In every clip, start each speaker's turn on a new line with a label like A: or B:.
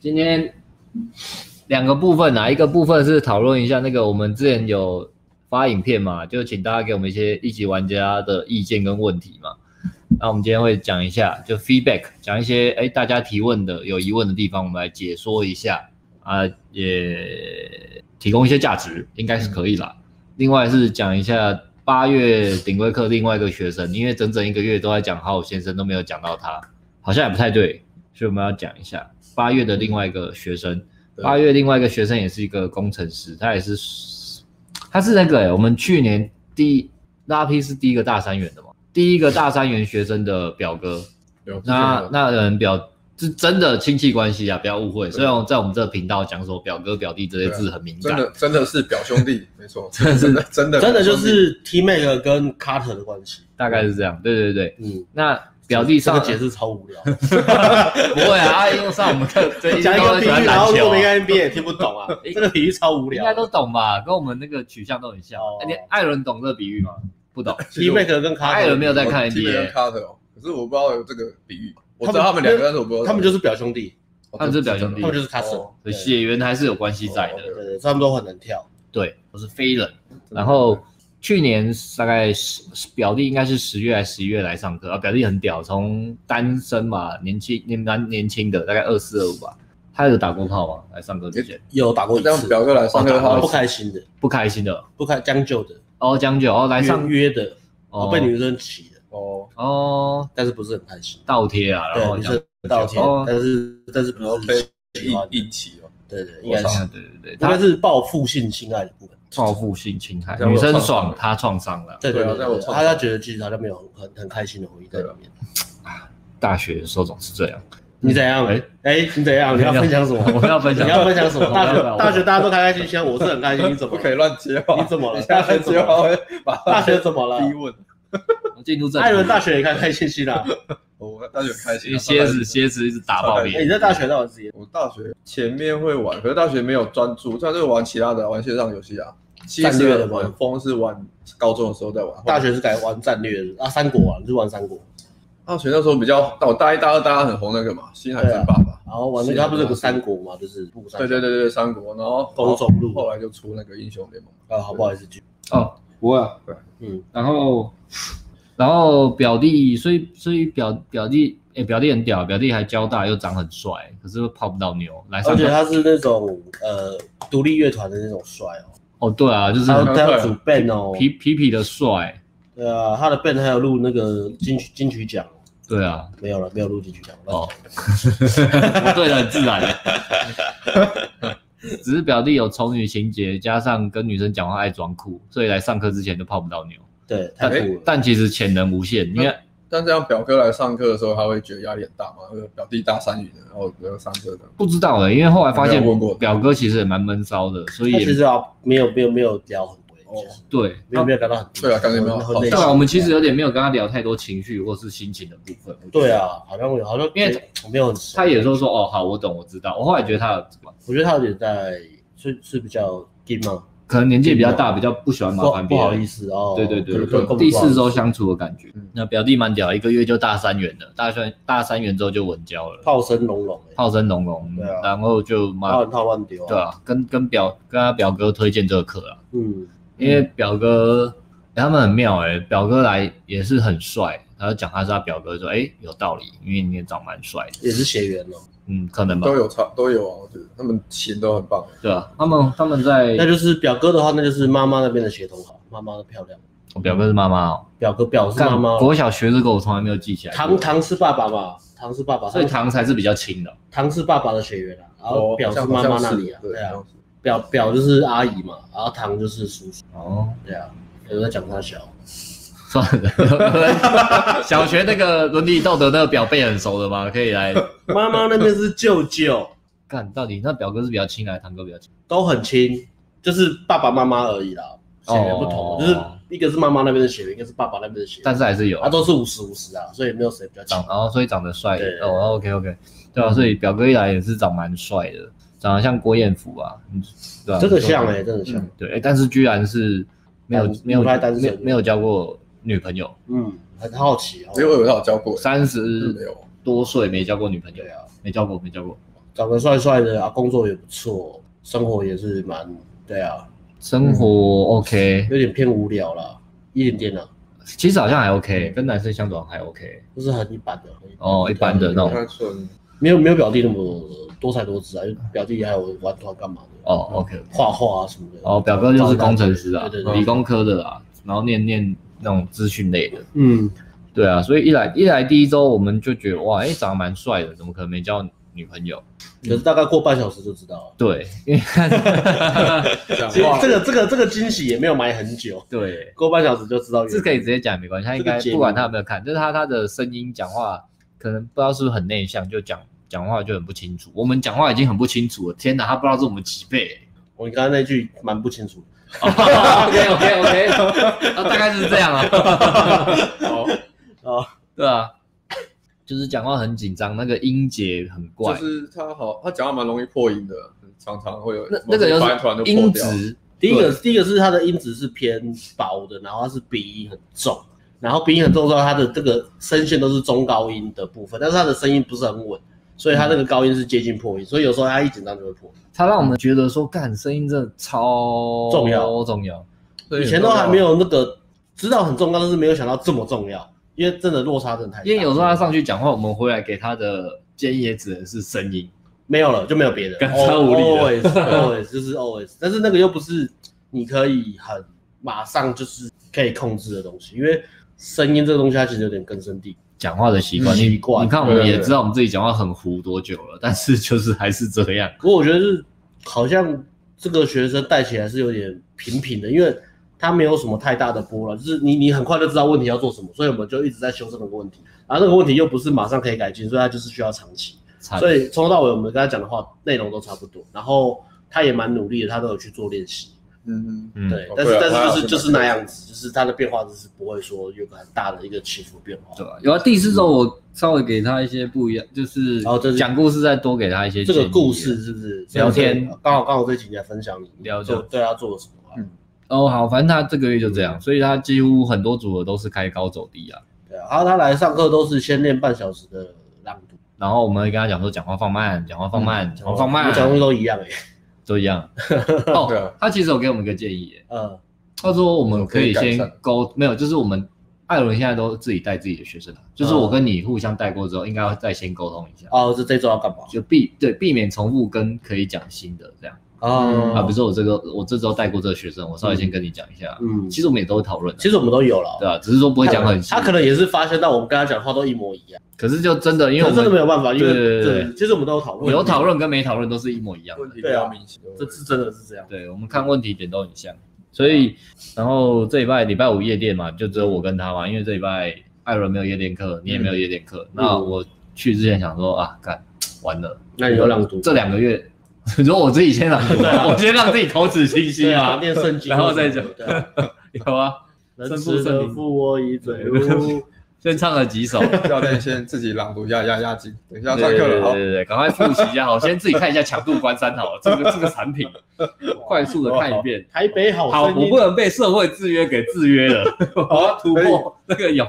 A: 今天两个部分啊，一个部分是讨论一下那个我们之前有发影片嘛，就请大家给我们一些一级玩家的意见跟问题嘛。那我们今天会讲一下，就 feedback，讲一些哎大家提问的有疑问的地方，我们来解说一下啊，也提供一些价值，应该是可以啦。另外是讲一下八月顶规课另外一个学生，因为整整一个月都在讲好好先生，都没有讲到他，好像也不太对，所以我们要讲一下八月的另外一个学生。
B: 对
C: 啊
A: 八月另外一个学生也是一个工程师，他也是，他是那个、欸、我们去年第拉皮是第一个大三元的嘛，第一个大三元学生的表 哥，
B: 有之前
A: 那
B: 有
A: 那人表是真的亲戚关系啊，不要误会。
B: 对
A: 虽然我在我们这个频道讲说表哥表弟这
C: 啊
A: 些字很敏
B: 真
A: 感，
B: 的真的是表兄 弟，没错，真的真的真的
C: 真的就是 T Mac 跟 Carter 的关系。
A: 大概是这样。对对对，
C: 嗯，
A: 那表弟
C: 这
A: 上
C: 个 解释超无聊，
A: 不会啊，阿英上我们课最近
C: 讲一
A: 都
C: 个
A: 很
C: 比
A: 喜欢
C: 喻，然
A: 篮
C: 后
A: 球
C: 做
A: 啊、
C: 一个 NBA 也听不 懂啊，这个比喻超无
A: 应
C: 聊
A: 该。都懂吧？跟我们那个取向都很像。
C: 哦
A: 哎你艾伦懂这个比喻吗？不 懂，
C: T Mac 跟 Carter
A: 艾伦没有在看 NBA，
B: 卡特哦，可是我不知道有这个比喻，我
C: 他们
B: 知道他们两个，但是我不知道
C: 他们就是表兄弟，
B: 哦
A: 他们就是表兄弟
C: 他们就是他是，
B: 哦
A: 所以血缘还是有关系在的。
C: 对对对，所以他们都很能跳。
A: 对，我是飞人。然后去年大概十表弟应该是十月还是十一月来上课啊，表弟很屌，从单身嘛，年轻年蛮年轻的，大概二四二五吧。他有打过炮吗？来上课之前
C: 有打过一
B: 这样
C: 次，
B: 表哥来上课，
A: 哦打
C: 然
B: 他
C: 后不开心的，
A: 不开心的
C: 不开将就的，
A: 哦，将就哦，来上
C: 约约的，然
A: 哦
C: 后被女生骑的，
B: 哦，
A: 哦
C: 但是不是很开心。
A: 倒贴啊，然后
C: 对，女生道歉
A: 哦，
C: 但是但是不
B: 然后
C: 是
B: 被
C: 喜欢的，
B: 硬硬起哦，
C: 对对，应
A: 我
C: 该是
A: 操对对对，
C: 应该
A: 他
C: 是报复性侵害的部分。
A: 报复性侵害，
B: 这样
A: 女
B: 我
A: 生
B: 创伤
A: 爽
B: 了，
A: 他创伤了。
C: 对对
B: 对啊
C: 对，
B: 那我
C: 对
B: 创
C: 他他觉得其实好像没有很很很开心的回忆在里面。
A: 大学的时候总是这样。
C: 你怎样？
A: 哎
C: 哎哎，你怎样？你要分享什么？
A: 我们要分享，
C: 你要分享什么？大
A: 我们要
C: 学大学大家都开开心心，啊我是很开心。你怎
B: 不
C: 么？
B: 可以乱接话，
C: 你怎么了
B: 你下次接话会把
C: 大学怎么了？
B: 逼问。
A: 进入正题
C: 艾伦大学也开开心心啊啦。
B: 哦我大学很开心啊，
A: 蝎子蝎子一直打爆
C: 哎，
A: 脸
C: 你。在大学到底是？
B: 我大学前面会玩，可是大学没有专注，大学玩其他的，玩线上游戏啊。其
C: 战略
B: 实
C: 的吗
B: 玩风是玩高中的时候在玩，
C: 大学是改玩战略的啊，三国啊，你是玩三国，
B: 大学那时候比较，但我大一、大二、大家很红那个嘛，《星海争霸》吧。
C: 然后玩那
B: 是
C: 个
B: 啊
C: 他不是有个三国嘛，就是布三
B: 对对对对，三国，然后
C: 高啊中路
B: 后来就出那个英雄联盟。
C: 啊，好不好意思，继续
A: 哦，不会、啊。
C: 嗯，
A: 然后，然后表弟，所以所以表表弟，哎、表弟很屌，表弟还交大又长很帅，可是泡不到妞。来上
C: 而且
A: 课
C: 哦他是那种呃独立乐团的那种帅哦，
A: 哦，对啊，就是
C: 他
A: 很
C: 他要组 band 哦，
A: 皮皮皮的帅，
C: 对啊，他的 band 还有录那个金曲金曲奖，
A: 对啊，
C: 没有了，没有录金曲奖
A: 哦，我对的很自然。 只是表弟有丑女情节，加上跟女生讲话爱装酷，所以来上课之前就泡不到妞。
C: 对，太
A: 但
C: 酷了，
A: 但其实潜能无限，你看
C: 嗯
B: 但这样表哥来上课的时候，他会觉得压力很大嘛？因为表弟大三元，然后然后上课的，
C: 嗯
A: 不知道了，因为后来发现
B: 我没有问过
A: 表哥其实也蛮闷骚的，所以
C: 他其
A: 也
C: 实啊没有没有没有聊很多，
B: 哦
C: 就是
A: 对。
C: 没有没有聊到很多，
B: 对啊感觉没有
C: 很内
A: 对啊，
C: 心
A: 我们其实有点没有跟他聊太多情绪或是心情的部分。我觉得
C: 对，啊，好像我好像
A: 因为
C: 我没有很熟
A: 他也说说哦，好，我懂，我知道。我后来觉得他有
C: 我觉得他有点在是是比较 gay 吗？
A: 可能年纪比较大，比较不喜欢麻
C: 不
A: 烦
C: 不
A: 别
C: 好
A: 人
C: 意。思哦。
A: 对对
B: 对
A: 对
B: 对
A: 对，第四周相处的感觉
B: 嗯。
A: 那表弟蛮屌，一个月就大三元了，大三大三元之后就稳交了，
C: 炮声隆隆哎，
A: 炮声隆隆
C: 对啊，
A: 然后就蛮
C: 炮很炮乱丢啊。
A: 对啊，跟跟表跟他表哥推荐这个课啊，
C: 嗯，
A: 因为表哥、欸他们很妙哎、表哥来也是很帅，然后讲他是他表哥说，哎、有道理，因为你也长蛮帅的，
C: 也是血缘哦，
A: 嗯，可能吧
B: 都，有差都有啊，我觉得他们琴都很棒。
A: 对啊，他们他们在
C: 那就是表哥的话，那就是妈妈那边的血统好，妈妈的漂亮，
A: 我表哥是妈妈哦，
C: 表哥表是
A: 干
C: 妈妈，
A: 国小学这个我从来没有记起来过，
C: 堂堂是爸爸嘛，堂是爸爸，
A: 所以
C: 堂
A: 糖才是比较轻的，
C: 堂是爸爸的血缘啊，然后
B: 哦
C: 表
B: 好像
C: 妈妈
B: 好像
C: 那
B: 是
C: 里啊，
B: 对嗯
C: 对
B: 好
C: 啊
B: 像，是
C: 表表就是阿姨嘛，然后堂就是叔叔，
A: 哦，
C: 对啊，有在讲他小，
A: 算了， 小学那个伦理道德那个表背很熟的嘛，可以来
C: 妈妈那边是舅舅，
A: 干，到底那表哥是比较轻还是堂哥比较轻？
C: 都很亲，就是爸爸妈妈而已啦，血缘不同，
A: 哦
C: 就是一个是妈妈那边的血缘，一个是爸爸那边的血
A: 但
C: 缘，
A: 是还是有
C: 啊，都是五十五十啊，所以没有谁比较亲
A: 长，。然后所以长得帅
C: 对
A: 哦，OK OK，对啊，所以表哥一来也是长蛮帅的，长得像郭彦甫啊，嗯对啊，
C: 真的
A: 你说
C: 像哎、真的像，
B: 嗯
A: 对，诶但是居然是没有
C: 单
A: 没有
C: 母胎单身
A: 没有没有交过女朋友，
C: 嗯，很好
B: 哎
C: 奇哦。
B: 因为我有他有教过，
A: 三
B: 是
A: 十
B: 没有啊
A: 多岁没交过女朋友
C: 对，啊，
A: 没交过没交过，
C: 长得帅帅的啊，工作也不错，生活也是蛮对啊，
A: 生活
C: 嗯
A: OK，
C: 有点偏无聊啦，一点点啊，
A: 其实好像还 OK，跟男生相处好像还 OK。
C: 就是很一般的。很般
A: 哦一般的那种
B: 太蠢，
C: 没有没有表弟那么多才多姿啊，因为表弟还有玩团干嘛的，
A: 哦，OK。
C: 画画啊什么的。
A: 哦，表哥就是工程师啊
C: 对，对
A: 理
C: 对，
A: 工科的啦，然后念念那种资讯类的。
C: 嗯，
A: 对啊，所以一来一来第一周我们就觉得哇，哎、长得蛮帅的，怎么可能没交女朋友？
C: 可是大概过半小时就知道了。
A: 对，因为
B: 讲
C: 其实
B: 话
C: 这个这个这个惊喜也没有埋很久，
A: 对，
C: 过半小时就知道原因。
A: 是可以直接讲没关系，他应该
C: 这个节目
A: 不管他有没有看，就是他他的声音讲话，可能不知道是不是很内向，就讲讲话就很不清楚。我们讲话已经很不清楚了，天哪，他不知道是我们几 倍。
C: 我刚刚那句蛮不清楚的，
A: OK OK OK，大哦概是这样啊。
B: 哦，
A: 对啊，就是讲话很紧张，那个音节很怪，
B: 就是他好，他讲话蛮容易破音的，常常会有
A: 那那个
B: 某
A: 又
B: 些发音突然就是破
A: 音
B: 掉。
A: 质
C: 第一个第一个是它的音质是偏薄的，然后它是鼻音很重，然后鼻音很重之后，它的这个声线都是中高音的部分，但是它的声音不是很稳，所以它那个高音是接近破音，所以有时候它一紧张就会破。
A: 它让我们觉得说，干声音真的超
C: 重要
A: 重要。
B: 所
C: 以前都还没，有那个知道很重要，但是没有想到这么重要，因为真的落差真的太大。
A: 因为有时候他上去讲话，我们回来给他的建议也只能是声音。
C: 没有了就没有别的，哦
A: 干超无力
C: Always always 就是 always，但是那个又不是你可以很马上就是可以控制的东西，因为声音这个东西它其实有点根深蒂固。
A: 讲话的习惯，
C: 嗯
A: 你
C: 习惯
A: 你看，我们
B: 对对
A: 也
B: 对
A: 知道我们自己讲话很糊多久了，但是就是还是这样。
C: 不过我觉得是好像这个学生带起来是有点平平的，因为他没有什么太大的波了，就是你你很快就知道问题要做什么，所以我们就一直在修正那个问题，然后那个问题又不是马上可以改进，所以它就是需要长期。
A: 惨
C: 所以从头到尾我们跟他讲的话内容都差不多，然后他也蛮努力的，他都有去做练习。
B: 嗯
A: 嗯，
C: 对
B: 哦，
C: 但是、
B: 对啊他
C: 但是
B: 还
C: 就是是就是那样子，就是它的变化就是不会说有个很大的一个起伏变化。
A: 对吧？有啊，第四周我稍微给他一些不一样，就是
C: 哦这是
A: 讲故事，再多给他一些
C: 这个
A: 建议啊
C: 故事是不是
A: 聊天？
C: 刚好刚好这几天分享你
A: 聊天
C: 就对他做了什么啊、
B: 嗯
A: 哦。好，反正他这个月就这
C: 嗯
A: 样，所以他几乎很多组合都是开高走低啊。
C: 对啊，然后他来上课都是先练半小时的朗读，
A: 然后我们会跟他讲说，讲话放慢，讲话放慢，讲话放慢
C: 我，讲的东西都一样哎、
A: 都一样。
B: 对
A: 哦
B: 啊，
A: 他其实有给我们一个建议耶，
C: 呃，
A: 他说我们可以
B: 可以
A: 先
B: 改善
A: 沟，没有，就是我们艾伦现在都自己带自己的学生啊，就是我跟你互相带过之后，应该要再先沟通一下，
C: 哦，这这周要干嘛？
A: 就避对避免重复跟可以讲新的这样
C: 哦
A: 啊。比如说我这个我这周带过这个学生，我稍微先跟你讲一下，
C: 嗯，
A: 其实我们也都会讨论啊，
C: 其实我们都有了，
A: 对啊，只是说不会讲很细
C: 他，可能也是发现到我们跟他讲话都一模一样，
A: 可是就真的因为
C: 可
A: 我
C: 是真的没
A: 们
C: 有办法，因为
A: 对对对
C: 这其实我们都有讨论，
A: 有讨，论跟没讨论都是一模一样的
B: 问。题比较明显，
C: 啊这是真的是这样。
A: 对，我们看问题点都很像，所以然后这礼拜礼拜五夜店嘛，就只有我跟他嘛，因为这礼拜艾伦没有夜店课，你也没有夜店课。那我去之前想说啊，干完了，
C: 那你有朗读？
A: 这两个月，如果我自己先朗读，我先让自己口齿清晰
C: 对啊，
A: 啊。
C: 念圣经，
A: 然后再讲
C: 对啊
A: 有啊，
C: 能吃的付我一嘴路。
A: 先唱了几首。
B: 教练先自己朗读一下压压惊，等一下
A: 对
B: 上
A: 对
B: 课
A: 对
B: 了，好
A: 对，对，赶快复习一下，好，先自己看一下强度关山好了，这个这个产品，快速的看一遍。
C: 台北好
A: 好，
C: 声
A: 我
C: 音
A: 不，能被社会制约给制约了，我要突破 那个勇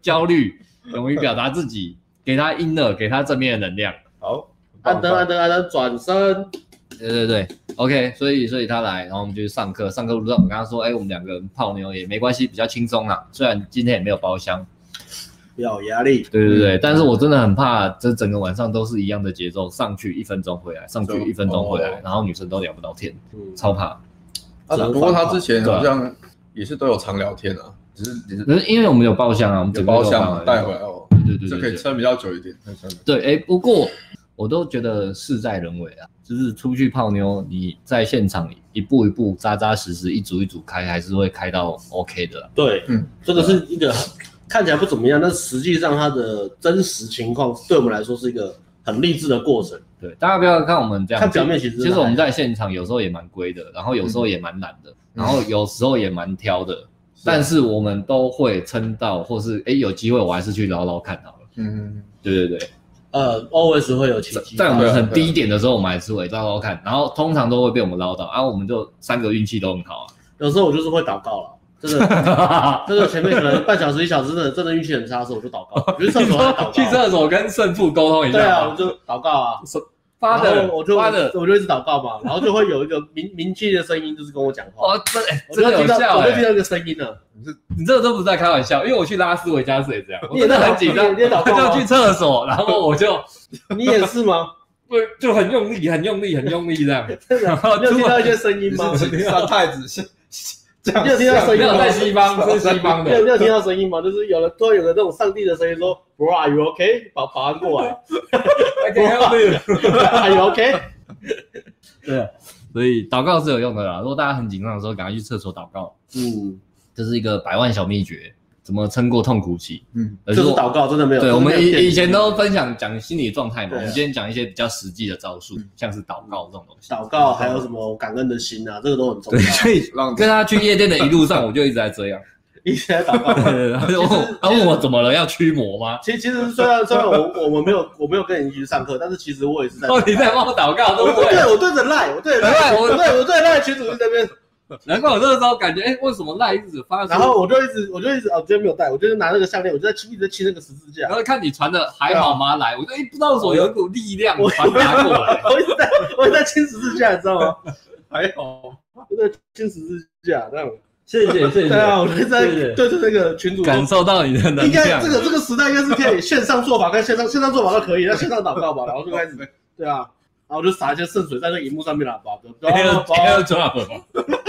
A: 焦虑，勇于表达自己，给他 inner，给他正面的能量。
B: 好，
C: 安登安登安登转身，
A: 对对对，OK，所以所以他来，然后我们就去上课。上课路上我跟他说，哎、我们两个人泡妞也没关系，比较轻松啦。虽然今天也没有包厢，
C: 不要有压力。
A: 对对对，
B: 嗯
A: 但是我真的很怕，这整个晚上都是一样的节奏，上去一分钟回来，上去
B: 就
A: 一分钟回来，
B: 哦
A: 然后女生都聊不到天，
C: 嗯，
A: 超怕。
B: 啊
C: 这样
B: 不过他之前
A: 对啊
B: 好像也是都有常聊天啊，只是只是
A: 可是因为我们有包厢啊，我们
B: 有
A: 整个都
B: 包
A: 有
B: 厢带回来哦，
A: 对对对
B: 这
A: 对
B: 可
A: 对
B: 以撑比较久一点，可以撑
A: 对，哎、不过我都觉得事在人为啊，就是出去泡妞，你在现场一步一步、扎扎实实、一组一组开，还是会开到 OK 的啊。
C: 对，
B: 嗯
C: 这个是一个看起来不怎么样，但实际上它的真实情况对我们来说是一个很励志的过程。
A: 对，大家不要看我们这样，
C: 看表面其实
A: 其实我们在现场有时候也蛮龟的，然后有时
C: 嗯
A: 候也蛮懒的，然后有时候也蛮挑的，
C: 啊
A: 但是我们都会撑到，或是哎、诶有机会我还是去捞捞看好了。
B: 嗯，
A: 对对对，
C: 呃，always 会有奇迹
A: 在我
C: 发
A: 们
C: 生。
A: 很低点的时候，我们还是会捞捞看，然后通常都会被我们捞到，啊，我们就三个运气都很好
C: 有时候我就是会祷告了。真 的，
A: 啊。
C: 真的前面可能半小时一小时，真的真的运气
A: 哦
C: 很差的时候，我就祷告，我去厕所还祷告。
A: 去厕所跟胜负沟通一
C: 对
A: 下
C: 啊，我
A: 嘛。
C: 就祷告啊。
A: 发
C: 然
A: 的
C: 后我就
A: 发的，
C: 我就一直祷告嘛，然后就会有一个明明确的声音，就是跟我讲话。
A: 哇，真的、欸、
C: 我
A: 真
C: 就
A: 的
C: 听
A: 有
C: 到，
A: 效
C: 我就
A: 哎、
C: 听到一个声音啊了。
A: 你这个都不是在开玩笑，因为我去拉斯维加斯也这样，我真的很紧张，
C: 你也祷
A: 我
C: 告
A: 就
C: 吗
A: 去厕所，然后我就
C: 你也 是吗？
A: 不就很用力，很用力，很用力这 样，然后
C: 你有
A: 出
C: 听
A: 门
C: 到一些声音吗
B: 你？是请三太子像这样，
C: 你有听到声
A: 没
C: 音吗
A: 有在西方，是西方
C: 你有
A: 的，
C: 你有听到声音吗？就是有人突然有个那种上帝的声音说，Bro are you OK？保保安过来
A: I can help you
C: ，Are you OK？对，
A: 所以祷告是有用的啦，如果大家很紧张的时候，赶快去厕所祷告，
C: 嗯，
A: 这是一个百万小秘诀，怎么撑过痛苦期。
B: 嗯，
A: 就
C: 就是祷告，真的没有。
A: 对，
C: 真
A: 我
C: 的没有
A: 们以
C: 骗你
A: 以前都分享讲心理状态嘛，
C: 对啊
A: 我们今天讲一些比较实际的招数
B: 嗯，
A: 像是祷告这种东 西。
C: 祷告，还有什么感恩的心啊，这个都很重要
A: 对，。所以
B: 让
A: 跟他去夜店的一路上，我就一直在这 样。
C: 一直在 祷告。
A: 然后他问我怎么了，要驱魔 吗？
C: 其实其实虽然虽然我我们没有我没有跟你一起去上课，但是其实我也是在。
A: 哦，你在帮我祷告，
C: 我
A: 对不
C: 对
A: 对？
C: 我对着赖，我对着
A: 难
C: 赖，
A: 怪
C: 我
A: 我
C: 对我对着赖群主在那边，
A: 难怪我那时候感觉，哎，为什么赖一直发出？
C: 然后我就一直我就一直哦，今天没有带，我就是拿那个项链，我就在亲一直在亲那个十字架
A: 然。后看你传的还好吗？来，我就哎，不知道为什么有一股力量
C: 我
A: 传达过 来。
C: 我一直在，我一直在亲十字架，你知道吗？
B: 还好，
C: 我在亲十字架，这样。
A: 谢谢谢
C: 对啊，我就一直在
A: 对对
C: 对着那个群主说
A: 感受到你的能
C: 应该
A: 量
C: 这。 个这个时代应该是可以线上做法跟线上线上做法都可以，那线上祷告吧，然后就开始对啊，然后我就撒一些圣水在那个荧幕上面啦，把
A: Air
C: 把
A: Air Drop 嘛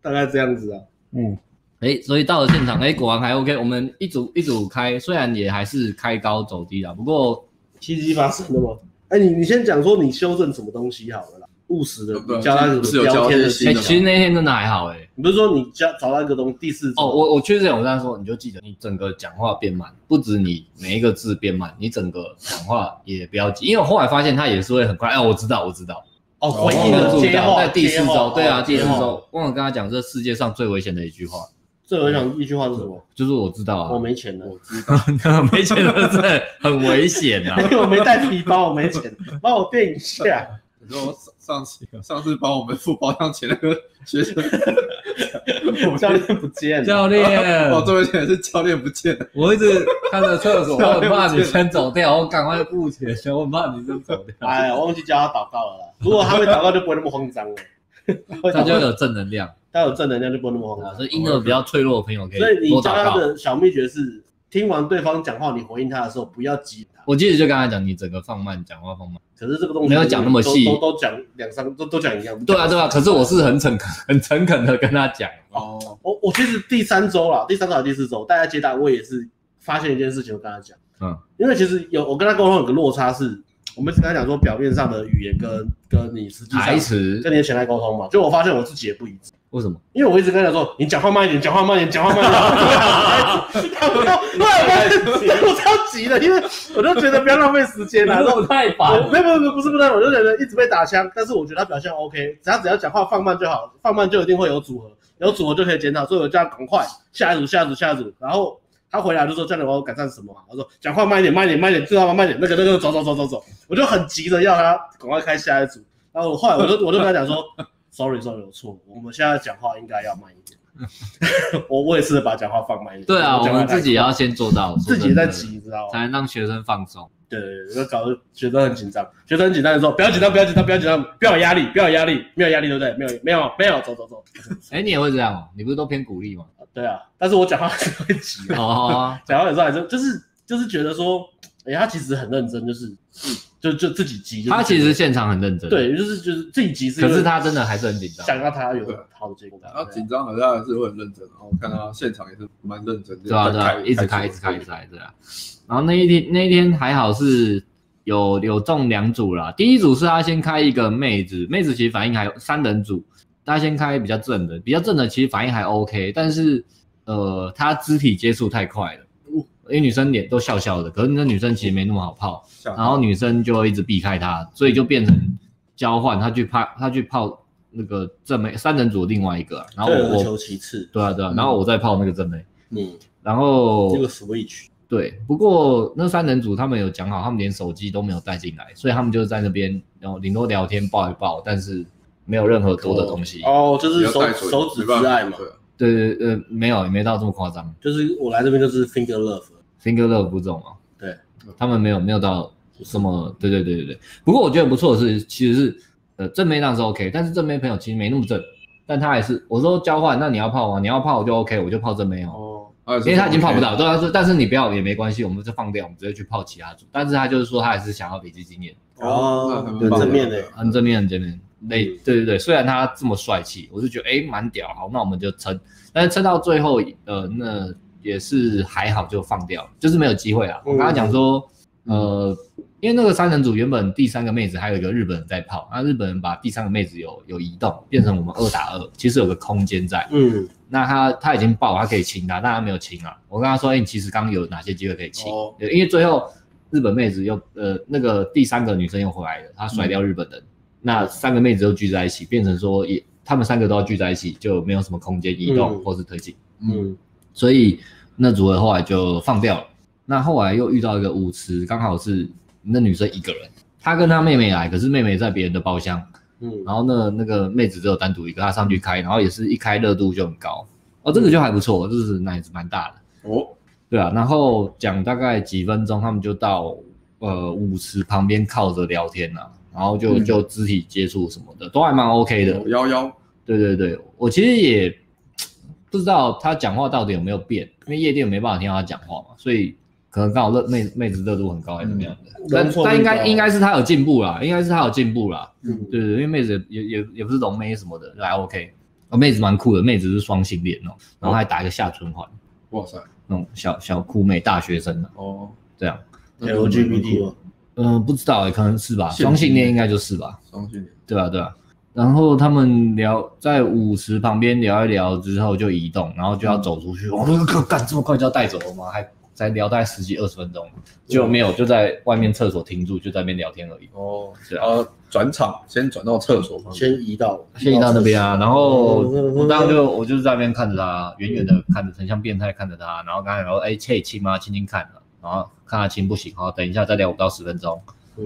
C: 大概这样子啊，
A: 哎，所以到了现场，哎，果然还 OK。我们一组一组开，虽然也还是开高走低啦，不过
C: 七七八生的吗？哎，你你先讲说你修正什么东西好了啦，务实
A: 呃
C: 的，
B: 对
C: 你教他什么
B: 是有
C: 标签的
B: 交接
A: 哎，
B: 新的
C: 技能
B: 吗
A: 其实那天真的还好哎、
C: 你不是说你教找到一个东第四种
A: 哦，我我确实有这样说，你就记得你整个讲话变慢，不止你每一个字变慢，你整个讲话也不要急，因为我后来发现他也是会很快。哎，我知道，我知道，
C: 哦回
A: 记
C: 应
A: 得
C: 的
A: 住
C: 接
A: 到
C: 话
A: 在第四
C: 接
A: 周，
C: 话
A: 对啊，
C: 哦
A: 第四
C: 接话
A: 周忘了跟他讲这世界上最危险的一句话，
C: 最后想一句话是什么？
A: 就是我知道啊，
C: 我没钱了，
A: 没钱真的很危险啊。
C: 因 为我没带皮包，我没钱，帮我垫一下。
B: 你说我上上次上次帮我们付包厢钱那个学生，我
C: 教练不见 了，
A: 教练，
B: 哦，这位钱是教练不见了，
A: 我一直看着厕所，我很怕你先走掉，我赶快付钱，我很怕你先走 掉，
C: 哎呀，我忘记教他祷告了啦。如果他会祷告，就不会那么慌张了。会
A: 他
C: 祷
A: 就
C: 告，
A: 有正能量
C: 他有正能量，就不会那么慌
A: 啊。
C: 张。
A: 所以婴儿比较脆弱的朋友可
C: 所以你
A: 多
C: 教
A: 祷
C: 他
A: 告。
C: 的小秘诀是，听完对方讲话，你回应他的时候不要急他。
A: 我记得就跟他讲，你整个放慢，讲话放慢。
C: 可是这个东西
A: 没有讲那么细
C: 都都都讲两三都都讲一样。
A: 对啊，对啊。可是我是很诚 恳、很诚恳的跟他讲。
B: 哦，
C: 我我其实第三周啦，第三周还是第四周，大家接待我也是发现一件事情，我跟他讲，
A: 嗯，
C: 因为其实有我跟他沟通有个落差是，我们只跟他讲说表面上的语言跟跟你实际上
A: 台词
C: 跟 你的潜在沟通嘛，就我发现我自己也不一致。
A: 为什么？
C: 因为我一直跟他说，你讲话慢一点，讲话慢一点，讲话慢一点。然后我我超急的，因为我就觉得不要浪费时 间啦、啊。
A: 我太
C: 我没有没有没有不是不是，我就觉得一直被打枪，但是我觉得他表现 OK，只要只要讲话放慢就好，放慢就一定会有组合，有组合就可以检讨，所以我叫他赶快下一组下一组下一组。然后他回来就说教练我要改善什么嘛？我说讲话慢一点慢一点慢一点，最好慢一点，那个那个走走走走走，我就很急着要他赶快开下一组。然后我后来我就我就跟他讲说，sorry sorry 我错，了，我们现在讲话应该要慢一点。 我我也试着把讲话放慢一点。
A: 对啊，我
C: 讲话
A: 们
C: 太
A: 自己
C: 快
A: 要先做到，
C: 自己
A: 说
C: 在
A: 真的，
C: 急，知道吗？
A: 才能让学生放松。
C: 对对对，就搞得学生很紧张。学生很紧张的时候，不要紧张，不要紧张，不要紧张，不要有压力，不要有压力，没有压力，对不对？没有，没有，没有，走走走。
A: 哎，你也会这样哦？你不是都偏鼓励吗？
C: 对啊，但是我讲话还是会急的，
A: 哦，
C: 讲话有时候还是就是就是觉得说，哎、他其实很认真，就是就就自己急、就是
A: 他其实现场很认真，，
C: 对，就是就是自己急是因
A: 可
C: 为
A: 是他真的还是很紧张。
C: 想要他有好的结果。
B: 啊然后紧张好像还是会很认真，然后看他现场也是蛮认真的，
A: 对啊，对啊，一直开，一直开，一直开，对啊。然后那一天，那一天还好是有有中两组啦。第一组是他先开一个妹子，妹子其实反应还有三人组，他先开比较正的，比较正的其实反应还 OK，但是呃，他肢体接触太快了，因为女生脸都笑笑的，可是那女生其实没那么好泡，
B: 然
A: 然后女生就一直避开他，所以就变成交换，他去泡，他去泡那个正妹三人组的另外一个啊、然后
C: 退而
A: 我我
C: 求其次，
A: 对啊对啊，然后我再泡那个正妹。
C: 嗯，
A: 然后
C: 这个 switch
A: 对，不过那三人组他们有讲好，他们连手机都没有带进来，所以他们就在那边，然后顶多聊天抱一抱，但是没有任何多的东西。
C: 哦，就是
B: 要
C: 手
B: 带
C: 手指之爱嘛，
A: 对对呃，没有，也没到这么夸张。
C: 就是我来这边就是 finger love，
A: Finger Love 不这种啊，
C: 对，
A: 他们没有没有到什么，对对对对对。不过我觉得不错的是，其实是呃正妹那是 OK，但是正妹朋友其实没那么正，但他还是我说交换，那你要泡啊吗？你要泡我就 OK，我就泡正妹哦。
C: 哦，
B: 啊
A: 因为他已经泡不，到，对他说，但是你不要也没关系，我们就放掉，我们直接去泡其他组。但是他就是说，他还是想要累积经验，
B: 哦
C: 哦，
B: 那
C: 有
B: 很棒
C: 正面的，
A: 很正面，很正面。累，对对对，虽然他这么帅气，我就觉得哎蛮屌，好，那我们就撑，但是撑到最后，呃，那也是还好就放掉，就是没有机会啊。我刚刚讲说，呃，因为那个三人组原本第三个妹子还有一个日本人在泡，那日本人把第三个妹子有有移动，变成我们二打二，其实有个空间在。
C: 嗯，
A: 那他他已经爆，他可以亲他，但他没有亲啊。我跟他说，哎、你其实刚刚有哪些机会可以亲？
C: 哦
A: 对因为最后日本妹子又呃那个第三个女生又回来了，她甩掉日本
C: 嗯
A: 人，那三个妹子又聚在一起，变成说也他们三个都要聚在一起，就没有什么空间移动
C: 嗯
A: 或是推进，
C: 嗯，
A: 所以那组合后来就放掉了。那后来又遇到一个舞池，刚好是那女生一个人，她跟她妹妹来，可是妹妹在别人的包厢，
C: 嗯，
A: 然后呢，那个妹子只有单独一个，她上去开，然后也是一开热度就很高，哦，这个就还不错，就是那也是蛮大的，
B: 哦，
A: 对啊。然后讲大概几分钟，他们就到呃舞池旁边靠着聊天啦、然后就
B: 嗯
A: 就肢体接触什么的、都还蛮 OK 的。
B: 幺幺，
A: 对对对，我其实也不知道他讲话到底有没有变，因为夜店没办法听到他讲话嘛，所以可能刚好热妹妹子热度很高还是怎么样的。但
C: 容错率
A: 但应
C: 高
A: 该应该是他有进步啦，应该是他有进步啦。
C: 嗯
A: 对对，因为妹子也也也不是龙妹什么的，来 OK，哦，妹子蛮酷的，妹子是双性恋哦，然后还打一个下唇环，
B: 哇塞，
A: 那种小小酷妹大学生啊，
B: 哦，
A: 这样，
C: ，LGBT 嘛，
A: 嗯、不知道、欸，可能是吧，
B: 是
A: 双性恋应该就是吧，
B: 双性恋，
A: 对吧、对吧、然后他们聊在舞池旁边聊一聊之后就移动，然后就要走出去，我说干干这么快就要带走了吗？还才聊大概十几二十分钟，结果没有，就在外面厕所停住，就在那边聊天而已。
B: 哦，
A: 是
B: 然
A: 啊
B: 后转场先转到厕所旁边，
C: 先移到，
A: 先移到那边啊，然后我当
C: 然
A: 时就我就是在那边看着他，远远的看着，很像变态看着他，然后刚才说，哎，亲亲吗？亲亲看了，然后看他亲不行，好，等一下再聊五到十分钟，
C: 嗯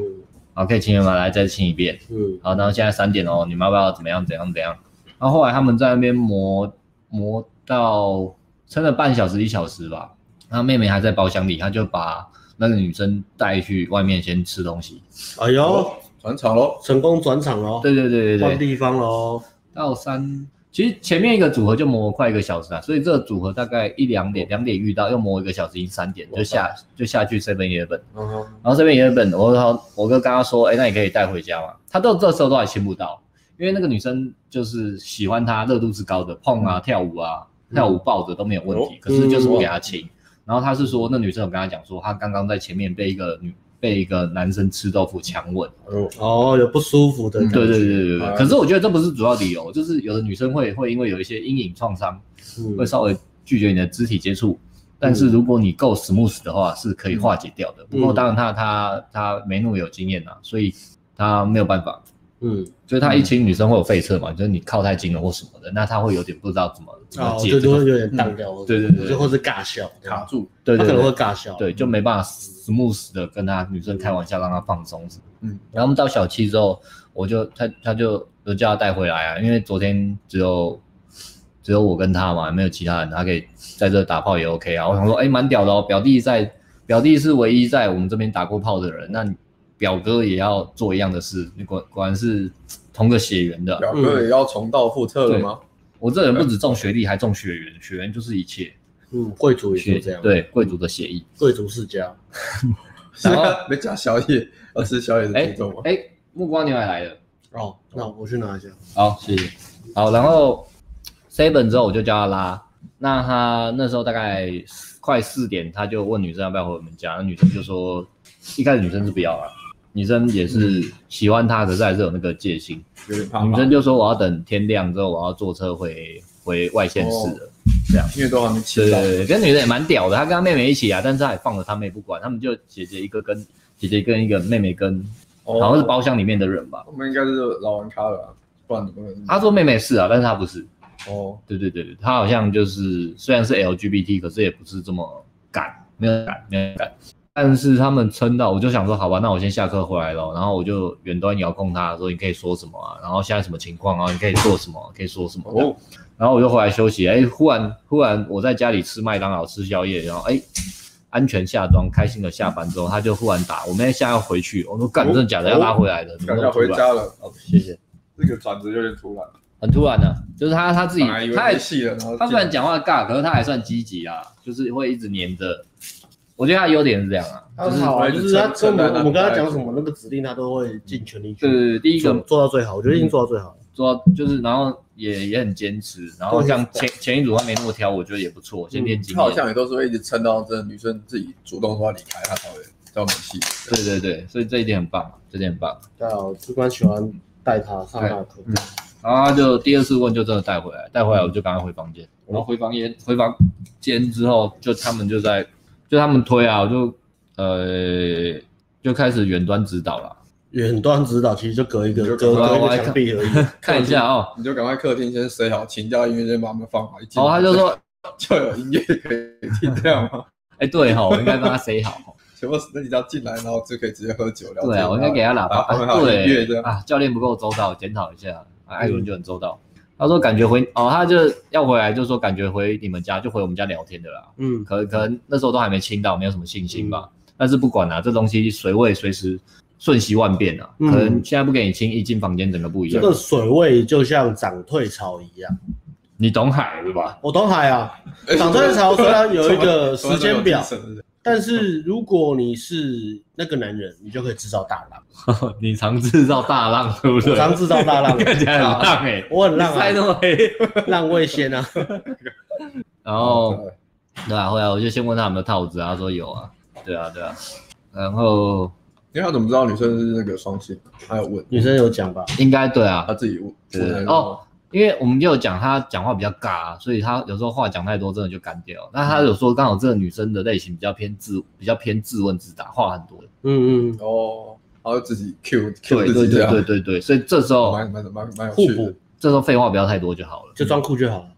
A: 好，可以亲了吗？来再亲一遍，
C: 嗯
A: 好，然后现在三点哦，你们要不要怎么样怎样怎样？然后后来他们在那边磨磨到撑了半小时一小时吧，然后妹妹还在包厢里，她就把那个女生带去外面先吃东西，
C: 哎呦，
B: 转场喽，
C: 成功转场喽，
A: 对对对对对
C: 换，地方喽，
A: 到三，其实前面一个组合就磨快一个小时啊，所以这个组合大概一两点，两点遇到又磨一个小时，已经三点就下就下去 seven eleven，
B: 嗯哼，
A: 然后 seven eleven，我说我哥跟他说，哎、那你可以带回家嘛，他到这时候都还亲不到，因为那个女生就是喜欢他，热度是高的，碰啊跳舞啊跳舞抱着都没有问题，
B: 哦
A: 可是就是不给他亲，然后他是说那女生有跟他讲说，他刚刚在前面被一个女被一个男生吃豆腐强吻。
B: 哦，
C: 哦，有不舒服的感
A: 嗯
C: 觉，嗯
A: 对对对对对对，
B: 啊
A: 可是我觉得这不是主要理由，就是有的女生会会因为有一些阴影创伤，
C: 嗯
A: 会稍微拒绝你的肢体接触，但是如果你够 smooth 的话，是可以化解掉的。
C: 嗯
A: 不过当然他他他没那么有经验呐、所以他没有办法。
C: 嗯，
A: 就是他一亲女生会有废撤嘛，就是你靠太近了或什么的，那他会有点不知道怎么怎么
C: 哦，
A: 解
C: 就
A: 这
C: 就
A: 个嗯
C: 会有点荡掉，
A: 对对对对
C: 或是尬笑，
B: 卡住，
A: 对
C: 他
A: 对
C: 可能会
A: 对，
C: 尬笑，
A: 对，就没办法 smooth 的跟他女生开玩笑，让她放松。
B: 嗯，
A: 然后我们到小七之后，我就他他就就叫他带回来啊，因为昨天只有只有我跟他嘛，没有其他人，他可以在这打炮也 OK 啊。我想说，哎，蛮屌的哦，表弟在表弟是唯一在我们这边打过炮的人，那你表哥也要做一样的事，你果果然是同个血缘的。
C: 啊
B: 表哥也要重蹈覆辙了吗？
A: 我这人不只重学历，还重血缘，血缘就是一切，
C: 嗯，贵族也
A: 血
C: 是这样，，
A: 对贵族的血裔。
C: 贵族世家，
B: 是
A: 然
B: 啊，没加宵夜，要吃宵夜的
A: 哎
B: 节奏吗？
A: 哎，目光牛也来了。
C: 哦，那我去拿一下，
A: 好，谢谢。好，然后 seven 之后我就叫他拉，那他那时候大概快四点，他就问女生要不要回我们家，那女生就说，一开始女生是不要了，女生也是喜欢他，可是还是有那个戒心。
B: 有点怕怕，
A: 哎女生就说我要等天亮之后，我要坐车回回外县市了。
B: 因为都还没
A: 对
B: 吃到
A: 对，对，跟女的也蛮屌的，她跟她妹妹一起啊，但是她也放了她妹不管，他们就姐姐一个跟姐姐跟一个妹妹跟，
B: 哦
A: 好像是包厢里面的人吧。
B: 我们应该是老玩咖了啊，不然你们
A: 她说妹妹是啊，但是她不是。
B: 哦，
A: 对对对对，他好像就是虽然是 LGBT，可是也不是这么敢，没有敢，没有敢。但是他们撑到，我就想说，好吧，那我先下课回来咯。然后我就远端遥控他说，你可以说什么啊？然后现在什么情况啊？你可以做什么？可以说什么？
B: 哦，
A: 然后我就回来休息。哎，忽然忽然我在家里吃麦当劳吃宵夜，然后哎，安全下庄，开心的下班之后，他就忽然打，我们现在要回去，我说干，
B: 哦
A: 真的假的？
B: 哦
A: 要拉回来的，怎么
B: 赶
A: 那么
B: 快
A: 突
B: 回
A: 然？
B: 家了。
A: 哦，谢谢，
B: 这个转折有点突然，
A: 很突然的、啊就是他他自己
B: 本来以，为
A: 他
B: 没
A: 也
B: 戏了，然后
A: 他虽
B: 竟
A: 然讲话尬，可是他还算积极啊，就是会一直黏着。我觉得他的优点是这样啊，
C: 他很好啊，就是他跟我们我们跟他讲什么那个指令，他都会尽全力去
A: 就是第一个嗯
C: 做做到最好，我觉得已经做到最好了。
A: 做到就是，然后也也很坚持，然后像前前一组他没那么挑，我觉得也不错，先
C: 嗯
A: 练经
B: 他好
A: 验。
B: 像也都是会一直撑到这女生自己主动说要离开，他才会叫没戏。
A: 对对对，所以这一点很棒，啊这一点很棒。
C: 对啊，我就蛮喜欢
A: 嗯
C: 带他上他的课。
A: 然后他就第二次问就真的带回来，带回来我就赶快回房间，然后回房间回房间之后就他们就在就他们推啊，我就呃就开始远端指导了，
C: 远端指导其实就隔一个
B: 就
C: 隔
B: 隔
C: 隔一
A: 我还
C: 个墙壁而已。
A: 看一下哦，
B: 你就赶快客厅先塞好，请教音乐先把他们放好，一进
A: 然后他就说，
B: 就有音乐可以听，这样吗？
A: 哎、对哈、我应该帮他塞好。
B: 全部那你只要进来，然后就可以直接喝酒聊天。
A: 对啊，我应该给他喇叭。
B: 然后
A: 啊
B: 后面还有音乐这
A: 对
B: 样。
A: 啊，教练不够周到，检讨一下。啊，
C: 嗯
A: 艾伦就很周到。他说感觉回哦，他就要回来，就说感觉回你们家就回我们家聊天的啦。
C: 嗯，
A: 可可能那时候都还没清到，没有什么信心吧。但是不管啦、这东西随位随时瞬息万变啊。
C: 嗯
A: 可能现在不给你清，一进房间整个不一
C: 这
A: 样。
C: 个水位就像涨退潮一样。
A: 你懂海对吧？
C: 我懂海啊，
B: 哎
C: 涨退潮虽然有 一个
B: 什么
C: 时间表，
B: 什么都有精神的人
C: 但是如果你是那个男人，你就可以制造大浪，
A: 你常制造大浪对不对？
C: 我常制造大浪，
A: 看起来很浪哎、
C: 我很 浪
A: 你塞
C: 啊，
A: 那么黑。
C: 浪味仙啊。哦
A: 然后。对啊，后来我就先问他有没有套子啊，他说有啊，对啊，对啊，然后
B: 因为他怎么知道女生是那个双性？他有问，
C: 女生有讲吧？
A: 应该对啊
B: 他，自己问。
A: 对哦，因为我们就有讲他讲话比较尬、啊，所以他有时候话讲太多，真的就干掉。那
B: 嗯
A: 他有说刚好这个女生的类型比较偏自，比较偏自问自答，话很多的。
C: 嗯嗯，
B: 哦，然后自己 Q Q
A: 对
B: 自
A: 对
B: 己这
A: 对
B: 样，
A: 对对对，所以这时候
B: 蛮蛮蛮蛮有
C: 互
B: 趣
C: 补
B: 的。
A: 这时候废话不要太多就好了。
C: 就装酷就好了。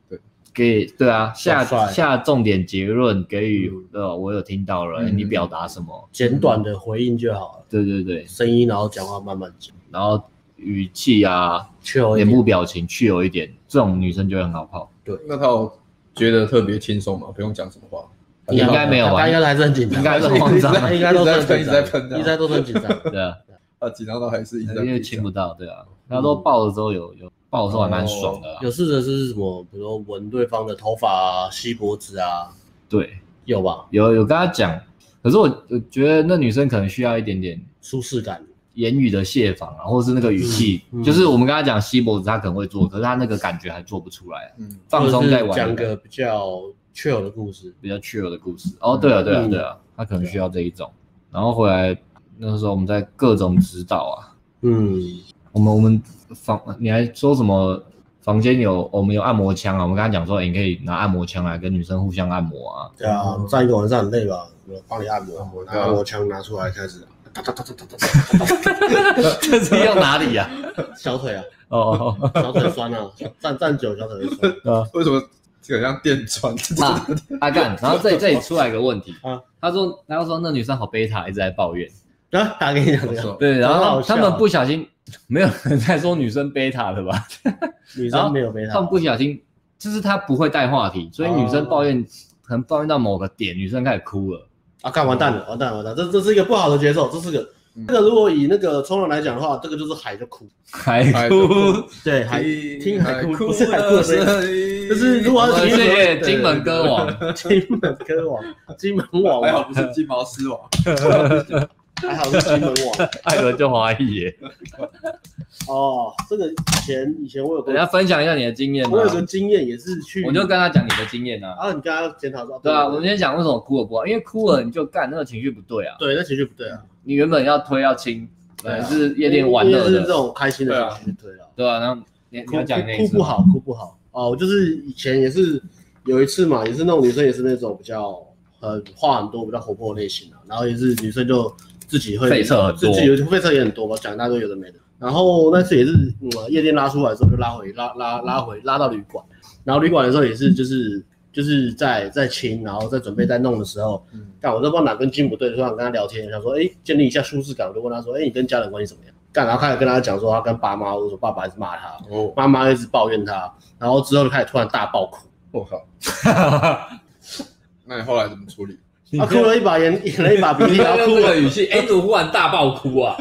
A: 给对啊，下
C: 帅
A: 下重点结论给予呃，我有听到了，
B: 嗯
A: 你表达什么？
C: 简短的回应就好了，
A: 对对对，
C: 声音然后讲话慢慢讲，
A: 然后语气啊，
C: 确有一
A: 脸
C: 点
A: 部表情去有一点，这种女生就会很好泡。
B: 那他有觉得特别轻松吗？不用讲什么话，
A: 应该没有吧
C: 他应该还是很紧张，
A: 应该是慌张
C: 他应该都是很紧张，
B: 一直在喷一直在喷
C: 应该都是很紧张。
A: 对啊，
B: 他紧张到还是一直在
A: 因为亲不到，对
C: 嗯
A: 啊。他说抱的时候有有抱的时候还蛮爽的啦，啊
C: 有试着是什么，比如说闻对方的头发啊、吸脖子啊，
A: 对，
C: 有吧？
A: 有有跟他讲。可是我我觉得那女生可能需要一点点
C: 舒适感，
A: 言语的泄防啊，或是那个语气，
C: 嗯嗯嗯
A: 就是我们跟他讲吸脖子，他可能会做，可是他那个感觉还做不出来啊、
B: 嗯，
A: 放松在
C: 或者是
A: 玩
C: 讲
A: 的感觉
C: 个比较确有的故事。
A: 比较 chill 的故事。哦，对了对了
C: 嗯
A: 对了，他可能需要这一种。然后回来那时候我们在各种指导啊，
C: 嗯，
A: 我们我们房你还说什么房间有我们有按摩枪啊？我们跟他讲说，哎、你可以拿按摩枪来跟女生互相按摩啊。
C: 对啊，站一个晚上很累吧？我帮你按
B: 按摩
C: 摩，拿
B: 对啊
C: 按摩枪拿出来开始，哒哒哒哒哒哒
A: 这是用哪里呀、
C: 哒，小腿啊，
A: 哦哦，
C: 小腿酸啊，站站久小腿会 酸。
B: 为什么很像电钻？
A: 啊阿干，然后这里这里出来一个问题
C: 啊，
A: 他说他说那女生好贝塔，一直在抱怨。
C: 然后啊打给你讲这
B: 哦
C: 个，
A: 对，然
C: 真的
A: 后
C: 好笑
A: 他
C: 啊
A: 们不小心，没有人在说女生贝塔的吧？
C: 女生没有被
A: 他
C: 他
A: 们，不小心，就是他不会带话题，所以女生抱怨，可能抱怨到某个点，女生开始哭了。
C: 啊，干完蛋了，完蛋了，完蛋了，这这是一个不好的节奏，这是个。
B: 嗯
C: 这个如果以那个冲浪来讲的话，这个就是海就哭，
A: 海
B: 海
A: 哭，
B: 哎哭
C: 对，海听海哭不是海哭的声音，
B: 音
C: 就是如果
A: 我
C: 要
A: 们
C: 听
A: 谢谢
C: 对
A: 金门歌王。
C: 金门歌王，金门王
B: 还好
C: 嘛，
B: 不是金毛狮 王，
C: 还好是金门王。
A: 艾伦就怀疑耶。
C: 哦，这个以前以前我有
A: 等
C: 个
A: 一下分享一下你的经验吧
C: 我。有个经验也是去，
A: 我就跟他讲你的经验啊。
C: 然后你跟他检讨说，哦
A: 对啊，我们先讲为什么哭了不好，因为哭了你就干那个情绪不对啊。
C: 对那情绪不对啊，
A: 你原本要推要亲，本来是夜店玩
C: 玩
A: 乐
C: 啊是这
A: 的，
C: 种开心的情绪对啊，
A: 对啊，然后你你
C: 哭
A: 要讲那一
C: 哭
A: 次
C: 不，好，哭不好哦，我就是以前也是有一次嘛，也是那种女生也是那种比较很话很多、比较活泼的类型啊，然后也是女生就自己会
A: 废扯很多
C: 自己有费车也很多吧，讲一大堆有的没的。然后那次也是，嗯，夜店拉出来的时候就拉回拉拉拉回拉到旅馆，然后旅馆的时候也是就是就是在在亲，然后在准备在弄的时候，
B: 嗯
C: 干我都不知道哪根筋不对，就想跟他聊天，想说哎、建立一下舒适感，我就问他说哎、你跟家人关系怎么样？干，然后开始跟他讲说他跟爸妈，我说爸爸一直骂他，
B: 哦，
C: 妈妈一直抱怨他，然
B: 哦
C: 后之后就开始突然大爆哭，
B: 我靠，那你后来怎么处理？
C: 他哭了一把眼，演了一把鼻 涕，然后哭
D: 用这
A: 啊
C: 了
D: 个。语气，哎，你怎么忽然大爆哭啊？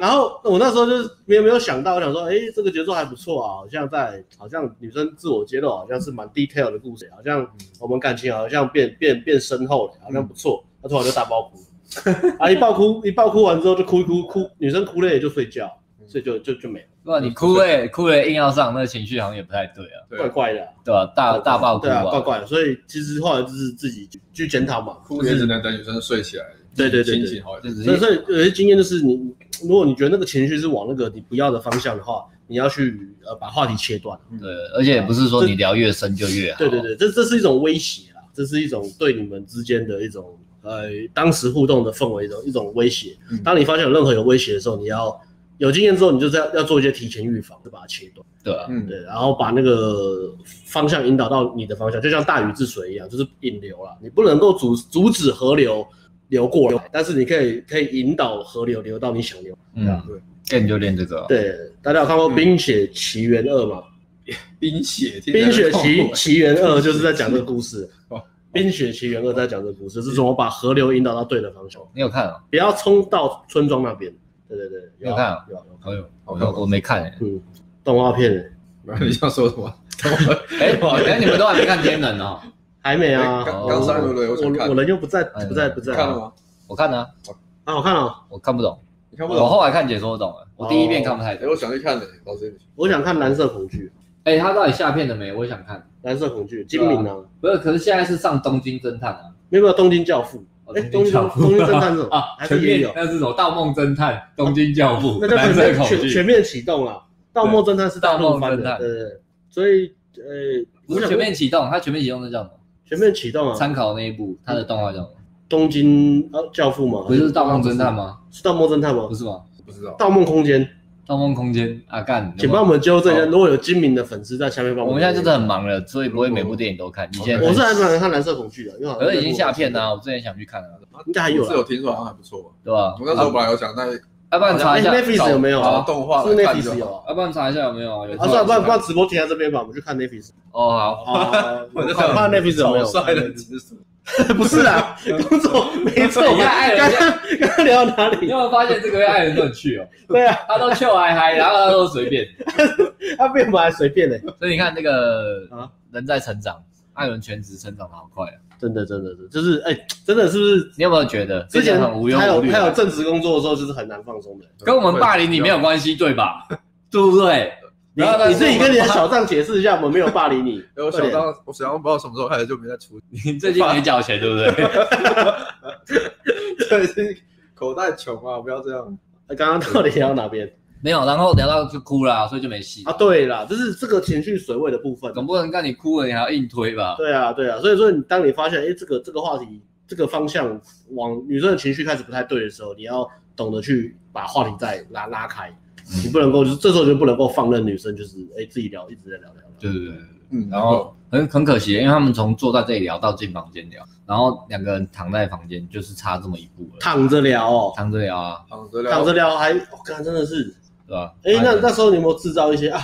C: 然后我那时候就是没有没有想到，我想说，哎，这个节奏还不错啊，好像在，好像女生自我揭露，好像是蛮 detail 的故事，好像我们感情好像变变变深厚了，好像不错。他突然就大爆哭，啊，一爆哭一爆哭完之后就哭一哭哭，女生哭累了就睡觉，所以就就就没了，
A: 不啊然你哭了哭了硬要上，那情绪好像也不太对啊，
B: 对
C: 怪怪的啊、
A: 对吧、大大爆哭
C: 对啊，怪
A: 啊，
C: 怪的。所以其实后来就是自己去去检讨嘛，
B: 哭也只能等女生睡起来，
C: 对对对对
B: 清醒好
A: 就
B: 一点。
A: 只
C: 所以，
A: 是
C: 所以有些经验就是你，如果你觉得那个情绪是往那个你不要的方向的话，你要去呃把话题切断。
A: 对，而且也不是说你聊越深就越好，
C: 对对对，这这是一种威胁啦，这是一种对你们之间的一种呃当时互动的氛围中一种威胁
B: 嗯。
C: 当你发现有任何有威胁的时候，你要有经验之后，你就是要要做一些提前预防，就把它切断。
A: 对啊，
B: 嗯，
C: 对，然后把那个方向引导到你的方向，就像大禹治水一样，就是引流啦。你不能够阻阻止河流流过来，但是你可以可以引导河流流到你想流。
A: 嗯
B: 对，
A: 更就练这个哦、
C: 啊对，大家有看过《冰雪奇缘二》吗？
B: 冰雪，
C: 《冰 雪
B: 听起来
C: 奇
B: 很
C: 奇缘二》就是在讲这个故事，
B: 嗯哦
C: 《冰雪奇缘二》在讲这个故事，是怎么把河流引导到对的方向，
A: 你有看啊？
C: 不要冲到村庄那边。对对对，
A: 有看啊
C: 有有看
A: 哎呦，
B: 好
A: 我
B: 看吗
A: 我没看、欸，
C: 嗯，动画片
B: 恐怖欸你想说什么？
A: 哎、 哎，你们都还没看天能哦？
C: 还没啊？
B: 哎刚
A: 哦
B: 刚上轮轮，我想
C: 我
B: 看
C: 我，人又不在，
A: 哎
C: 不在，不在
B: 你看了吗？
A: 我看了啊、
C: 啊！我看了。
A: 我看不懂，
B: 你看不
A: 我
B: 懂？
A: 后来看解说懂了，我第一遍看不太
B: 哎，
C: 哦
A: 懂。
B: 我想去看的，老师，
C: 我想看《蓝色恐惧》，《
A: 哎、他到底下片了没？我想看。
C: 蓝色恐惧》精明啊，
A: 不是，可是现在是上《东京侦探》啊。
C: 没有没有《东京教父
A: 哦》？
C: 哎，《
A: 东
C: 东
A: 京
C: 京
A: 教
C: 东
A: 父
C: 京侦探》这种
D: 啊，
C: 还
D: 全
C: 是也
D: 面
C: 有，哦
D: 那是什么《盗梦侦探》《东京教父
C: 那》叫
D: 蓝色
C: 全
D: 恐
C: 全
D: 惧
C: 全。面启动了，《盗梦侦探》是大陆翻
A: 盗梦侦
C: 的，
A: 探
C: 对对对。所以呃，
A: 不
C: 我
A: 是
C: 想
A: 全
C: 说
A: 面启动，他全面启动是叫什么？
C: 全面启动啊，《
A: 参考那一部，他的动画叫什么？
C: 东京呃教父》嘛，
A: 不是《盗梦侦探》？吗？
C: 是《盗梦侦探》吗
A: 不？是吗？
B: 不知道。
C: 《盗梦空间》，
A: 《盗梦空间》啊，干！
C: 请帮我们纠正一下，
A: 好
C: 如果有精明的粉丝在下面帮
A: 哦我
C: 们。
A: 们现在真的很，忙了，所以不会每部电影都看。以前
C: 嗯我是还蛮想看《蓝色恐惧》的，因为好像
A: 可是已经下片了啊，我之前想去看了，
C: 应该还有
B: 是有
C: 啦。
B: 听说好像还不错吧。
A: 对吧？
B: 我那时候本来有想在
A: 要不然查一
C: 哎
A: 下找
C: ，Netflix 有没有
B: 找
C: 啊？
B: 动画
C: 是不是
B: 来看
C: Netflix
B: 就
C: 有
B: 好。
C: 啊？
A: 要不然查一下有没有啊？有
C: 啊，算了，不然不然直播停在这边吧，我们去看 Netflix。
A: 哦好，
C: 啊，我
B: 就
C: 看看 Netflix 有没有？
B: 草率的知识，
C: 不是啊，工作没错。
A: 你看爱
C: 刚
A: 人
C: 刚刚刚聊到哪
A: 你
C: 里
A: 有？没有发现这个月爱人都很去哦？
C: 对啊，
A: 他都秀嗨嗨，然后他都随 便。
C: 他被我们还随便呢。
A: 所以你看那个
C: 啊
A: 人在成长，艾伦全职成长的好快啊！
C: 真的，真的是，就是哎，真的是不是？
A: 你有没有觉得
C: 之前
A: 很无忧
C: 还有
A: 无虑
C: 还
A: 啊？
C: 有正职工作的时候，就是很难放松的。
A: 跟我们霸凌你没有关系对吧？对不 对？
C: 你
A: 然后呢
C: 你自己跟你的小账解释一下，我们没有霸凌你。
B: 哎。我小张，我小张不知道什么时候开始就没再出，
A: 你最近没缴钱对不对？
B: 对，口袋穷啊，不要这样。
C: 呃刚刚到底聊到哪边
A: 没有，然后聊到就哭了啊，所以就没戏
C: 啊？。对啦，就是这个情绪水位的部分。
A: 总不能让你哭了你还要硬推吧？
C: 对啊，对啊，所以说你当你发现，哎，这个这个话题这个方向往女生的情绪开始不太对的时候，你要懂得去把话题再拉拉开，你不能够就是这时候就不能够放任女生就是哎自己聊一直在聊聊聊。
A: 对对对。对
B: 嗯，
A: 然后很很可惜，因为他们从坐在这里聊到进房间聊，然后两个人躺在房间就是差这么一步了，
C: 躺着聊哦，
A: 躺着聊啊，
B: 躺着
C: 躺
B: 聊
C: 着，聊还，我、看真的是，
A: 对吧？
C: 哎、那
A: 哎
C: 那时候你有没有制造一些啊？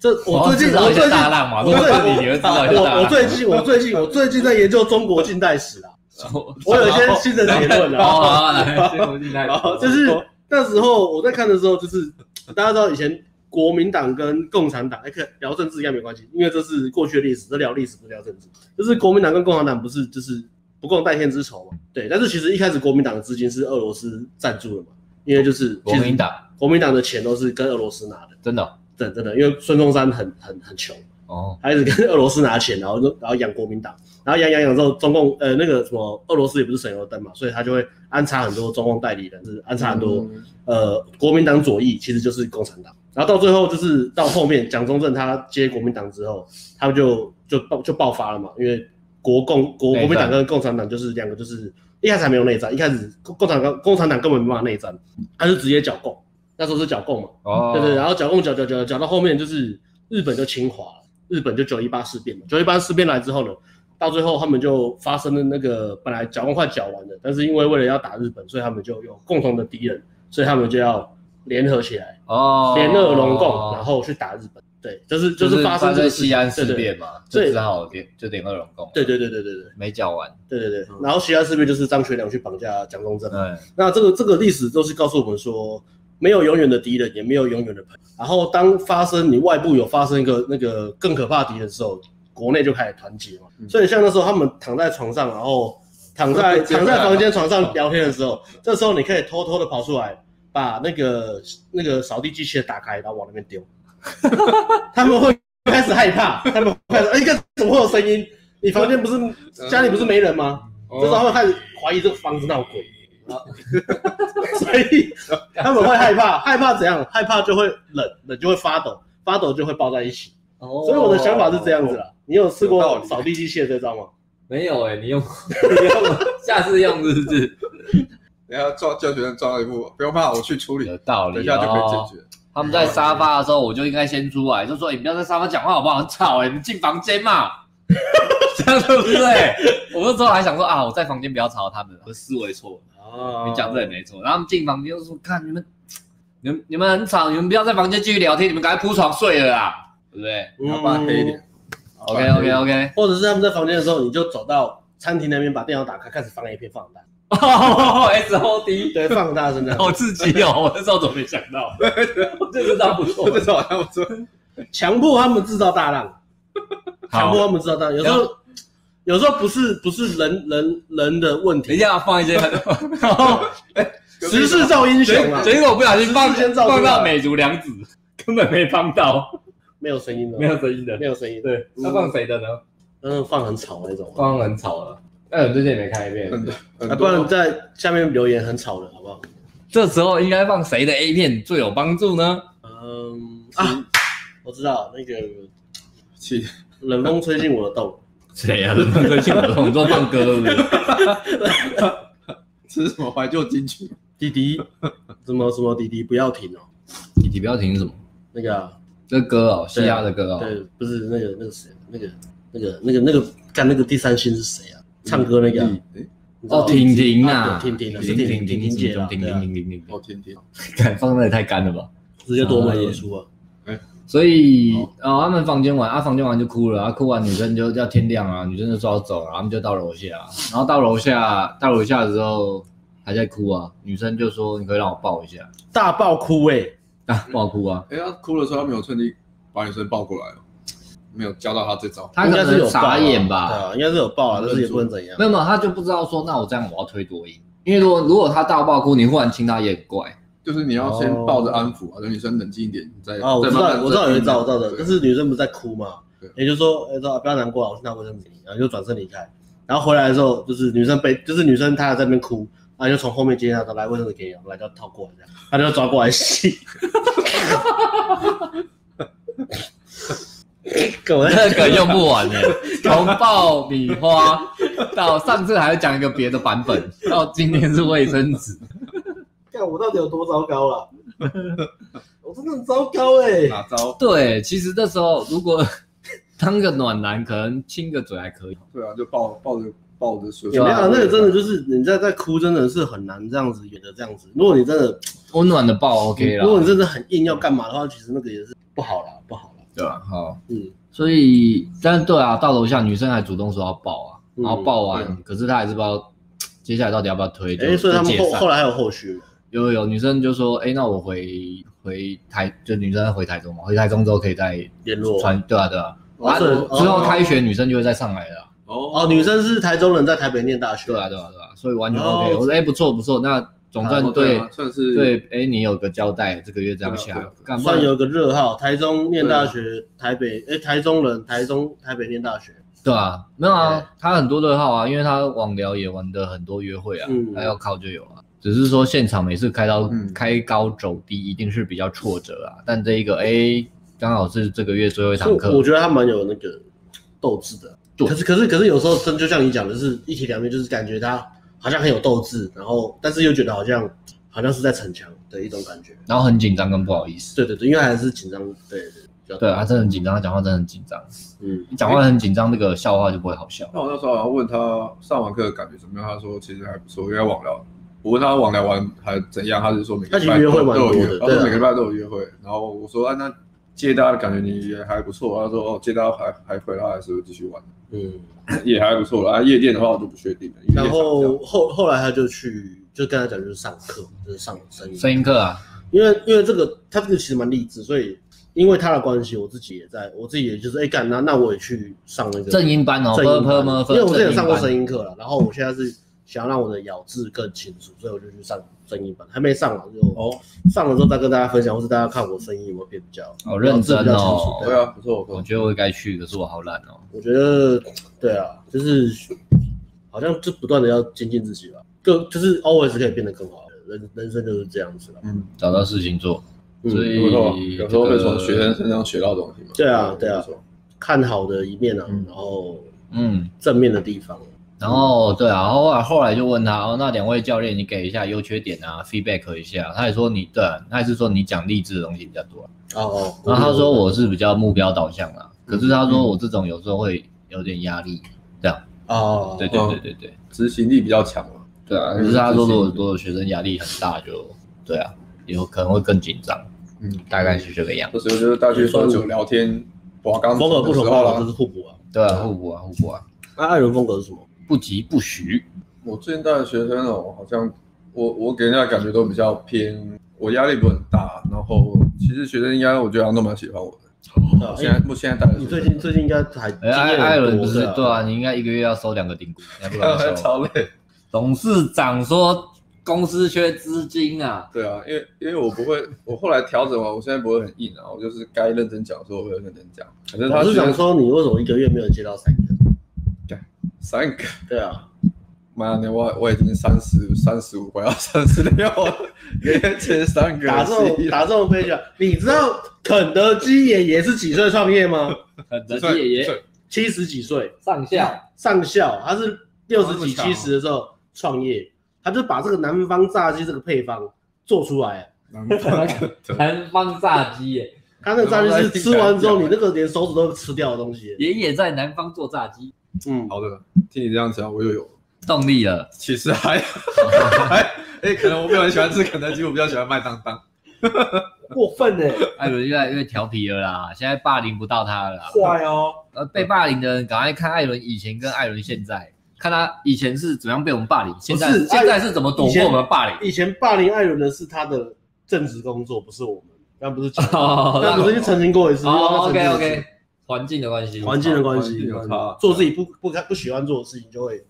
C: 这我最
A: 知
C: 近
A: 道
C: 我
A: 一些
C: 最近
A: 大浪嘛，如
C: 我
A: 果
C: 最
A: 是你，你会知道一些大
C: 我
A: 浪。
C: 我最近我最近我最近在研究中国近代 史啊，
A: 我
C: 我有一些新的结论啊。
A: 好好，来，先我进来
C: 哦， 就是那时候我在看的时候，就是大家知道以前国民党跟共产党，哎、可聊政治应该没关系，因为这是过去的历史，这聊历史不聊政治。就是国民党跟共产党不是就是不共戴天之仇嘛？对，但是其实一开始国民党的资金是俄罗斯赞助的嘛，因为就是
A: 国民党，
C: 其实国民党的钱都是跟俄罗斯拿的，
A: 真的哦
C: 真的真的，因为孙中山很很很穷。
A: 哦，
C: 他一直跟俄罗斯拿钱，然后就然后 养国民党，然后养养养之后，中共呃那个什么俄罗斯也不是省油灯嘛，所以他就会安插很多中共代理人，是安插很多、
B: 嗯
C: 呃国民党左翼，其实就是共产党。然后到最后就是到后面蒋中正他接国民党之后，他们就就爆就爆发了嘛，因为国共国
A: 内战
C: 国民党跟共产党就是两个就是一开始还没有内战，一开始共共产党共产党根本没办法内战，他是直接剿共，那时候是剿共嘛，
A: 哦，
C: 嗯对对，然后剿共剿剿剿剿到后面就是日本就侵华了，日本就九一八事变嘛，九一八事变来之后呢，到最后他们就发生了那个本来剿共快剿完了，但是因为为了要打日本，所以他们就有共同的敌人，所以他们就要联合起来，
A: 哦，
C: 联俄龙共，然后去打日本。对，就是
A: 就
C: 就是发生这
A: 在
C: 个事
A: 西
C: 情
A: 安事
C: 对对
A: 变嘛，就
C: 对
A: 只好点就点二龙贡，
C: 对对对对对对
A: 没讲完，
C: 对对对。然后西安事变就是张学良去绑架蒋中正嘛，
A: 嗯，
C: 那这个这个历史都是告诉我们说，没有永远的敌人，也没有永远的朋友。然后当发生你外部有发生一个那个更可怕的敌人的时候，国内就开始团结嘛。所以像那时候他们躺在床上，然后躺在躺在房间床上聊天的时候，这时候你可以偷偷的跑出来，把那个那个扫地机器人打开，然后往那边丢。他们会开始害怕，他们会开始哎，干怎么会有声音？你房间不是家里不是没人吗？就是他
B: 哦
C: 们开始怀疑这个房子闹鬼，啊 所以他们会害怕，害怕怎样？害怕就会冷，冷就会发抖，发抖就会抱在一起。
A: 哦
C: 哦所以我的想法是这样子啦。啊你有试
B: 有道
C: 过
B: 理
C: 扫地机器人这招吗？
D: 没有
A: 欸
D: 哎、 你用，你用，下次用是不是？
B: 等一下撞叫学生撞到一步，不用怕，我去
C: 哦
B: 处理
A: 有，道
B: 等一
A: 理
B: 下就可
A: 哦
B: 以。解决。
A: 他们在沙发的时候，我就应该先出来，就说：“你哎不要在沙发讲话好不好？很吵哎、你们进房间嘛。” 这样对不对？我那时候还想说啊，我在房间不要吵他们，哦我的思维错了。
C: 啊
A: 你讲这也没错。然后他们进房间就说：“看你们，你们你们很吵，你们不要在房间继续聊天，你们赶快铺床睡了啦，对不对
B: 要不然黑一
C: 嗯
B: 点。
A: ？”OK OK OK，
C: 或者是他们在房间的时候，你就走到餐厅那边，把电脑打开，开始放 A 片，放很大，
A: 哦，S O D，
C: 对，放很大声的，
A: 好刺激哦！我那时候怎么没想 到？
D: 这个倒不错
B: 我，这次好像不错，
C: 强迫他们制造大浪，强
A: 好
C: 迫，他们制造大浪。有时候，有时候不是不是人人人的问
A: 等一
C: 题，
A: 下放 一些很，然后
C: 时势造英雄啊，
A: 结结果不小心放
C: 时间照出来
A: 放到美足良子，根本没放到，
C: 没有声音的，
D: 没有声音的。
C: 没有声音，
D: 对，那放谁的呢？
C: 嗯，放很吵那种。
D: 放很吵了。那我最近也没看一遍，
B: 很
C: 啊，不
B: 多
C: 然在下面留言很吵的，好不好？
A: 这时候应该放谁的 A 片最有帮助呢？
C: 嗯啊，我知道那个
B: 气
C: 冷风吹进我的洞，
A: 谁呀、啊？冷门歌性的动作放歌是不是？
B: 吃什么怀旧金曲？
C: 滴滴，什么什么滴滴，不要停哦。
A: 你你不要停什么？
C: 那个啊，
A: 这歌哦，西亚的歌哦，
C: 对，不是那个那个谁，那个那个那个那个干那个第三星是谁啊？唱歌那个啊
B: 嗯，诶
C: 你知道
A: 哦，
C: 吗
A: 婷婷啊，
C: 对婷婷啊是
A: 婷婷
C: 婷婷
A: 婷
C: 婷姐啦
A: 婷婷
C: 对啊
A: 婷婷婷
B: 我听听，
A: 婷，放那也太干了吧？
C: 直接夺门而出啊。
A: 所以哦，他们房间玩啊，房间玩就哭了啊，哭完女生就要天亮啊，女生就说要走了，他们就到楼下，然后到楼下到楼下的时候还在哭啊，女生就说你可以让我抱一下
C: 大爆哭哎！
A: 啊，不好哭啊，
B: 哎，他哭的时候他没有趁机把女生抱过来哦，没有教到他这招。
A: 他
C: 应
A: 可
C: 该是有
A: 能
C: 爆啊
A: 傻眼吧，
C: 对啊，应该是有爆啊，但是也不能怎样
A: 没。有没有，他就不知道说，那我这样我要推多音，因为如果如果他大爆哭，你忽然亲他也很怪。
B: 就是你要先抱着安抚啊，等女生冷静一点，你再
C: 哦，我
B: 再
C: 知
B: 慢慢
C: 道，我知道有一招，我知道
B: 再
C: 的，
B: 对
C: 就是女生不是在哭嘛
B: 对，
C: 也就是说，哎，说不要难过啊，我去拿卫生纸给你，然后就转身离开。然后回来的时候，就是女生被，就是女生她还在那边哭，然后就从后面接她说来卫生纸给你，然后来就套过来这样，她就抓过来 吸。干嘛？
A: 那个用不 完的，欸从爆米花到上次还要讲一个别的版本，到今天是卫生纸。
C: 干我到底有多糟糕了？我真的很糟糕哎、
B: 哪招？
A: 对，其实那时候如果 当个暖男，可能亲个嘴还可以。
B: 对啊，就抱抱着抱着水。
C: 有没有那个真的就是你在在哭，真的是很难这样子演的这样子。如果你真的
A: 温暖的抱 OK
C: 嗯如果
A: 啦，
C: 你真的很硬要干嘛的话，其实那个也是不好啦，不好啦。
A: 对吧、好，
C: 嗯，
A: 所以但对啊，到楼下女生还主动说要抱啊，然后抱完，
B: 嗯对
A: 可是她还是不知道接下来到底要不要推，
C: 哎、
A: 就
C: 所以他
A: 就
C: 们
A: 解
C: 后
A: 散
C: 后来还有后续嘛？
A: 有有有女生就说，哎、那我回回台，就女生回台中嘛，回台中之后可以再
C: 联络
A: 传，对啊对啊，
B: 哦
A: 啊
C: 是
A: 之后开学女生就会再上来了啊，
C: 哦，女生是台中人，在台北念大学，
A: 对啊对啊对啊，所以完全 OK，、
C: 哦
A: 我说哎、诶不错不错，那总算
B: 哦
A: 对、
B: 啊算是
A: 对，哎、你有个交代，这个月这样
B: 对
A: 下
B: 啊对啊，
A: 干不
C: 算
A: 然
C: 有一个热号，台中念
A: 啊
C: 大学，台北哎、台中人，台中台北念大学，
A: 对啊，没有
C: 对
A: 啊，他很多对号啊，因为他网聊也玩的很多约会啊，
C: 嗯
A: 还要靠就有啊。只是说现场每次开到、
B: 嗯
A: 开高走低，一定是比较挫折啊。但这一个哎，刚、好是这个月最后一
C: 所
A: 堂
C: 以
A: 课，
C: 我觉得他蛮有那个斗志的。
A: 对
C: 可是可是可是有时候真就像你讲的是一体两面，就是感觉他好像很有斗志，然后但是又觉得好像好像是在逞强的一种感觉。
A: 然后很紧张跟不好意思。
C: 对对对，因为还是紧张，对对比较
A: 对，啊他真的很紧张，他讲话真的很紧张。
C: 嗯。
A: 你讲话很紧张，这个笑话就不会好笑。
B: 那我那时候好像问他上完课的感觉怎么样，他说其实还不错，因为网聊。我问他网聊完还怎样，他就说每个礼
C: 他
B: 拜
C: 其实约
B: 都
C: 会蛮
B: 有
C: 多
B: 约
C: 的，
B: 他
C: 对啊
B: 说每个礼拜都有约会。然后我说啊，那借搭的感觉你也还不错。他说哦，借搭还还回来，还是会继续玩，
C: 嗯，
B: 也还不错啦。啊，夜店的话我就不确定了。因为
C: 然
B: 夜场
C: 后后后来他就去，就跟他讲就是上课，就是上声音，
A: 声音课啊，
C: 因为因为这个他这个其实蛮励志，所以因为他的关系，我自己也在，我自己也就是哎干、那那我也去上那个
A: 正音班哦，
C: 正
A: 呵
C: 音
A: 呵
C: 班
A: 么，
C: 因为我之前有上过声
A: 音
C: 音课了，然后我现在是想要让我的咬字更清楚，所以我就去上声音班，还没上完就
B: 哦，
C: 上了之后再跟大家分享，或是大家看我声音有没有变比较
A: 班，好认真
C: 咬字比较清
A: 哦
C: 楚。
B: 对啊，不错不
A: 我
B: 错。
A: 觉得我该去，可是我好懒哦。
C: 我觉得对啊，就是好像就不断的要精进自己吧，就就是 always 可以变得更好，人人生就是这样子了。
B: 嗯，
A: 找到事情做，
C: 嗯
A: 所以
B: 不错。有时候会从学生身上学到东西嘛。
C: 对啊对啊
B: 不错
C: 看好的一面啊，
B: 嗯
C: 然后
A: 嗯，
C: 正面的地方，
A: 然后对啊，后来后来就问他哦，那两位教练你给一下优缺点啊，feedback 一下。他也说你对、啊，他也是说你讲励志的东西比较多啊、
C: 哦哦，
A: 然后他说我是比较目标导向啦，可是他说我这种有时候会有点压力，这样。
C: 哦，
A: 对对对对对，
B: 执行力比较强嘛。
A: 对啊。
B: 嗯
A: 可是他说如果
B: 自信
A: 如果学生压力很大就，对啊，有可能会更紧张，
B: 嗯，
A: 大概是这个样。
B: 这时候就是大学喝酒聊天，哇，刚
C: 风格不
B: 的
C: 同
B: 时
C: 包
B: 候
C: 容
B: 啦。
C: 就是互补啊。
A: 对啊，互补啊，互补啊，
C: 那艾伦风格是什么？
A: 不急不徐。
B: 我最近带的学生哦，好像我我给人家的感觉都比较偏，我压力不是很大，然后其实学生应该我觉得好像都蛮喜欢我的。
C: 啊
B: 我现在我现在带的
C: 你
B: 学
C: 最
B: 生
C: 近最近应该还
A: 哎，艾艾伦不是
C: 经验很多
A: 对啊，你应该一个月要收两个顶股，你还不 敢 收？
B: 超累。
A: 董事长说公司缺资金啊，
B: 对啊，因为因为我不会，我后来调整完，我现在不会很硬啊，我就是该认真讲的时候我会认真讲。
A: 啊
B: 反正他
C: 老师
B: 学
C: 想
B: 生
C: 说你为什么一个月没有接到三个？
B: 三个，
C: 对啊，
B: 妈的，我我已经三十三十五，快要 三十六 了，连前三个
C: 打这种打这种飞脚，你知道肯德基爷爷是几岁创业吗？
A: 肯
B: 几
A: 德
B: 岁
A: 基爷
B: 几
A: 爷
B: 岁
C: 七十几岁，
A: 上下
C: 上校，他是六十几、
B: 哦那么
C: 七
B: 巧
C: 十的时候创业，他就把这个南方炸鸡这个配方做出来。
B: 南方肯德
D: 南方炸鸡耶，
C: 他那个炸鸡是吃完之后，你那个连手指都吃掉的东西。
A: 爷爷在南方做炸鸡，
C: 嗯，
B: 好的，听你这样讲，我又有，
A: 动力了。
B: 其实还还，哎、可能我没有很喜欢吃肯德基，我比较喜欢麦当当。
C: 过分哎、
A: 艾伦越来越调皮了啦，现在霸凌不到他了啦。
C: 坏哦。
A: 呃，被霸凌的人赶快看艾伦以前跟艾伦现在，看他以前是怎么样被我们霸凌，现在
C: 不是
A: 现在是怎么躲
C: 以
A: 过
C: 前
A: 我们霸凌。
C: 以前霸凌艾伦的是他的正职工作，不是我们，但不是假的，
A: 哦
C: 但不是曾经过一次。
A: 哦
C: 因
A: ，OK
C: 为他曾经过一
A: OK，
C: 次
A: 环境的关系，
C: 环境的关
B: 环
C: 系
B: 境有差，
C: 做自己不不不喜欢做的事情，就会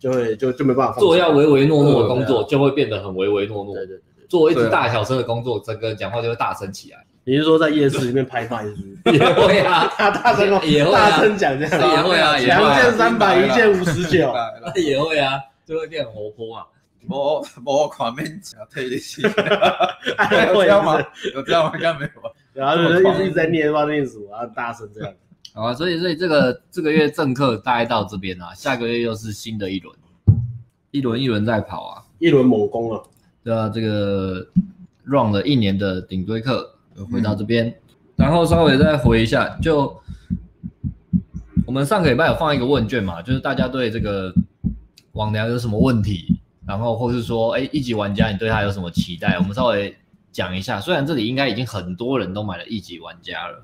C: 就会就就没办法放手
A: 做要唯唯诺诺的工
C: 对
A: 作，就会变得很唯唯诺诺。
C: 对对对对，
A: 做一
B: 对
A: 直
B: 啊
A: 大小声的工作，整个人讲话就会大声起来。
C: 你是说在夜市里面拍卖是不是？
A: 也会啊，
C: 他大声哦，
A: 也会啊
C: 大声讲这
A: 也
C: 样，
A: 会啊，也会
C: 两件
A: 啊，
C: 三百，一件五十 九，
B: 来了，
A: 也会啊，就会变很活泼啊嘛。
B: 我我款面吃退一起，
C: 哎
B: 有
C: 会
B: 这样吗
C: 是？
B: 有这样吗？应该没有吧？
C: 然后就是一直一直在念不知道念什么，然后大声这样。
A: 好啊，所以所以这个这个月政客大概到这边啦、下个月又是新的一轮，一轮一轮在跑啊。
C: 一轮猛攻啊！
A: 对啊，这个 run 了一年的顶规课呃回到这边，然后稍微再回一下，就我们上个礼拜有放一个问卷嘛，就是大家对这个网聊有什么问题，然后或是说，哎，一级玩家你对他有什么期待？我们稍微讲一下，虽然这里应该已经很多人都买了一级玩家了。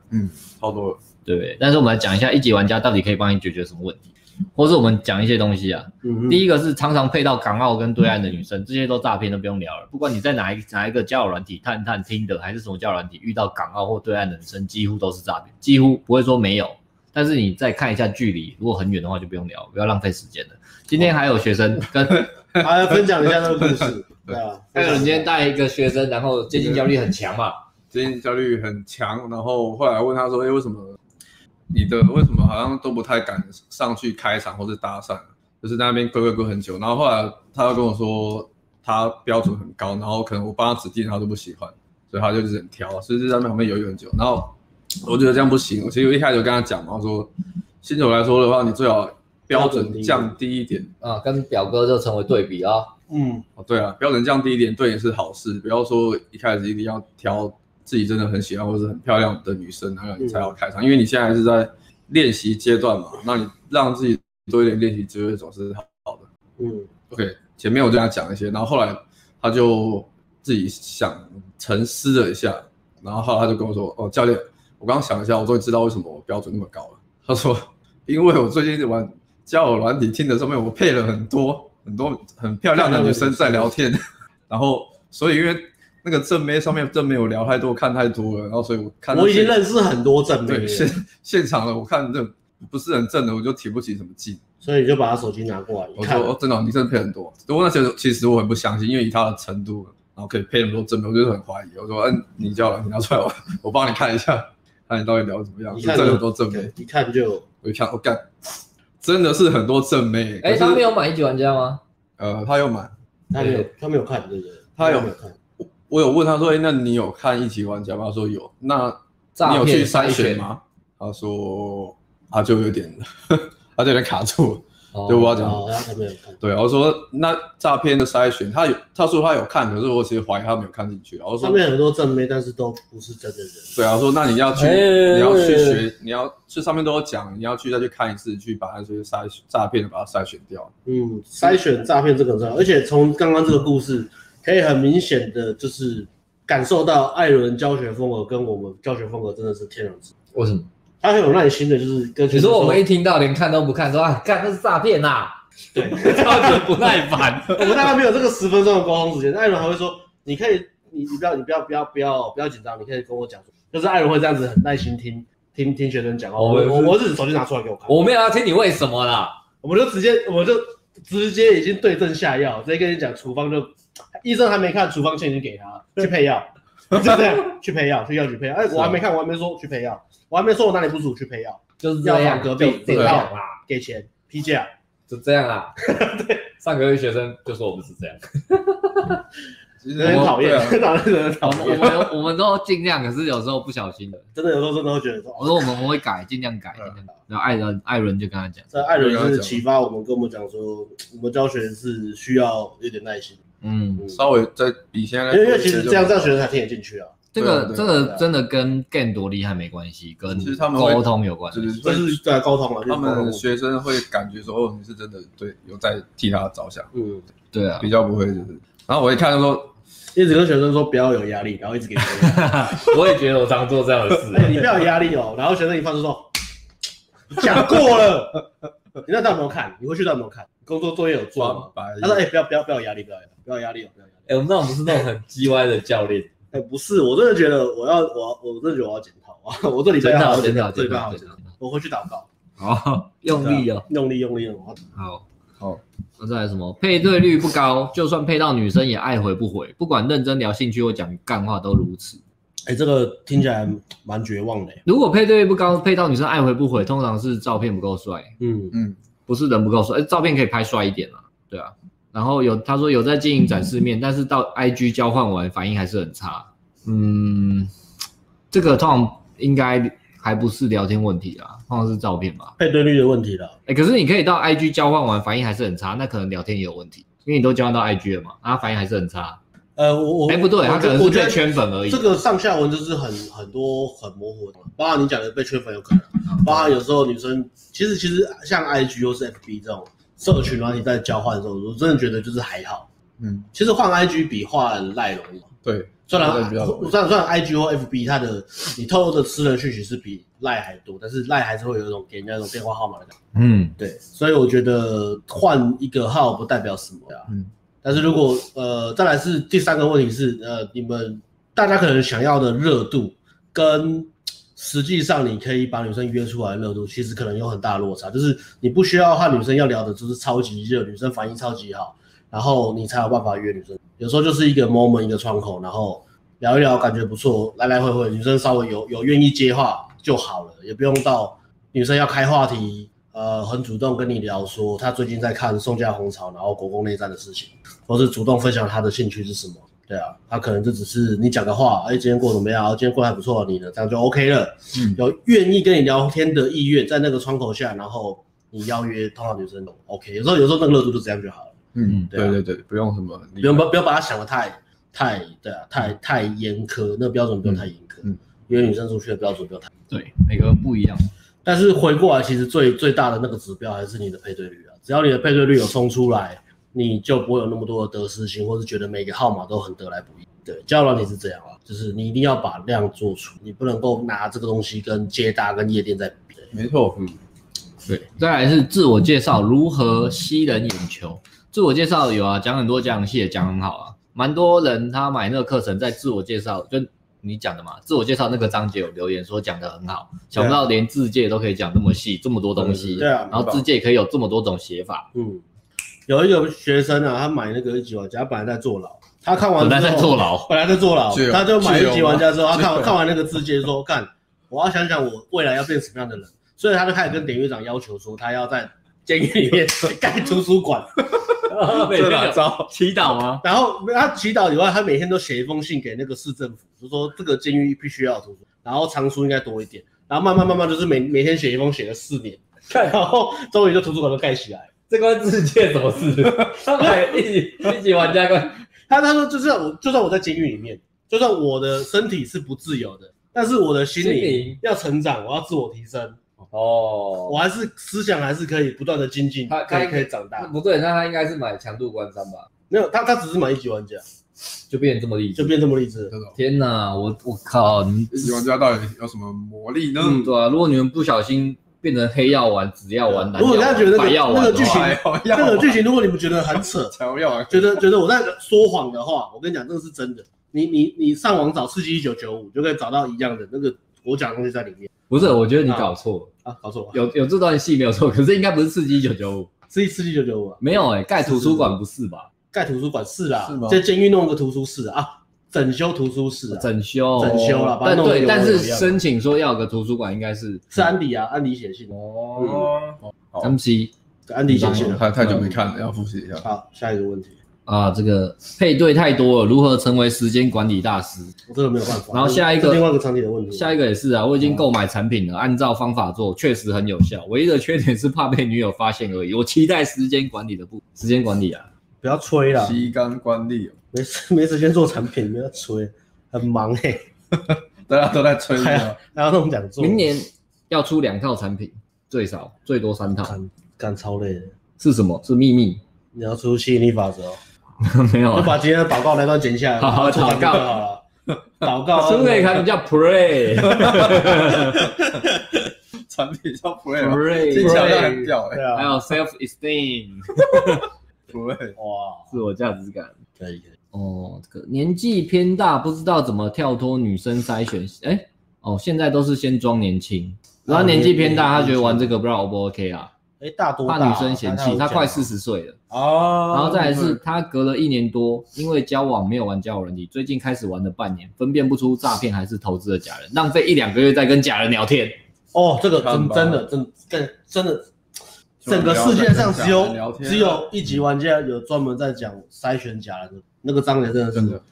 B: 超多了，
A: 对，但是我们来讲一下一级玩家到底可以帮你解决什么问题，或是我们讲一些东西啊。
C: 嗯
A: 第一个是常常配到港澳跟对岸的女生，这些都诈骗都不用聊了。不管你在哪一哪一个交友软体，探探、听的还是什么交友软体，遇到港澳或对岸的女生，几乎都是诈骗，几乎不会说没有。但是你再看一下距离，如果很远的话就不用聊，不要浪费时间了。今天还有学生跟
B: 哦
A: ，
C: 还要分享一下那个故事，对啊
A: 艾伦今天带一个学生，然后接近焦虑很强 嘛，
B: 最近焦虑很强，然后后来问他说：“哎、为什么你的为什么好像都不太敢上去开场或是搭讪，就是在那边龟龟龟很久。”然后后来他又跟我说，他标准很高，然后可能我帮他指定他都不喜欢，所以他就一直很挑，所以就在那旁边犹豫很久。然后我觉得这样不行，我其实我一开始就跟他讲嘛，我说新手来说的话，你最好标准降低一点。
A: 啊，跟表哥就成为对比啊、
C: 嗯，
B: 哦，对啊，标准降低一点对也是好事，不要说一开始一定要挑自己真的很喜欢或是很漂亮的女生，然后你才要开场，因为你现在还是在练习阶段嘛，那你让自己多一点练习机会总是好的。
C: 嗯
B: OK，前面我跟他讲一些，然后后来他就自己想沉思了一下，然后后来他就跟我说：“哦，教练，我刚刚想一下，我终于知道为什么我标准那么高了。他说，因为我最近一直玩交友软体听的上面，我配了很多很多很漂亮的女生在聊天，然后所以因为那个正妹上面正妹我聊太多看太多了，然后所以我看到
C: 我已经
B: 现
C: 认识很多正妹
B: 对
C: 了，
B: 现现场了，我看这不是很正的，我就提不起什么劲。
C: 所以你就把他手机拿过来，
B: 我
C: 一
B: 说
C: 看，
B: 哦，真的哦、你真的配很多。不过那时候其实我很不相信，因为以他的程度，然后可以配那么多正面，我就是很怀疑。我说，嗯、你叫了，你拿出来，我我帮你看一下，看你到底聊得怎么样。
C: 一
B: 就
C: 看
B: 真的有很多正妹
C: 对，一看就
B: 我一看，我、干，真的是很多正妹。
D: 哎，
B: 可
D: 他
B: 是
D: 没有买一级玩家吗？
B: 呃，他又买，
C: 他没有，他没有看对不对？
B: 他有
C: 没有看？
B: 我我有问他说，哎、那你有看一起玩家吗？他说有。那你
D: 诈
B: 有去
D: 骗
B: 筛
D: 筛
B: 选
D: 选？
B: 吗？他说，他就有点， 他就有点卡住了。
D: 哦
B: 就我要讲
C: 哦，他没有看。
B: 对，我说那诈骗的筛选，他有他说他有看，可是我其实怀疑他没有看进去。然后说
C: 上面很多正妹，但是都不是真的人。
B: 对啊，说那你要去，
D: 哎
B: 你要去学，你要去上面都有讲，你要去再去看一次，去把那些筛诈骗的把它筛选掉。
C: 嗯，筛选诈骗这个很重要，而且从刚刚这个故事，可以很明显的就是感受到艾伦教学风格跟我们教学风格真的是天壤之别。
D: 为什么？
C: 他很有耐心的，就是跟
D: 你
C: 学生
D: 说我们一听到连看都不看，说啊，干那是诈骗啊呐，
C: 对，
D: 超级不耐烦。
C: 哎我们大概没有这个十分钟的沟通时间。艾伦还会说，你可以，你你不要，你不要，不要，不要，不要紧张，你可以跟我讲，就是艾伦会这样子很耐心听听听学生讲话。
D: 哦
C: 我
D: 我也是
C: 我我只手机拿出来给我看，
D: 我没有要听你为什么啦，
C: 我们就直接，我就直接已经对症下药，直接跟你讲，处方就医生还没看，处方钱已经给他了，去配 药，就这样，去配药，去药局配药。哎，我还没看，我还没说去配药，我还没说我哪里不舒服去配药，
D: 就是这
C: 要
D: 样，
C: 放隔壁
D: 就这样啦，
C: 给钱批假。
D: 就这样 啦。上个月学生就说我们是这样，
B: 其实
C: 有点
B: 我
C: 讨厌，
B: 对啊
C: 真的人很
A: 我
C: 讨
A: 们我
C: 厌，
A: 们有我们都尽量，可是有时候不小心的。
C: 真的有时候真的会觉得说，
A: 我
C: 哦
A: 说我们我会改，尽量
D: 嗯
A: 改。尽量改然后艾伦艾伦就跟他讲，
C: 这艾伦就是启发我们，跟我们讲说，我们教学是需要有点耐心，
A: 嗯，
C: 嗯，
B: 稍微再比现在，
C: 因为因为其实这样这样学生才听得进去啊，
A: 这个
B: 对啊
A: 这
C: 对
A: 个
C: 啊
A: 真的跟 game 多厉害没关系，跟
B: 其实他们会
A: 沟通有关系。
B: 就是
C: 这
B: 会
C: 是对啊沟通啊，就是
B: 他
C: 沟通
B: 们学生会感觉说，哦，你是真的对有在替他着想，
C: 嗯，
A: 对啊，
B: 比较不会就是。然后我一看就说，
C: 一直跟学生说不要有压力，然后一直给学生压力。
D: 我也觉得我常做这样的 事
C: 哎、你不要有压力哦。然后学生一放松 说，讲过了，你那到底有没有看？你回去到底有没有看？工作作业有做吗
B: 装？白
C: 他说，哎、不要不要不要有压力，不要有压力不要有压力哦，不要有压力。
D: 哎、我们那种不是那种很叽歪的教练，
C: 哎、不是，我真的觉得我要我我真的觉得我要检讨啊， 我这礼拜
A: 检
C: 要
A: 讨
C: 好好
A: 检讨
C: 这礼
A: 检
C: 拜好
A: 讨
C: 好
A: 检
C: 检讨
A: 讨。。
C: 我回去祷告，
A: 哦，用力哦。
C: 用力用力用力。
A: 好，
B: 好，
A: 那再来什么？配对率不高，就算配到女生也爱回不回，不管认真聊兴趣或讲干话都如此。
C: 哎、这个听起来蛮绝望的、
A: 如果配对率不高，配到女生爱回不回，通常是照片不够帅，
C: 嗯，
B: 嗯，
A: 不是人不够帅，哎、照片可以拍帅一点啦，对啊。然后有他说有在经营展示面，但是到 IG 交换完反应还是很差。嗯，这个通常应该还不是聊天问题啦，通常是照片吧。
C: 配对率的问题了。
A: 哎、可是你可以到 IG 交换完反应还是很差，那可能聊天也有问题，因为你都交换到 IG 了嘛，啊，反应还是很差。
C: 呃，我我
A: 哎、不对，
C: 我
A: 他
C: 觉
A: 可
C: 得
A: 能是
C: 我觉
A: 被
C: 得
A: 圈粉而
B: 啊
A: 已。
C: 这个上下文就是很很多很模糊的，包含你讲的被圈粉有可能，包含有时候女生其实其实像 IG 或是 FB 这种社群软体在交换的时候，我真的觉得就是还好。
B: 嗯，
C: 其实换 IG 比换赖容易，
B: 对，
C: 虽然
B: 真的比较容易
C: 虽然虽然 IG 或 FB 它的你透露的私人讯息是比赖还多，但是赖还是会有一种给人家一种电话号码的感觉。
A: 嗯，
C: 对，所以我觉得换一个号不代表什么呀、
B: 嗯
C: 但是如果呃，再来是第三个问题是呃，你们大家可能想要的热度跟实际上你可以把女生约出来的热度，其实可能有很大的落差。就是你不需要和女生要聊的就是超级热，女生反应超级好，然后你才有办法约女生。有时候就是一个 moment 一个窗口，然后聊一聊，感觉不错，来来回回，女生稍微有有愿意接话就好了，也不用到女生要开话题，呃，很主动跟你聊说她最近在看宋家红潮，然后国共内战的事情，或是主动分享她的兴趣是什么。对啊，她可能就只是你讲个话，哎，今天过得怎么样？哦今天过得还不错，你呢？这样就 OK 了。
B: 嗯
C: 有愿意跟你聊天的意愿，在那个窗口下，然后你邀约，通常女生都 OK。有时候有时候那个热度就这样就好了。
B: 嗯，
C: 对啊
B: 对对对，不用什么理，
C: 不用把不要把它想的太太对啊，太
A: 嗯
C: 太严苛，那个标准不用太严苛，
B: 嗯嗯
C: 因为女生出去的标准不用太。
A: 对，每个不一样。
C: 但是回过来，其实最最大的那个指标还是你的配对率啊，只要你的配对率有冲出来，你就不会有那么多的得失心，或是觉得每个号码都很得来不易。对，交友软体是这样啊，就是你一定要把量做出，你不能够拿这个东西跟接搭跟夜店在比。
B: 没错，嗯，
A: 对，再来是自我介绍，如何吸人眼球？自我介绍有啊，讲很多讲戏也讲很好啊，蛮多人他买那个课程在自我介绍，就你讲的嘛，自我介绍那个章节有留言说讲的很好，想不到连字界都可以讲那么细，这么多东西，
C: 啊对啊
A: 然后字界可以有这么多种写法，
C: 嗯，有一个学生啊，他买那个一级玩家，他本来在坐牢，他看完哦
A: 本
C: 之
A: 来
C: 后
A: 在坐牢，
C: 本来在坐牢
B: 自由，
C: 他就买一级玩家之后，他
B: 自由
C: 看看完那个字节说，干，我要想想我未来要变什么样的人，所以他就开始跟典狱长要求说，他要在监狱里面盖图书馆，
B: 这哪招？
A: 祈祷吗？
C: 然后他祈祷以外，他每天都写一封信给那个市政府，就说这个监狱必须要有图书，然后藏书应该多一点，然后慢慢慢慢就是每每天写一封，写了四年，
D: 看
C: 然后终于就图书馆都盖起来了。
D: 这关世界什么 事？上海一级一级玩家关，
C: 他他说就算我就算我在监狱里面，就算我的身体是不自由的，但是我的心
D: 心
C: 灵
D: 灵
C: 要成长，我要自我提升，
D: 哦，
C: 我还是思想还是可以不断的精进，
D: 他
C: 可
D: 他
C: 以可以长
D: 那
C: 大。
D: 不对，那他应该是买强度关山吧？
C: 没有他他只是买一级玩家，
A: 就变成这么厉害
C: 就，变这么励志。
B: 这种
A: 天哪，我我靠，你们
B: 玩家到底有什么魔力呢？
A: 嗯，对啊，如果你们不小心变成黑药丸、紫药丸、蓝
C: 如
A: 药
C: 果大
A: 丸、
C: 家觉得那个
A: 白药丸
C: 那
A: 的
C: 个
A: 话
C: 剧情
B: 还要
C: 这
B: 要
C: 个剧情如果你们觉得很扯，
B: 还要啊，
C: 觉得觉得我在说谎的话，我跟你讲，这个是真的。你你你上网找《刺激一九九五》，就可以找到一样的那个我讲的东西在里面
A: 不是，我觉得你搞错了。
C: 啊，搞错了，
A: 有有这段戏没有错，可是应该不是刺激一九九五，
C: 《刺激刺激一九九五》啊，
A: 没有哎、盖图书馆不是吧？
C: 盖图书馆是啦
B: 是吗，
C: 在监狱弄个图书室啊，啊整修图书室啊，
A: 整修
C: 整修啦把它
A: 但
C: 弄得
A: 对，
C: 有
A: 但
C: 有
A: 是
C: 样啊
A: 申请说要有个图书馆，应该是
C: 是安迪啊，嗯安迪写信的，
A: 哦
B: 哦
A: MC
C: 安迪写
A: 嗯
C: 信的。
B: 太太久没看了，要复习一下。
C: 好，下一个问题，
A: 啊，这个配对太多了，如何成为时间管理大师？
C: 我真的没有办法。
A: 然后下一个
C: 这是另外一个场景的问题，嗯
A: 下一个也是啊，我已经购买产品了，按照方法做，确实很有效。唯一的缺点是怕被女友发现而已。我期待时间管理的部时间管理啊，
C: 不要吹啦，
B: 吸干官吏哦，
C: 没时没时间做产品，不要吹，很忙哎、
B: 大家都在吹
C: 还要
B: 牛，
C: 还要弄讲座，
A: 明年要出两套产品，最少最多三套，
C: 干干超累的。
A: 是什么？是秘密？
C: 你要出吸引力法则、哦，
A: 没有
C: 就
A: 啊。
C: 把今天的祷告那段剪下来，
A: 好好
C: 然后做
A: 祷
C: 完就
A: 告
C: 好了。祷告 啊，
A: 是不是可以看叫 pray
B: 产品叫 play 嘛， 听起来就很
A: pray，
B: 屌哎
C: 对啊，
A: 还有 self esteem
B: ，play
C: 哇，
A: 自我价值感。
C: 可以可以，
A: 哦，这个年纪偏大，不知道怎么跳脱女生筛选。哎、哦，现在都是先装年轻，然后年纪偏大，他觉得玩这个不知道 O 不 OK 啊，
C: 哎，大多大
A: 怕女生嫌弃。他快四
C: 十
A: 十岁了，
C: 哦，
A: 然后再来是他隔了一年多，因为交往没有玩交友软体，最近开始玩了半年，分辨不出诈骗还是投资的假人，浪费一两个月在跟假人聊天。
C: 哦，这个
B: 看
C: 真
B: 吧
C: 真的真真真的，
B: 就
C: 整个世界上只
B: 聊天聊
C: 有
B: 天啊
C: 只有一级玩家有专门在讲筛选假人的，那个章节真的
B: 真
C: 是
B: 的，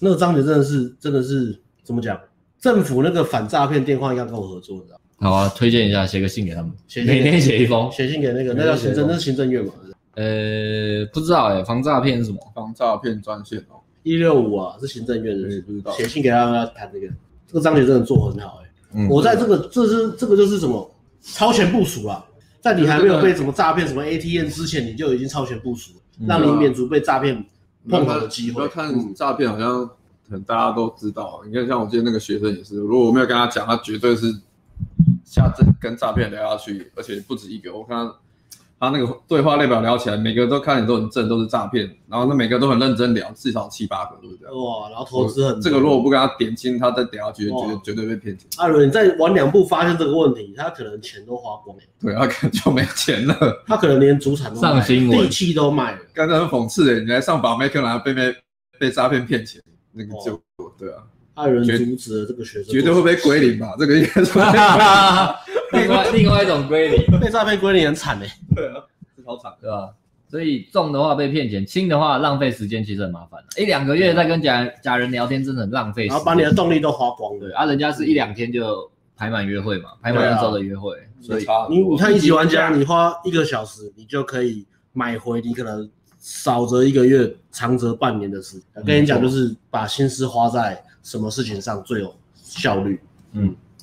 C: 那个章节真的是真的是怎么讲？政府那个反诈骗电话应该跟我合作，你知道吗？
A: 好啊，推荐一下，写个信给他们，
C: 写信给
A: 每天写一封。
C: 写信给那个那叫行政，
B: 那
C: 那是行政院嘛，
A: 呃，不知道哎、防诈骗是什么？
B: 防诈骗专线哦，
C: 一六五啊是行政院
B: 我也
C: 的，
B: 不知道，
C: 写信给他们谈这个，这个章节真的做很好哎、
B: 嗯
C: 我在这个这是这个就是什么超前部署啦，在你还没
B: 对
C: 有
B: 对
C: 被什么诈骗什么 ATM 之前，你就已经超前部署了，让你
B: 对啊
C: 免除被诈骗碰头的机
B: 我
C: 会。
B: 看诈骗好像可能大家都知道，你看像我今天那个学生也是，如果我没有跟他讲，他绝对是下这跟诈骗聊下去，而且不止一个。我看他他那个对话列表聊起来，每个都看起来都很正，都是诈骗，然后那每个都很认真聊，至少七八个，对不对？
C: 哇，然后投资很多
B: 这个如果不跟他点清，他再点下去，
C: 哇
B: 绝对绝对被骗钱。
C: 啊，如果你再晚两步发现这个问题，他可能钱都花光了，
B: 对，他可能就没钱了。
C: 他可能连主产都卖了
A: 上新闻
C: 地契都卖了。
B: 刚才很讽刺欸诶，你来上把妹，可能还被被被诈骗骗钱，那个就、对啊，
C: 还有人
B: 绝
C: 阻止了这个学生，
B: 绝对会被归零吧？这个应 该是
A: 另外另外一种归零，
C: 被诈骗归零很惨哎。
B: 对啊，是超惨。
A: 对吧？所以重的话被骗钱，轻的话浪费时间，其实很麻烦、啊一两个月在跟假假人聊天，真的很浪费时间。
C: 然后把你的动力都花光
A: 对
C: 了。
A: 啊，人家是一两天就排满约会嘛，排满一周的约会，
C: 啊
A: 所以
C: 你你看一级玩家，你花一个小时，你就可以买回你可能少则一个月，长则半年的时间。
A: 嗯
C: 跟你讲，就是把心思花在什么事情上最有效率，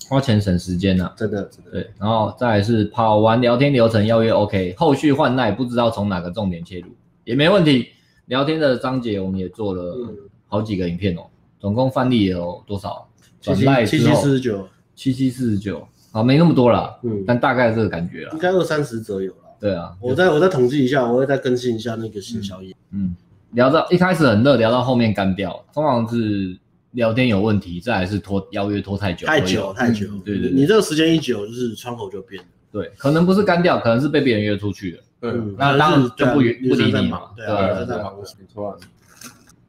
A: 花钱省时间呐、啊。
C: 真的真的。
A: 对，然后再来是跑完聊天流程邀约 OK，后续换赖不知道从哪个重点切入也没问题。聊天的章节我们也做了
C: 嗯
A: 好几个影片哦，总共范例有多少？
C: 七
A: 转赖
C: 七七
A: 之
C: 七
A: 后
C: 四十九，
A: 七七四十九，好，没那么多啦，
C: 嗯，
A: 但大概这个感觉啦
C: 应。该二三十则有了。
A: 对啊，
C: 我再我再统计一下，我会再更新一下那个新消息。
A: 嗯，聊到一开始很热，聊到后面干掉，通常是聊天有问题，再来是拖邀约拖太久，
C: 太久太久，
A: 嗯对对对
C: 你这个时间一久，就是窗口就变了。
A: 对，可能不是干掉，可能是被别人约出去了。
B: 对，
C: 嗯
A: 那当然
C: 是对啊
A: 就不允
C: 女生
A: 不理
C: 在
A: 你
C: 忙
A: 嘛
C: 对
A: 对啊
C: 啊，女生在忙。
B: 没错啊，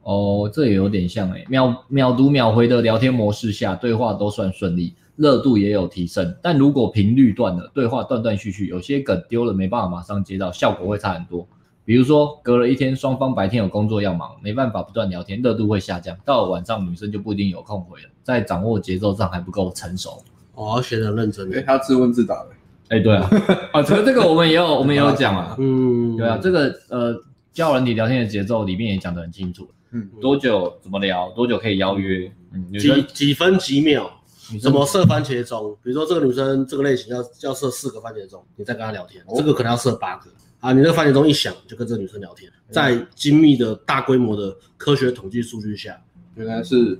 A: 哦，这也有点像哎、秒秒读秒回的聊天模式下，对话都算顺利，热度也有提升。但如果频率断了，对话断断续续，有些梗丢了没办法马上接到，效果会差很多。比如说，隔了一天，双方白天有工作要忙，没办法不断聊天，热度会下降。到了晚上，女生就不一定有空回了，在掌握节奏上还不够成熟。
C: 哦，学的认真
B: 哎，
C: 的，
B: 他自问自答的，
A: 哎、对啊， 啊，可是这个我们也有，我们也有讲 啊，
C: 嗯，
A: 对啊，这个呃，教人你聊天的节奏里面也讲得很清楚，
B: 嗯，
A: 多久怎么聊，多久可以邀约，嗯，女
C: 几
A: 生
C: 几分几秒，
A: 女
C: 什
A: 生
C: 么设番茄钟，比如说这个女生这个类型要要设四个番茄钟，你再跟她聊
A: 哦
C: 天，这个可能要设八个啊。你这个番茄钟一响，就跟这个女生聊天，在精密的大规模的科学统计数据下，
B: 原来是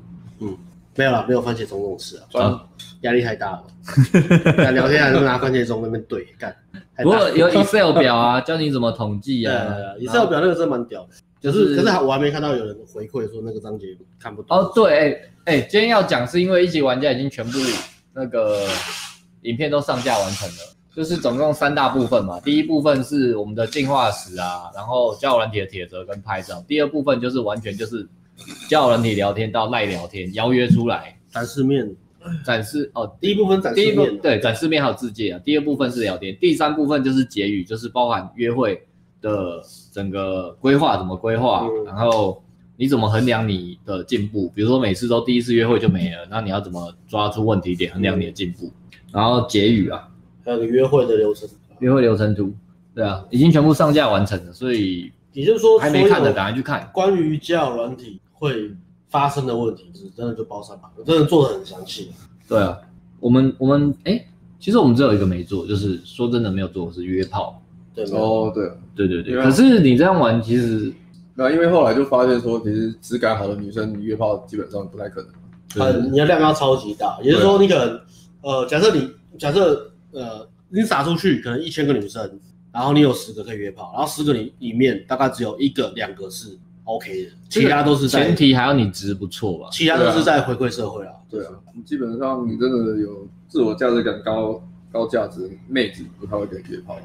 C: 没有啦，没有番茄钟这种事啊，
B: 专
C: 压力太 大了。那聊天还是拿番茄钟那边对干，太
A: 不
C: 大
A: 过
C: 了。
A: 有 Excel 表啊，教你怎么统计
C: 哎对
A: 啊。
C: 也是要表那个真的蛮屌的，可
A: 就是
C: 是可是还我还没看到有人回馈说那个章节看不懂
A: 哦，对，哎、哎、今天要讲是因为一级玩家已经全部那个影片都上架完成了，就是总共三大部分嘛。第一部分是我们的进化史啊，然后交友软体的铁则跟拍照。第二部分就是完全就是交友软体聊天到赖聊天，邀约出来
C: 展示面，
A: 展示哦。
C: 第一部分展示
A: 第一部
C: 面啊，
A: 对展示面还有字界啊，第二部分是聊天，第三部分就是结语，就是包含约会的整个规划怎么规划，
C: 嗯
A: 然后你怎么衡量你的进步，比如说每次都第一次约会就没了，那你要怎么抓出问题点衡量你的进步，然后结语啊，
C: 还有你约会的流程，
A: 约会流程图，对啊，已经全部上架完成了，所以
C: 也就是说
A: 还没看的
C: 答
A: 赶
C: 案。
A: 快去看，
C: 关于交友软体会发生的问题，是真的就包山包，真的做的很详细。
A: 对啊，我们我们哎、其实我们只有一个没做，就是说真的没有做是约炮，
C: 对没有
B: 哦，对，
A: 对对对，
B: 对啊
A: 可是你这样玩其实。
B: 那因为后来就发现说，其实质感好的女生，你约炮基本上不太可能。
C: 很你的量要超级大，也就是说你可能呃，假设你假设呃，你撒出去可能一千个女生，然后你有十个可以约炮，然后十个里里面大概只有一个两个是 OK 的，
A: 这
C: 其
A: 个
C: 他都是
A: 前
C: 在
A: 提还要你值不错吧？
C: 其他都是在回馈社会啊。
B: 对啊，基本上你真的有自我价值感高、高价值妹子不太会跟你约炮，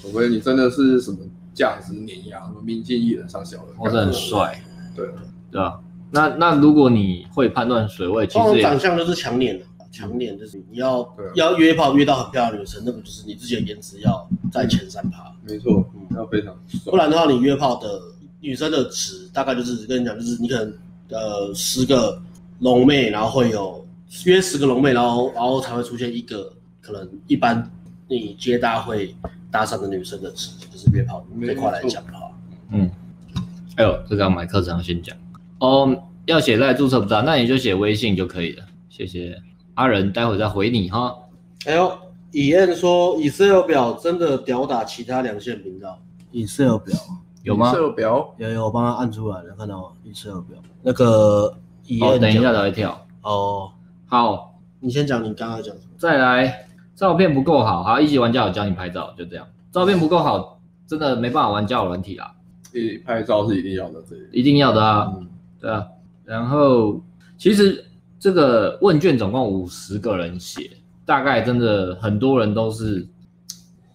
B: 除非你真的是什么价值碾压、什么民进艺人上小的，
A: 或者哦很帅，
B: 对啊，
A: 对吧、那那如果你会判断水位，其
C: 通
A: 实也
C: 常长相就是强脸的，啊强脸就是你要
B: 对啊
C: 要约炮约到很漂亮的女生，那个就是你自己的颜值要在前三趴。
B: 没错
C: 嗯，
B: 要非常
C: 不
B: 爽。
C: 然的话，你约炮的女生的值大概就是跟你讲，就是你可能呃十个龙妹，然后会有约十个龙妹，然后然后才会出现一个可能一般你接搭会搭讪的女生的值，就是约炮这块来讲的话，
A: 哎呦，这个要买课程要先讲哦。要写在注册不到，那你就写微信就可以了。谢谢阿仁，待会再回你哈。
C: 哎呦，以燕说 Excel 表真的吊打其他两线频道。Excel 表
A: 有吗？
B: 社表
C: 有有，我帮他按出来了，看到吗？Excel 表那个以
A: 哦，
C: 燕
A: 等一下
C: 讲
A: 才会跳。
C: 哦，
A: 好，
C: 你先讲你刚刚讲什么？
A: 再来，照片不够好，好，一级玩家有教你拍照，就这样。照片不够好，真的没办法玩交友软体啦，
B: 一拍照是一定要的，这里。
A: 一定要的啊。
C: 嗯
A: 对啊，然后其实这个问卷总共五十个人写，大概真的很多人都是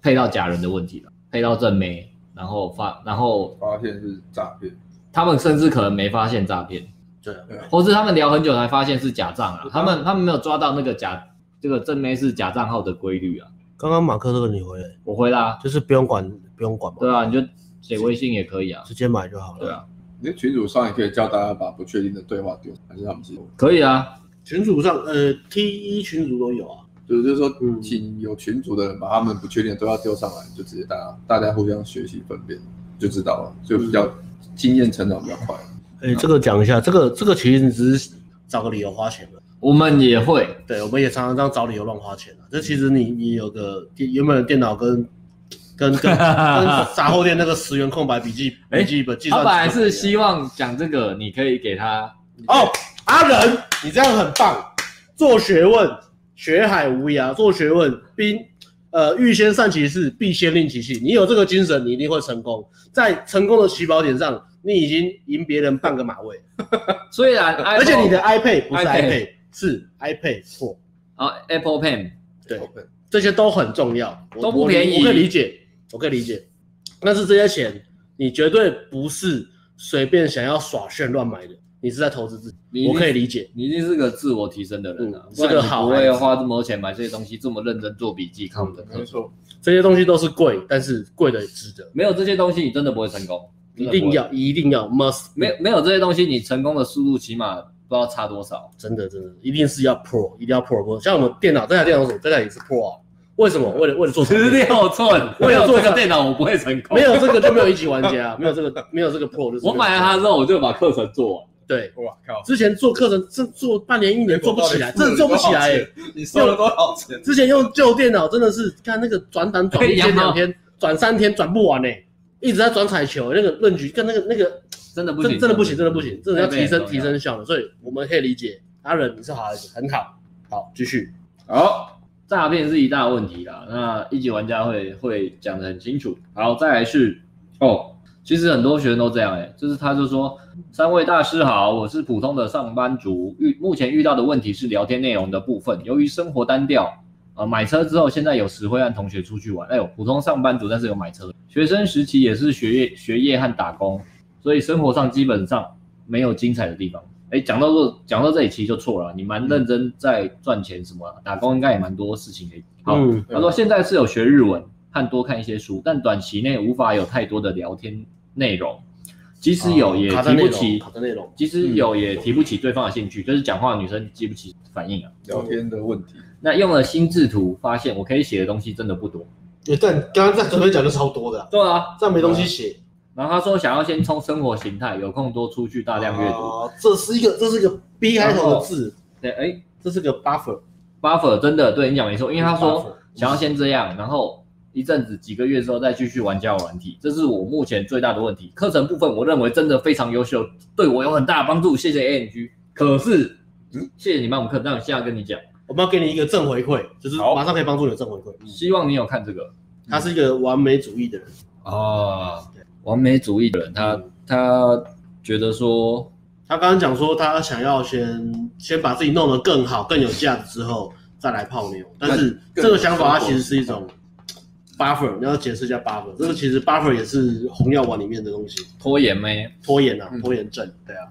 A: 配到假人的问题了，配到正妹，然后发，然后
B: 发现是诈骗，
A: 他们甚至可能没发现诈骗，
C: 对啊，
A: 或是他们聊很久才发现是假账啊，他们他们没有抓到那个假这个正妹是假账号的规律啊。
C: 刚刚马克这个你回来。
A: 我会啦，
C: 就是不用管，不用管嘛，
A: 对啊，你就写微信也可以啊，
C: 直接买就好了。
A: 对啊，
B: 你群主上也可以叫大家把不确定的对话丢，还是他们自己
A: 可以啊，
C: 群主上，呃，T 一群主都有啊。
B: 就是就是
C: 嗯
B: 说，请有群主的人把他们不确定的都要丢上来，就直接大家大家互相学习分辨就知道了，就比较经验成长比较快。
C: 哎、
A: 嗯
C: 这个讲一下，这个这个其实你只是找个理由花钱了。
A: 我们也会，
C: 对，我们也常常这样找理由乱花钱啊。这其实你你有个电原本的电脑跟跟跟 跟杂货店那个十元空白笔记
A: 哎
C: 笔记本计
A: 他
C: 算
A: 本
C: 机
A: 来是
C: 就可以了
A: 希望讲这个，你可以给他
C: 哦，阿仁，你这样很棒，做学问，学海无涯，做学问，兵，呃，欲先善其事，必先令其器。你有这个精神，你一定会成功。在成功的起跑点上，你已经赢别人半个马位，
A: 虽然
C: 而且你的
A: i
C: iPad 不是
A: iPad
C: iPad，是 iPad 错，
A: 啊 Apple Pen
C: 对，这些都很重要，我
A: 都不便宜
C: 我我可以理解，我可以理解。但是这些钱，你绝对不是随便想要耍炫乱买的，你是在投资自己，
A: 你
C: 我可以理解。
A: 你一定是个自我提升的人啊
C: 嗯，
A: 不然
C: 是个
A: 你
C: 好
A: 不
C: 孩
A: 会
C: 子嗯
A: 花这么多钱买这些东西，这么认真做笔记看我们的课
B: 没，错，
C: 这些东西都是贵，但是贵的值得，
A: 没有这些东西你真的不会成功，真
C: 一
A: 的不会
C: 定要一定要 must，
A: 没有没有这些东西，你成功的速度起码不知道差多少。
C: 真的真的一定是要 pro，一定要 pro pro。像我们电脑这台电脑是什么这台也是 pro，、啊、为什么？为了为了做产
A: 十
C: 品
A: 六寸，
C: 我有做
A: 这个电脑，我不会成功。
C: 没有这个就没有一级玩家， 没有这个没有这个 pro 就是没
A: 我
C: 有
A: 买了它之后，我就把课程做完。
C: 对。
B: 哇靠，
C: 之前做课程，这做半年一年嗯做不起来，真的做不起来、欸。
B: 你收了多少钱？
C: 之前用旧电脑真的是，看那个转 档转一天
A: 羊毛
C: 两天，转三天转不完哎、一直在转彩球，那个论局跟那个那个
A: 真的不
C: 真
A: 行，
C: 真的不行，真的不行，真的要提
A: 那
C: 升
A: 边
C: 提
A: 也重要
C: 升效能，所以我们可以理解阿仁你是好孩子，很好，好继续。
B: 好，
A: 诈骗是一大问题啦。那一级玩家会会讲得很清楚。好，再来是哦，其实很多学生都这样哎、就是他就说，三位大师好，我是普通的上班族，遇目前遇到的问题是聊天内容的部分，由于生活单调。呃，买车之后，现在有时会和同学出去玩。哎呦，普通上班族，但是有买车。学生时期也是学业、学业和打工，所以生活上基本上没有精彩的地方。哎，讲到这，讲到这里其实就错了。你蛮认真在赚钱，什么打工应该也蛮多事情可以。好，
C: 嗯，
A: 他说现在是有学日文和多看一些书，但短期内无法有太多的聊天内容，即使有也
C: 哦卡在
A: 提
C: 内
A: 不
C: 容，
A: 起
C: 卡，在内容，
A: 即使有也提不起对方的兴趣，就是讲话的女生激不起反应啊。
B: 聊天的问题，
A: 那用了心智图，发现我可以写的东西真的不多。
C: 对，但刚刚在准备讲的超多的，
A: 对啊，
C: 这样没东西写。
A: 然后他说想要先冲生活形态，有空多出去大啊量阅读。
C: 哦，这是一个这是一个 B 开头的字，
A: 对，哎
C: 这是个 buffer，
A: ，buffer 真的对你讲没错，因为他说
C: Buffer
A: 想要先这样，然后一阵子几个月之后再继续玩交友软体，这是我目前最大的问题。课程部分我认为真的非常优秀，对我有很大的帮助，谢谢 ANG。可是，谢谢你帮我们课，那我现在跟你讲，
C: 我们要给你一个正回馈，就是
B: 好
C: 马上可以帮助你的正回馈。
A: 希望你有看这个
C: 他是一个完美主义的人，
A: 啊，完美主义的人，他他觉得说，
C: 他刚刚讲说他想要先先把自己弄得更好、更有价值之后再来泡妞，但是
B: 更
C: 这个想法它其实是一种 buffer，你要解释一下 buffer，这个其实 buffer 也是红药丸里面的东西，
A: 拖延没
C: 拖延啊
B: 嗯，
C: 拖延症，对啊，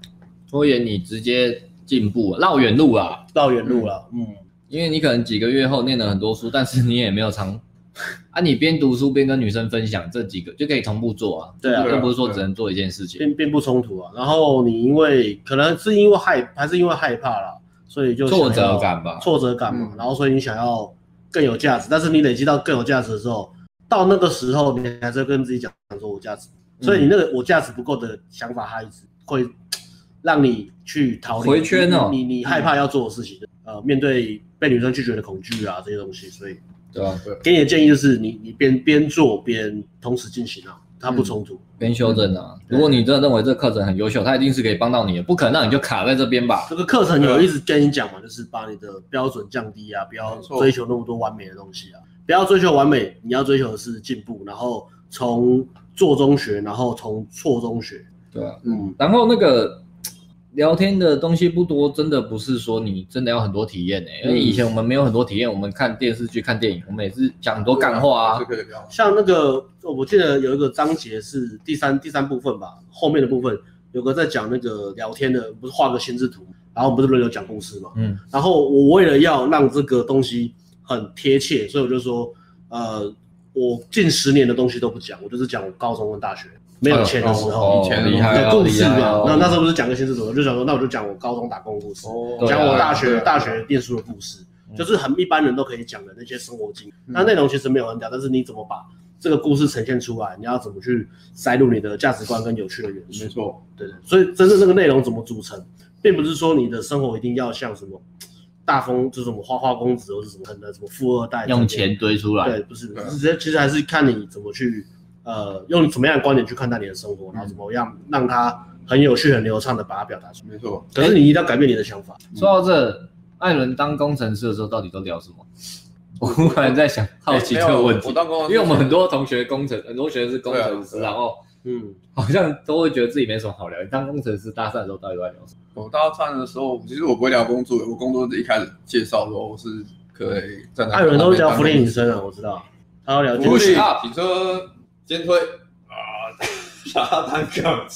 A: 拖延，你直接进步绕远路啊。
C: 绕远路了，嗯，
A: 因为你可能几个月后念了很多书，但是你也没有常 啊，你边读书边跟女生分享这几个就可以同步做啊，
C: 对啊
A: 又不是说只能做一件事情。
C: 并并不冲突啊。然后你因为可能是因为害还是因为害怕啦，所以就想要
A: 挫折感吧
C: 挫折感嘛，
B: 嗯
C: 然后所以你想要更有价值，但是你累积到更有价值的时候，到那个时候你还是会跟自己讲说我价值，
A: 嗯
C: 所以你那个我价值不够的想法，它一直会让你去逃离
A: 回圈哦
C: 你你你害怕要做的事情，呃，面对被女生拒绝的恐惧啊这些东西，所以
A: 对吧、
C: 给你的建议就是你你边边做边同时进行啊，它
A: 嗯
C: 不冲突。
A: 边修正啊，
C: 嗯
A: 如果你真的认为这个课程很优秀，它一定是可以帮到你的，不可能让你就卡在这边吧？
C: 这个课程
B: 啊
C: 有一直跟你讲嘛，就是把你的标准降低啊，不要
B: 没错
C: 追求那么多完美的东西啊，不要追求完美，你要追求的是进步，然后从做中学，然后从错中学。
A: 对啊。
C: 嗯，
A: 然后那个聊天的东西不多，真的不是说你真的要很多体验呢、欸
C: 嗯
A: 因为以前我们没有很多体验，我们看电视剧、看电影，我们也是讲很多干话啊
B: 是。可以聊。
C: 像那个我记得有一个章节是第三第三部分吧，后面的部分有个在讲那个聊天的，不是画个心智图，然后我们不是轮流讲故事嘛，
A: 嗯，
C: 然后我为了要让这个东西很贴切，所以我就说，呃，我近十年的东西都不讲，我就是讲我高中跟大学没有钱的时
A: 哦
C: 候
B: 以前
A: 厉害
C: 的
A: 哦
C: 故事
A: 厉害
C: 嘛
A: 哦。
C: 那那时候不是讲个新事我就想说，那我就讲我高中打工的故事，
A: 对啊嗯
C: 讲我大学
B: 对啊
C: 大学念书的故事，就是很一般人都可以讲的那些生活经历。
B: 嗯
C: 那内容其实没有很屌，但是你怎么把这个故事呈现出来，你要怎么去塞入你的价值观跟有趣的元素
B: 没？错，
C: 对对，所以真正这个内容怎么组成，并不是说你的生活一定要像什么大风，就是什么花花公子，或是什么很的什么富二代，
A: 用钱堆出来。
C: 对，不是，
B: 对啊
C: 直接其实
B: 嗯
C: 还是看你怎么去呃，用什么样的观点去看待你的生活，然后怎么样让它很有趣、很流畅的把它表达出来。
B: 没错，
C: 可是你一定要改变你的想法，嗯
A: 说到这，艾伦当工程师的时候到底都聊什么？我忽然在想，好奇这
B: 哎没
A: 个
B: 有
A: 问题
B: 我，当工程
A: 因
B: 师
A: 为我们很多同学工程，很多学生是工程师，
B: 对啊对啊
A: 然后
C: 嗯，
A: 好像都会觉得自己没什么好聊。你当工程师搭讪的时候到底都在聊什么？
B: 我大三的时候，其实我不会聊工作，我工作是一开始介绍说哦我是可以站在
C: 艾啊伦都是聊福利女生啊，我知道，他要聊
B: 嗯福
C: 健
B: 利
C: 身，
B: 啊，停车肩推啊，下单杠，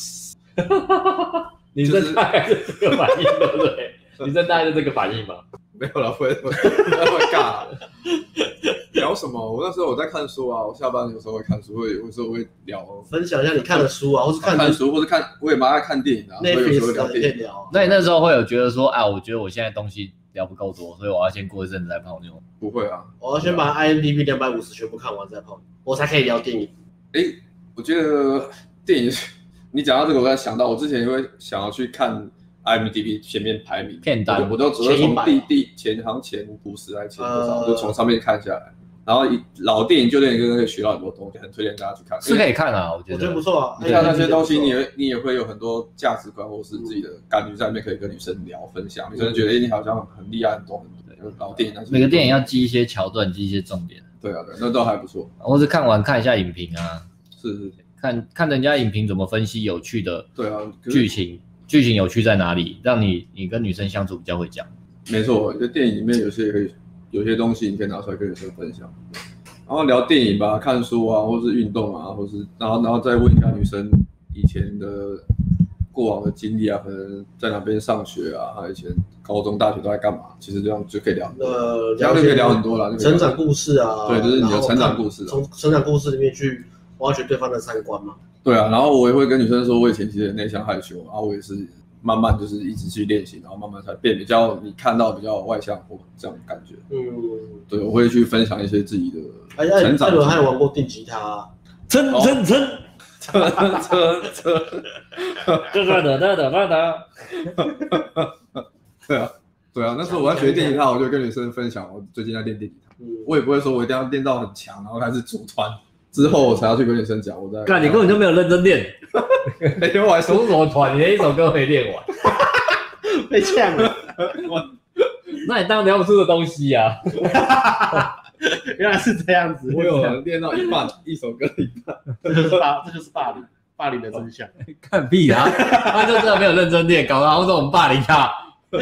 A: 你
B: 就是
A: 正大概是这个反应，对不对？你正大概是这个反应吧？
B: 没有了，不会不会不会尬。 聊什么？我那时候我在看书啊，我下班有时候会看书，会有时候会聊
C: 分享一下你看的书啊，或是看的
B: 看书，或者看我也蛮爱看电影的、啊，所以有时候会
C: Netflix
B: 聊
C: 的也可以
B: 电影。
C: 聊啊。
A: 那你那时候会有觉得说，啊，我觉得我现在东西聊不够多，所以我要先过一阵子再泡妞。
B: 不会啊，
C: 我要先把 IMDB 两百五十全部看完再碰，我才可以聊电影。
B: 诶，我觉得电影，你讲到这个，我才想到，我之前也会想要去看 IMDB 前面排名
A: 片单
B: 我都我都只会
C: 前
B: 从
C: 一百
B: 第第前行前五十还是前多少，
C: 呃
B: 我就从上面看下来。然后以老电影旧电影真的学到很多东西，很推荐大家去看。
A: 是可以看啊，我觉
C: 我觉得
A: 得
C: 不。错啊，
B: 你看那些东西，你也
C: 也
B: 会你也会有很多价值观或是自己的感觉在里面，可以跟女生聊分享。女生觉得，诶，你好像很很厉害，很懂很多老电影，但是
A: 每个电影要记一些桥段，记一些重点，
B: 对啊，对，那都还不错，
A: 或是看完看一下影评啊，
B: 是是，
A: 看看人家影评怎么分析有趣的
B: 对啊，可是
A: 剧情，剧情有趣在哪里，让你你跟女生相处比较会讲。
B: 没错，就电影里面有些可以，有些东西你可以拿出来跟女生分享。然后聊电影吧，看书啊，或是运动啊，或是然后然后再问一下女生以前的过往的经历啊，可能在哪边上学啊，还有以前高中、大学都在干嘛，其实这样就可以聊，
C: 呃
B: 这样就可以聊很多了。
C: 成长故事啊，
B: 对就是你的成长故事啊
C: 然后从成长故事里面去挖掘对方的三观嘛。
B: 对啊，然后我也会跟女生说，我以前其实很内向害羞，啊然后我也是慢慢就是一直去练习，然后慢慢才变比较你看到比较外向或这样的感觉。
C: 嗯，
B: 对，我会去分享一些自己的
C: 而且
B: 成
C: 艾
B: 长
C: 伦
B: 经历。
C: 还有玩过电吉他啊，
A: 真
B: 哦
A: 真真，
B: 车车车，
A: 哒哒哒哒哒哒。
B: 对啊，对啊。那时候我在学电吉他，我就跟女生分享我最近在练电吉他，
C: 嗯，
B: 我也不会说我一定要练到很强，然后开始组团之后我才要去跟女生讲我在。
A: 干，你根本 就没有认真练，
B: 那天我还说
A: 组什么团？你连一首歌没练完，
C: 被呛了，
A: 那你当然聊不出的东西啊。
C: 原来是这样子，
B: 我有练到一半，一首歌一半。
C: 这就是霸，这就是霸凌，霸凌的真相。
A: 看屁啊！ 他就真的没有认真练，搞得好像说我们霸凌他。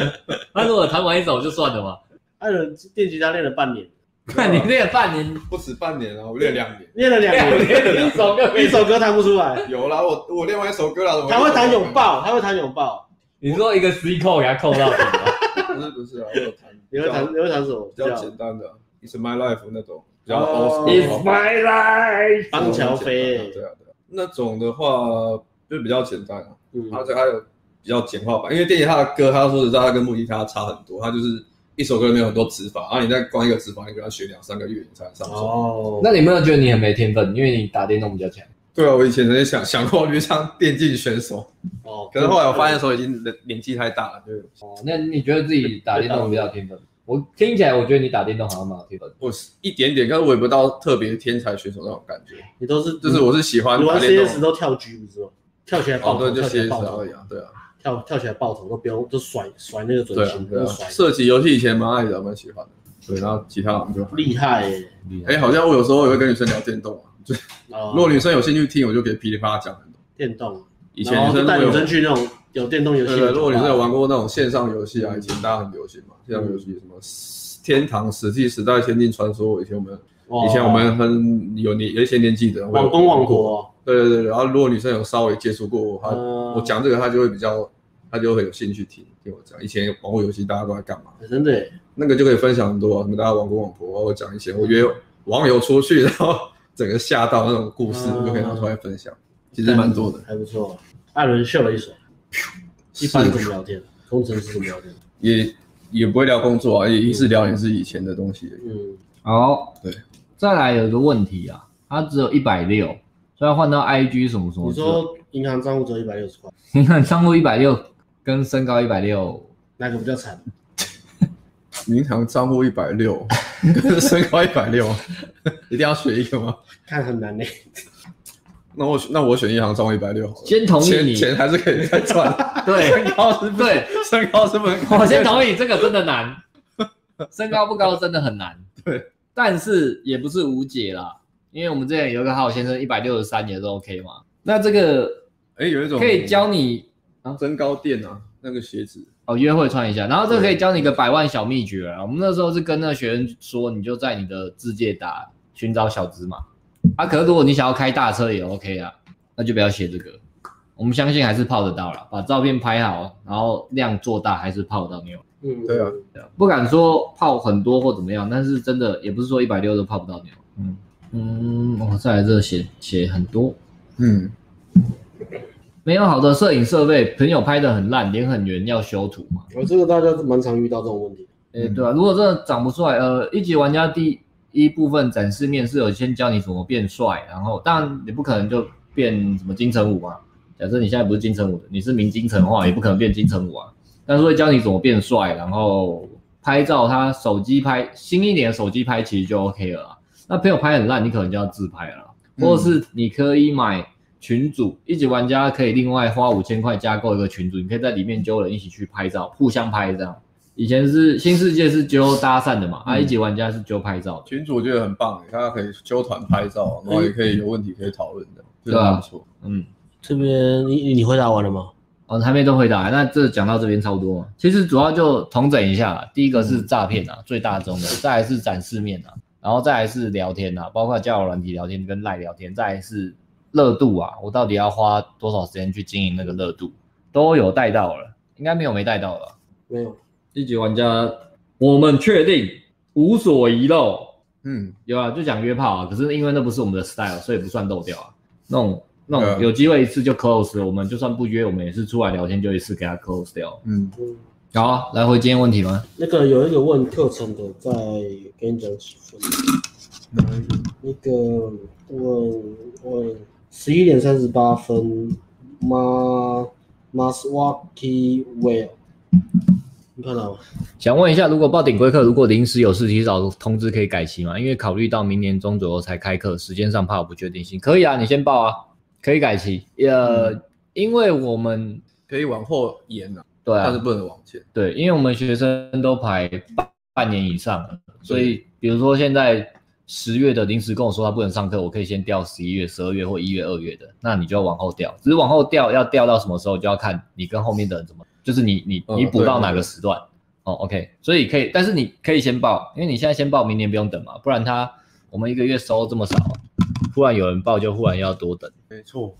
A: 他如果弹完一首就算了嘛，
C: 艾伦电吉他练了半年，
A: 看你练了半年，
B: 不止半年了，我练两年。
C: 练了两
A: 两
C: 年，
A: 年一首歌
C: 一
A: 没首。
C: 首歌弹不出来，
B: 有啦，我我练完一首歌了。
C: 他会弹拥，抱，他会弹拥抱，
A: 你说一个 C 扣给他扣到底吗？
B: 不是不是啊，我有弹，
C: 你会弹，你会弹什么？
B: 比较
C: 叫
B: 简单的，It's My Life 那种，比较
C: 较 old
B: old
C: school
A: It's my life。
C: 邦乔飞，
B: 对啊对啊，那种的话就比较简单啊。
C: 嗯，
B: 而且还有比较简化版，因为电吉他的歌，他说实在，他跟木吉他差很多，他就是一首歌里面有很多指法，然后你再光一个指法，你可能要学两三个月你才能上手。
C: 哦，
A: 那你有没有觉得你很没天分？因为你打电动比较强。
B: 对啊，我以前曾经想想过去当电竞选手，
C: 哦，
B: 可是后来我发现的时候已经年年纪太大了，就是
A: 哦，那你觉得自己打电动比较有天分？我听起来，我觉得你打电动好像蛮有天分。
B: 我是一点点，可是我也不到特别天才选手那种感觉，
C: 你都是
B: 就是我是喜欢
C: 嗯你
B: 打
C: 玩
B: 电
C: CS
B: 动。
C: 啊都跳狙，不是吗？跳起来
B: 哦
C: 爆，头，
B: 对，就
C: 跳起
B: CS
C: 来爆头
B: 而已，啊，对啊，
C: 跳跳起来爆头都不用，就甩甩那个
B: 对
C: 准
B: 啊
C: 心，，
B: 对
C: 就
B: 啊。
C: 甩，
B: 射击游戏以前蛮爱的，蛮喜欢的。对，然后其他我们就
C: 厉害耶！
B: 哎，好像我有时候也会跟女生聊电动啊，就
C: 哦
B: 如果女生有兴趣听，我就可以噼里啪啦讲很多。
C: 电动，
B: 以前
C: 然
B: 女
C: 后
B: 生
C: 就带
B: 会有
C: 女生去那种有电动游戏
B: 对
C: 的酒吧，
B: 对，如果女生有玩过那种线上游戏啊，以前大家很流行嘛，
C: 嗯
B: 线上游戏什么《天堂》《史记时代》《仙境传说》，以前我们
C: 哦，
B: 以前我们很有年有一些年纪的人会
C: 网公网哦婆，
B: 对对对，然后如果女生有稍微接触过，她
C: 嗯
B: 我讲这个，她就会比较，她就会有兴趣听听我讲。以前网络游戏大家都在干嘛？
C: 哎真的耶，
B: 那个就可以分享很多啊，什么大家网公网婆，我讲以前我约网友出去，然后整个吓到那种故事，
A: 啊
C: 嗯
B: 就可以拿出来分享，其实蛮
A: 嗯
B: 多的。
C: 还不错。艾伦秀了一手，一般怎么聊天？工程师怎么聊天？
B: 也也不会聊工作啊，
A: 嗯
B: 也是聊也是以前的东西而已。
C: 嗯，
A: 好，
B: 对，
A: 再来有一个问题啊，它只有一百六，所以换到 IG 什么什么
C: 你
A: 之后，
C: 说银行账户只有一百六十块，
A: 你看上过一百六跟身高一百六，
C: 哪个比较惨？
B: 银行账户一百六， 身高一百六，一定要选一个吗？
C: 看很难呢。
B: 那我那我选一行中一百六好了，
A: 先同意
B: 钱
A: 你，
B: 钱还是可以再赚，
A: 对
B: 身高是不
A: 对，
B: 身高是不能
A: 我哦先同意这个真的难，身高不高真的很难。
B: 对，
A: 但是也不是无解啦，因为我们之前有一个好先生一百六十三也是 OK 嘛。那这个
B: 哎有一种
A: 可以教你
B: 增高垫啊，那个鞋子
A: 哦，约会穿一下，然后这个可以教你一个百万小秘诀啊。我们那时候是跟那个学生说，你就在你的字界打寻找小芝麻啊。可是如果你想要开大车也 OK 啊，那就不要写这个。我们相信还是泡得到啦，把照片拍好，然后量做大，还是泡得到妞。
C: 嗯，
B: 对啊，
A: 不敢说泡很多或怎么样，但是真的也不是说一百六都泡不到牛。
B: 嗯
A: 嗯，我再来这个写写很多，
B: 嗯
A: 没有好的摄影设备，朋友拍的很烂，脸很圆，要修图嘛。
C: 我这个大家是蛮常遇到这种问题。
A: 诶、
B: 嗯
A: 对啊，如果真的长不出来，呃，一级玩家第一部分展示面是有先教你怎么变帅，然后当然你不可能就变什么金城武嘛。假设你现在不是金城武的，你是明金城的话，也不可能变金城武啊。但是会教你怎么变帅，然后拍照，他手机拍新一点的手机拍其实就 OK 了啦。那朋友拍很烂，你可能就要自拍了啦，
B: 嗯
A: 或者是你可以买群组，一级玩家可以另外花五千块加购一个群组，你可以在里面揪人一起去拍照，互相拍这样。以前是新世界是揪搭讪的嘛，啊，
B: 嗯
A: 一级玩家是揪拍照的，
B: 群主我觉得很棒，大家可以揪团拍照，然后也可以有问题可以讨论的，真的不错。
A: 嗯。
C: 这边你你你回答完了吗？
A: 哦，还没都回答，那这讲到这边差不多嘛。其实主要就统整一下啦，第一个是诈骗
D: 嗯
A: 啊，最大宗的，再来是展示面啊，然后再来是聊天啊，包括交友软体聊天跟赖聊天，再来是热度啊，我到底要花多少时间去经营那个热度，都有带到了，应该没有没带到了。
C: 没有，
D: 一级玩家，我们确定无所遗漏。
B: 嗯，
A: 有啊，就讲约炮啊，可是因为那不是我们的 style，所以不算漏掉啊。那种那
B: 对啊
A: 种有机会一次就 close，了我们就算不约，我们也是出来聊天就一次给他 close 掉。
B: 嗯，
C: 嗯，
A: 好啊、来回今天问题吗？
C: 那个有一个问课程的，在给你讲几分钟
B: 嗯
C: 那个问问十一点三十八分，Ma Maswaki Well，你看到吗？
A: 想问一下，如果报顶规课，如果临时有事提早通知可以改期吗？因为考虑到明年中左右才开课，时间上怕有不确定性。可以啊，你先报啊，可以改期。呃，因为我们
B: 可以往后延啊，
A: 对
B: 但是
A: 啊，
B: 不能往前。
A: 对，因为我们学生都排半半年以上了，所以比如说现在十月的临时跟我说他不能上课，我可以先调十一月、十二月或一月、二月的，那你就要往后调。只是往后调要调到什么时候，就要看你跟后面的人怎么，就是你你
B: 嗯
A: 你补到
B: 对
A: 哪个时段。哦，OK，所以可以，但是你可以先报，因为你现在先报，明年不用等嘛，不然他我们一个月收这么少，忽然有人报就忽然要多等，
B: 没错，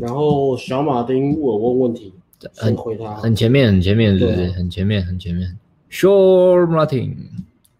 C: 然后小马丁我问问题，先
A: 很
C: 回答。
A: 很前面，很前面，是不
C: 对
A: 是？
C: 啊
A: 很前面，很前面。Sure, Martin，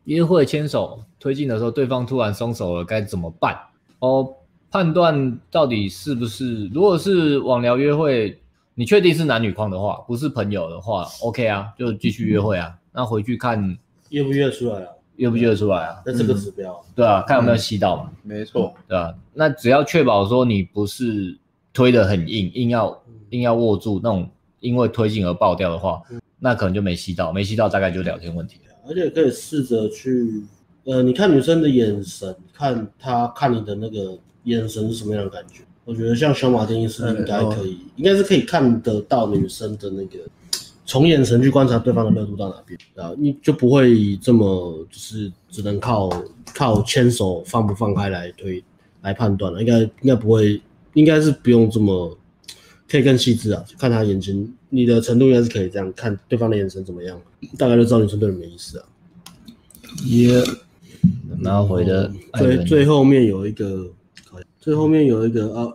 A: 约会牵手推进的时候，对方突然松手了，该怎么办？哦，判断到底是不是，如果是网聊约会，你确定是男女框的话，不是朋友的话，OK 啊，就继续约会啊。那回去看
C: 约不约得出来了？
A: 约不约得出来啊？
C: 那这个
B: 嗯
C: 指标，
A: 对啊，看有没有吸到嘛，
B: 没错，
A: 对啊。那只要确保说你不是推得很硬，硬要硬要握住那种因为推进而爆掉的话，
C: 嗯
A: 那可能就没吸到，没吸到大概就聊天问题了。
C: 而且可以试着去，呃，你看女生的眼神，看她看你的那个眼神是什么样的感觉。我觉得像小马丁是应该可以，应该是可以看得到女生的那个，从眼神去观察对方的热度到哪边，啊，你就不会这么就是只能靠靠牵手放不放开来推来判断了，应该应该不会，应该是不用这么。可以更细致啊，就看他眼睛，你的程度应该是可以这样看对方的眼神怎么样，大概就知道女生对你没意思啊。
A: 然后回的哎艾
C: 嗯哦最
A: 伦
C: 最后面有一个，最后面有一个啊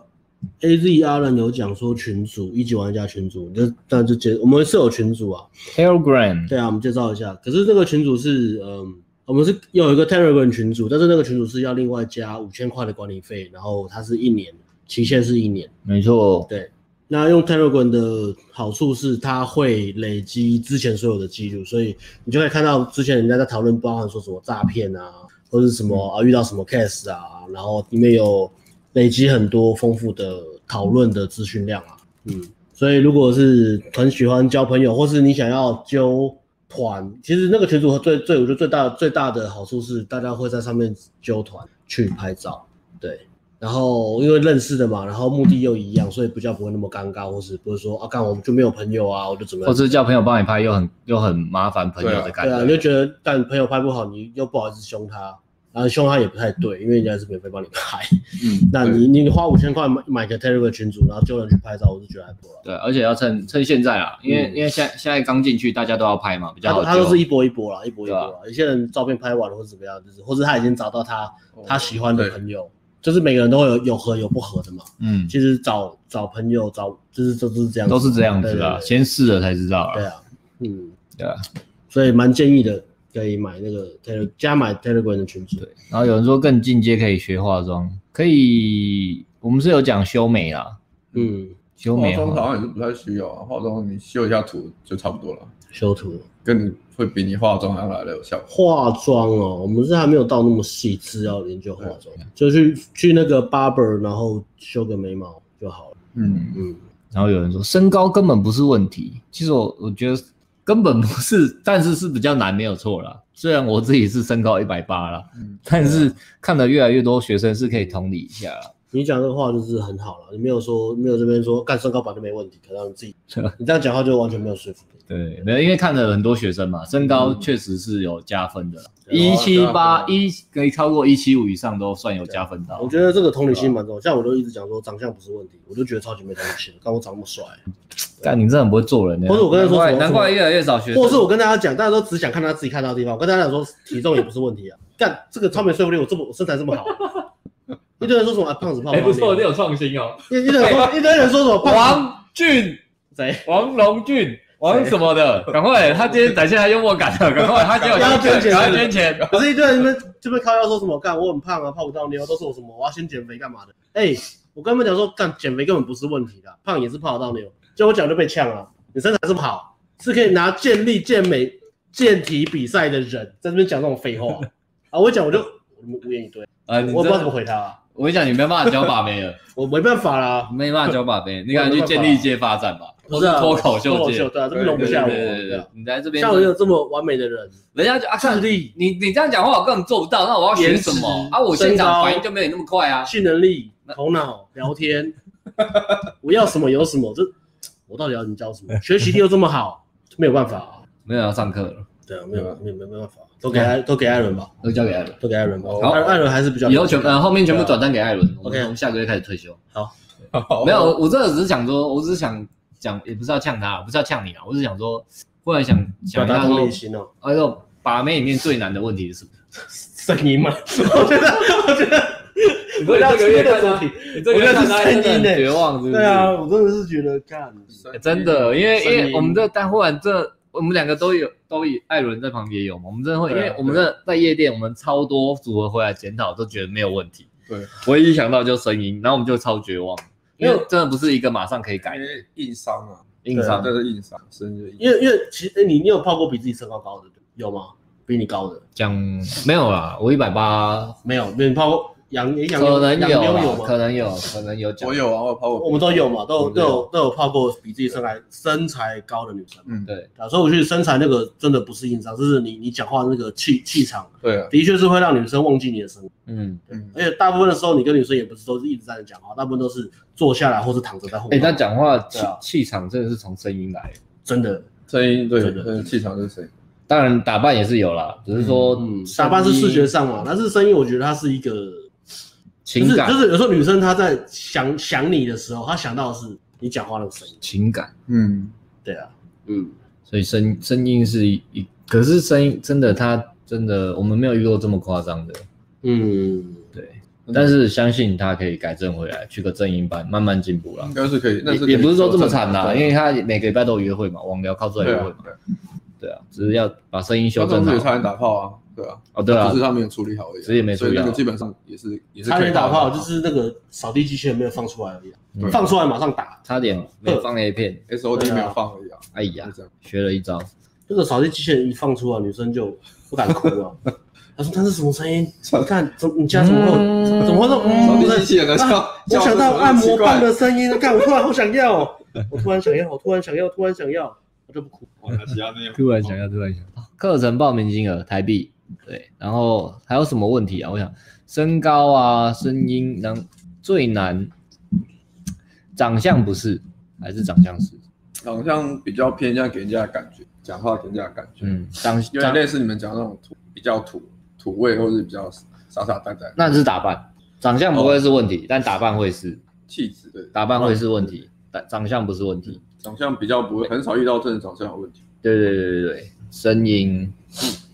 C: ，A Z R 人有讲说群主一级玩家群主，那那就介我们是有群主啊，
A: Telegram
C: 对啊，我们介绍一下。可是这个群主是嗯，我们是有一个 Telegram 群主，但是那个群主是要另外加五千块的管理费，然后它是一年，期限是一年。
A: 没错，
C: 对，那用 Telegram 的好处是它会累积之前所有的记录，所以你就会看到之前人家在讨论，包含说什么诈骗啊，或者是什么啊遇到什么 case 啊，然后里面有累积很多丰富的讨论的资讯量啊，嗯，所以如果是很喜欢交朋友，或是你想要揪团，其实那个群组最最我觉得最大最大的好处是大家会在上面揪团去拍照，对。然后因为认识的嘛，然后目的又一样，所以比较不会那么尴尬，或是不会说啊，干我们就没有朋友啊，我就怎么
A: 或哦
C: 样？
A: 是叫朋友帮你拍，又很又很麻烦朋友的感
C: 对
A: 觉。
C: 啊，你就觉得但朋友拍不好，你又不好意思凶他，然后凶他也不太对，因为人家是免费帮你拍。
B: 嗯，
C: 那
B: 对
C: 你你花五千块买买个 Telegram 群组，然后就能去拍照，我是觉得还不错啦。
A: 对，而且要趁趁现在啦，因为、因为现在现在刚进去，大家都要拍嘛，比较
C: 嗯他
A: 好
C: 他都
A: 揪
C: 是一波一波啦，一波一波
A: 对啊
C: 啦。有些人照片拍完了或者怎么样，就是或者他已经找到他
A: 哦
C: 他喜欢的
B: 对
C: 朋友，就是每个人都会有有合有不合的嘛。
A: 嗯，
C: 其实找找朋友找就是都是这样，
A: 都是这样子
C: 的
A: 啦，。先试了才知道
C: 对
A: 啦。
C: 啊，嗯，
A: 对啊，
C: 所以蛮建议的，可以买那个 Tele 加买 Telegram 的群组。对，
A: 然后有人说更进阶可以学化妆，可以，我们是有讲修眉啦，
C: 嗯，
A: 修
B: 化
A: 眉
B: 妆
A: 哈
B: 好像也是不太需要啊，化妆你修一下图就差不多了，
C: 修图
B: 跟你会比你化妆还要来的有效果。
C: 化妆哦，我们是还没有到那么细致要研究化妆，就去去那个 barber，然后修个眉毛就好了。
B: 嗯，
C: 嗯，
A: 然后有人说身高根本不是问题，其实我我觉得根本不是，但是是比较难，没有错啦。虽然我自己是身高一百八啦，
B: 嗯
A: 但
C: 啊
A: 是看的越来越多学生是可以同理一下啦。
C: 你讲这个话就是很好了，你没有说没有这边说干身高本来就没问题，可能你自己
A: 对啊
C: 你这样讲话就完全没有说服力。
A: 对，没有，因为看了很多学生嘛，身高确实是有加分的啦，
C: 嗯对啊
A: 一七八
B: 哇
A: 一可以超过一七五以上都算有加分到
C: 啊
A: 啊
C: 我。觉得这个同理心
D: 啊
C: 蛮重要，像我都一直讲说长相不是问题，我就觉得超级没同理心，但我长那么帅，
A: 但你真的很不会做人呢、
C: 或者我跟他
A: 难
C: 说
A: 怪
C: 什么
A: 难怪越来越少学生。
C: 或者是我跟大家讲，大家都只想看他自己看到的地方，我跟大家讲说体重也不是问题啊，干这个超没说服力，我这么我身材这么好， 一堆人说什么、啊、胖子胖
D: 哎，
C: 子，
D: 不错，你有创新哦。
C: 一一堆人说一堆人说什么胖子
D: 王俊、
C: 谁？
D: 王龙俊、王什么的，赶快，他今天展现他幽默
A: 啊
D: 感了，赶快，他今天有
C: 要捐钱
D: 赶快捐钱。
C: 可是一堆人们这边靠腰说什么干我很胖啊，泡不到妞，都是我什么我要先减肥干嘛的？哎、我跟他们讲说干减肥根本不是问题的，胖也是泡得到妞，结果我讲就被呛了、你身材这么好，是可以拿健力、健美、健体比赛的人，在这边讲这种 废话啊！我一讲我就我无言以对，
A: 呃，
C: 我
A: 你
C: 也不知道怎么
A: 这
C: 回他、啊，
A: 我跟你讲，你没办法教把妹 了，
C: 我没办法啦，
A: 没办法教把妹，你赶快去建立界发展吧，
C: 不
A: 或
C: 是
A: 是
C: 啊
A: 脱口
C: 脱
A: 秀
C: 口
A: 界
C: 秀。对啊，这边容不
A: 对
C: 下
A: 对
C: 我，
A: 对
C: 对
A: 对
C: 啊，，
A: 你来这边，
C: 像我有这么完美的人，
A: 人家就啊，看
C: 力
A: 你你这样讲话，我根本做不到，那我要学什
C: 颜
A: 么
C: 值
A: 啊？我现
C: 身高
A: 场反应就没有你那么快啊。
C: 性能力、头脑、聊 天，我要什么有什么。这我到底要你教什么？学习力又这么好，没有办法、啊。
A: 没有要上课了，
C: 对啊，没有没有没有没有办法，都给艾都给艾伦吧，
A: 都交给艾伦。
C: 都给艾伦吧。
B: 好
C: 艾艾伦还是比较
A: 以后全呃后面全部转账给艾伦，我
C: 啊 OK
A: 们从下个月开始退休。
B: 好
C: 哦
A: 没有， 我真的只是想说，我只是想讲，也不是要呛他，不是要呛你啊，我只是想说，忽然想
C: 表
A: 呃想一
C: 达
A: 下
C: 同
A: 说
C: 理，心哦。
A: 哎呦，把妹里面最难的问题是什么？
C: 声音嘛， 我觉得我觉得
D: 你说你这个月看他，你这个月看他
C: 我觉得是声音
D: 真
C: 呢
D: 的很绝望，
A: 嗯
D: 是不是？
C: 对啊，我真的是觉得干
A: 欸真的，因为因
C: 声音
A: 为我们这但忽然这我们两个都有都有艾伦在旁边有嘛，我们真的会，因
B: 对啊
A: 为我们这在夜店，我们超多组合回来检讨都觉得没有问题，
B: 对，
A: 唯一想到就声音，然后我们就超绝望，因为
C: 因为
A: 真的不是一个马上可以改
B: 因为硬伤啊，
A: 硬伤
B: 这，是硬伤，真的硬。
C: 因为因为其实你你有泡过比自己身高高的有吗？比你高的
A: 讲没有啦，我一百八，
C: 没有？没有你泡过杨杨
A: 可能
C: 杨
A: 有啊
C: 杨
A: 啦
C: 牛有吗
A: 可？能有，可能有讲
B: 我，有啊，我跑
C: 我
B: 过，
C: 们都有嘛，都有
A: 嗯
C: 都有都有泡过比自己身材身材高的女生嘛。
B: 嗯，
A: 对，
C: 啊，所以我觉得身材那个真的不是硬伤，就是你你讲话那个气气场，
B: 对啊，
C: 的确是会让女生忘记你的身材。
A: 嗯，
B: 嗯，
C: 而且大部分的时候，你跟女生也不是都是一直在那讲话，大部分都是坐下来或是躺着在互
A: 哎，
C: 动。
A: 那讲话气
C: 对啊
A: 气场真的是从声音来的，
C: 真的，
B: 声音对，
C: 真的
B: 对，气场是声音。
A: 当然打扮也是有啦，只是说
C: 嗯，打扮是视觉上嘛，但是声音我觉得它是一个，就
A: 情
C: 是
A: 感
C: 就是有时候女生她在想想你的时候，她想到的是你讲话那个声音。
A: 情感。
B: 嗯，
C: 对啊，嗯，
A: 所以声声音是一，一可是声音真的，他真的我们没有遇过这么夸张的，
C: 嗯，
A: 对。但是相信他可以改正回来，去个正音班，慢慢进步啦
B: 嗯应。该是可以，那
A: 也
B: 是
A: 也不是说这么惨啊
B: 啦，
A: 啦，因为他每个礼拜都有约会嘛，网聊靠出来
B: 对
A: 约
B: 啊
A: 会嘛，，对啊，只是要把声音
B: 他
A: 修
B: 上
A: 正
B: 次也差
A: 好。
B: 点打炮啊，对啊，
A: 哦，对啊
B: 只是，他没有处理好而已啊，
A: 只是也没处理好
B: 所以那个基本上也是也是
C: 差
B: 可以
C: 点打
B: 到
C: 炮，
B: 的啊
C: 就是那个扫地机器人没有放出来而已啊、
A: 嗯
C: 放出来马上打。
A: 差点没放 A 片，
B: S O D
C: 对啊
B: 没有放而已啊，
A: 哎呀
B: 就，这样，
A: 学了一招。
C: 那个扫地机器人一放出来，女生就不敢哭 了。她说：“那是什么声音？你看，怎你家怎么会有？
A: 嗯
C: 怎么会有
B: 扫
C: 嗯
B: 地机器人的笑
C: 啊，我
B: 笑
C: 想
B: 声
C: 到
B: 怎么
C: 按
B: 那么
C: 摩
B: 奇
C: 棒
B: 怪
C: 的声音，看我突然好想要哦，我突然想要，我突然想要，突然想要，我就不哭。
B: 我拿其他那个
A: 突然想要，突然想要。哦课程报名金额台币，对，然后还有什么问题啊？我想身高啊、声音，然后最难，长相不是，还是长相是，
B: 好像比较偏向给人家的感觉，讲话给人家的感觉，
A: 嗯，长
B: 有点
A: 长
B: 类似你们讲的那种土，比较土土味，或是比较傻傻呆呆，
A: 那是打扮，长相不会是问
B: 哦
A: 题，但打扮会是，
B: 气质对，
A: 打扮会是问题，但长相不是问题。
B: 长相比较不会，很少遇到真的长相有问题。
A: 对对对对对，声音、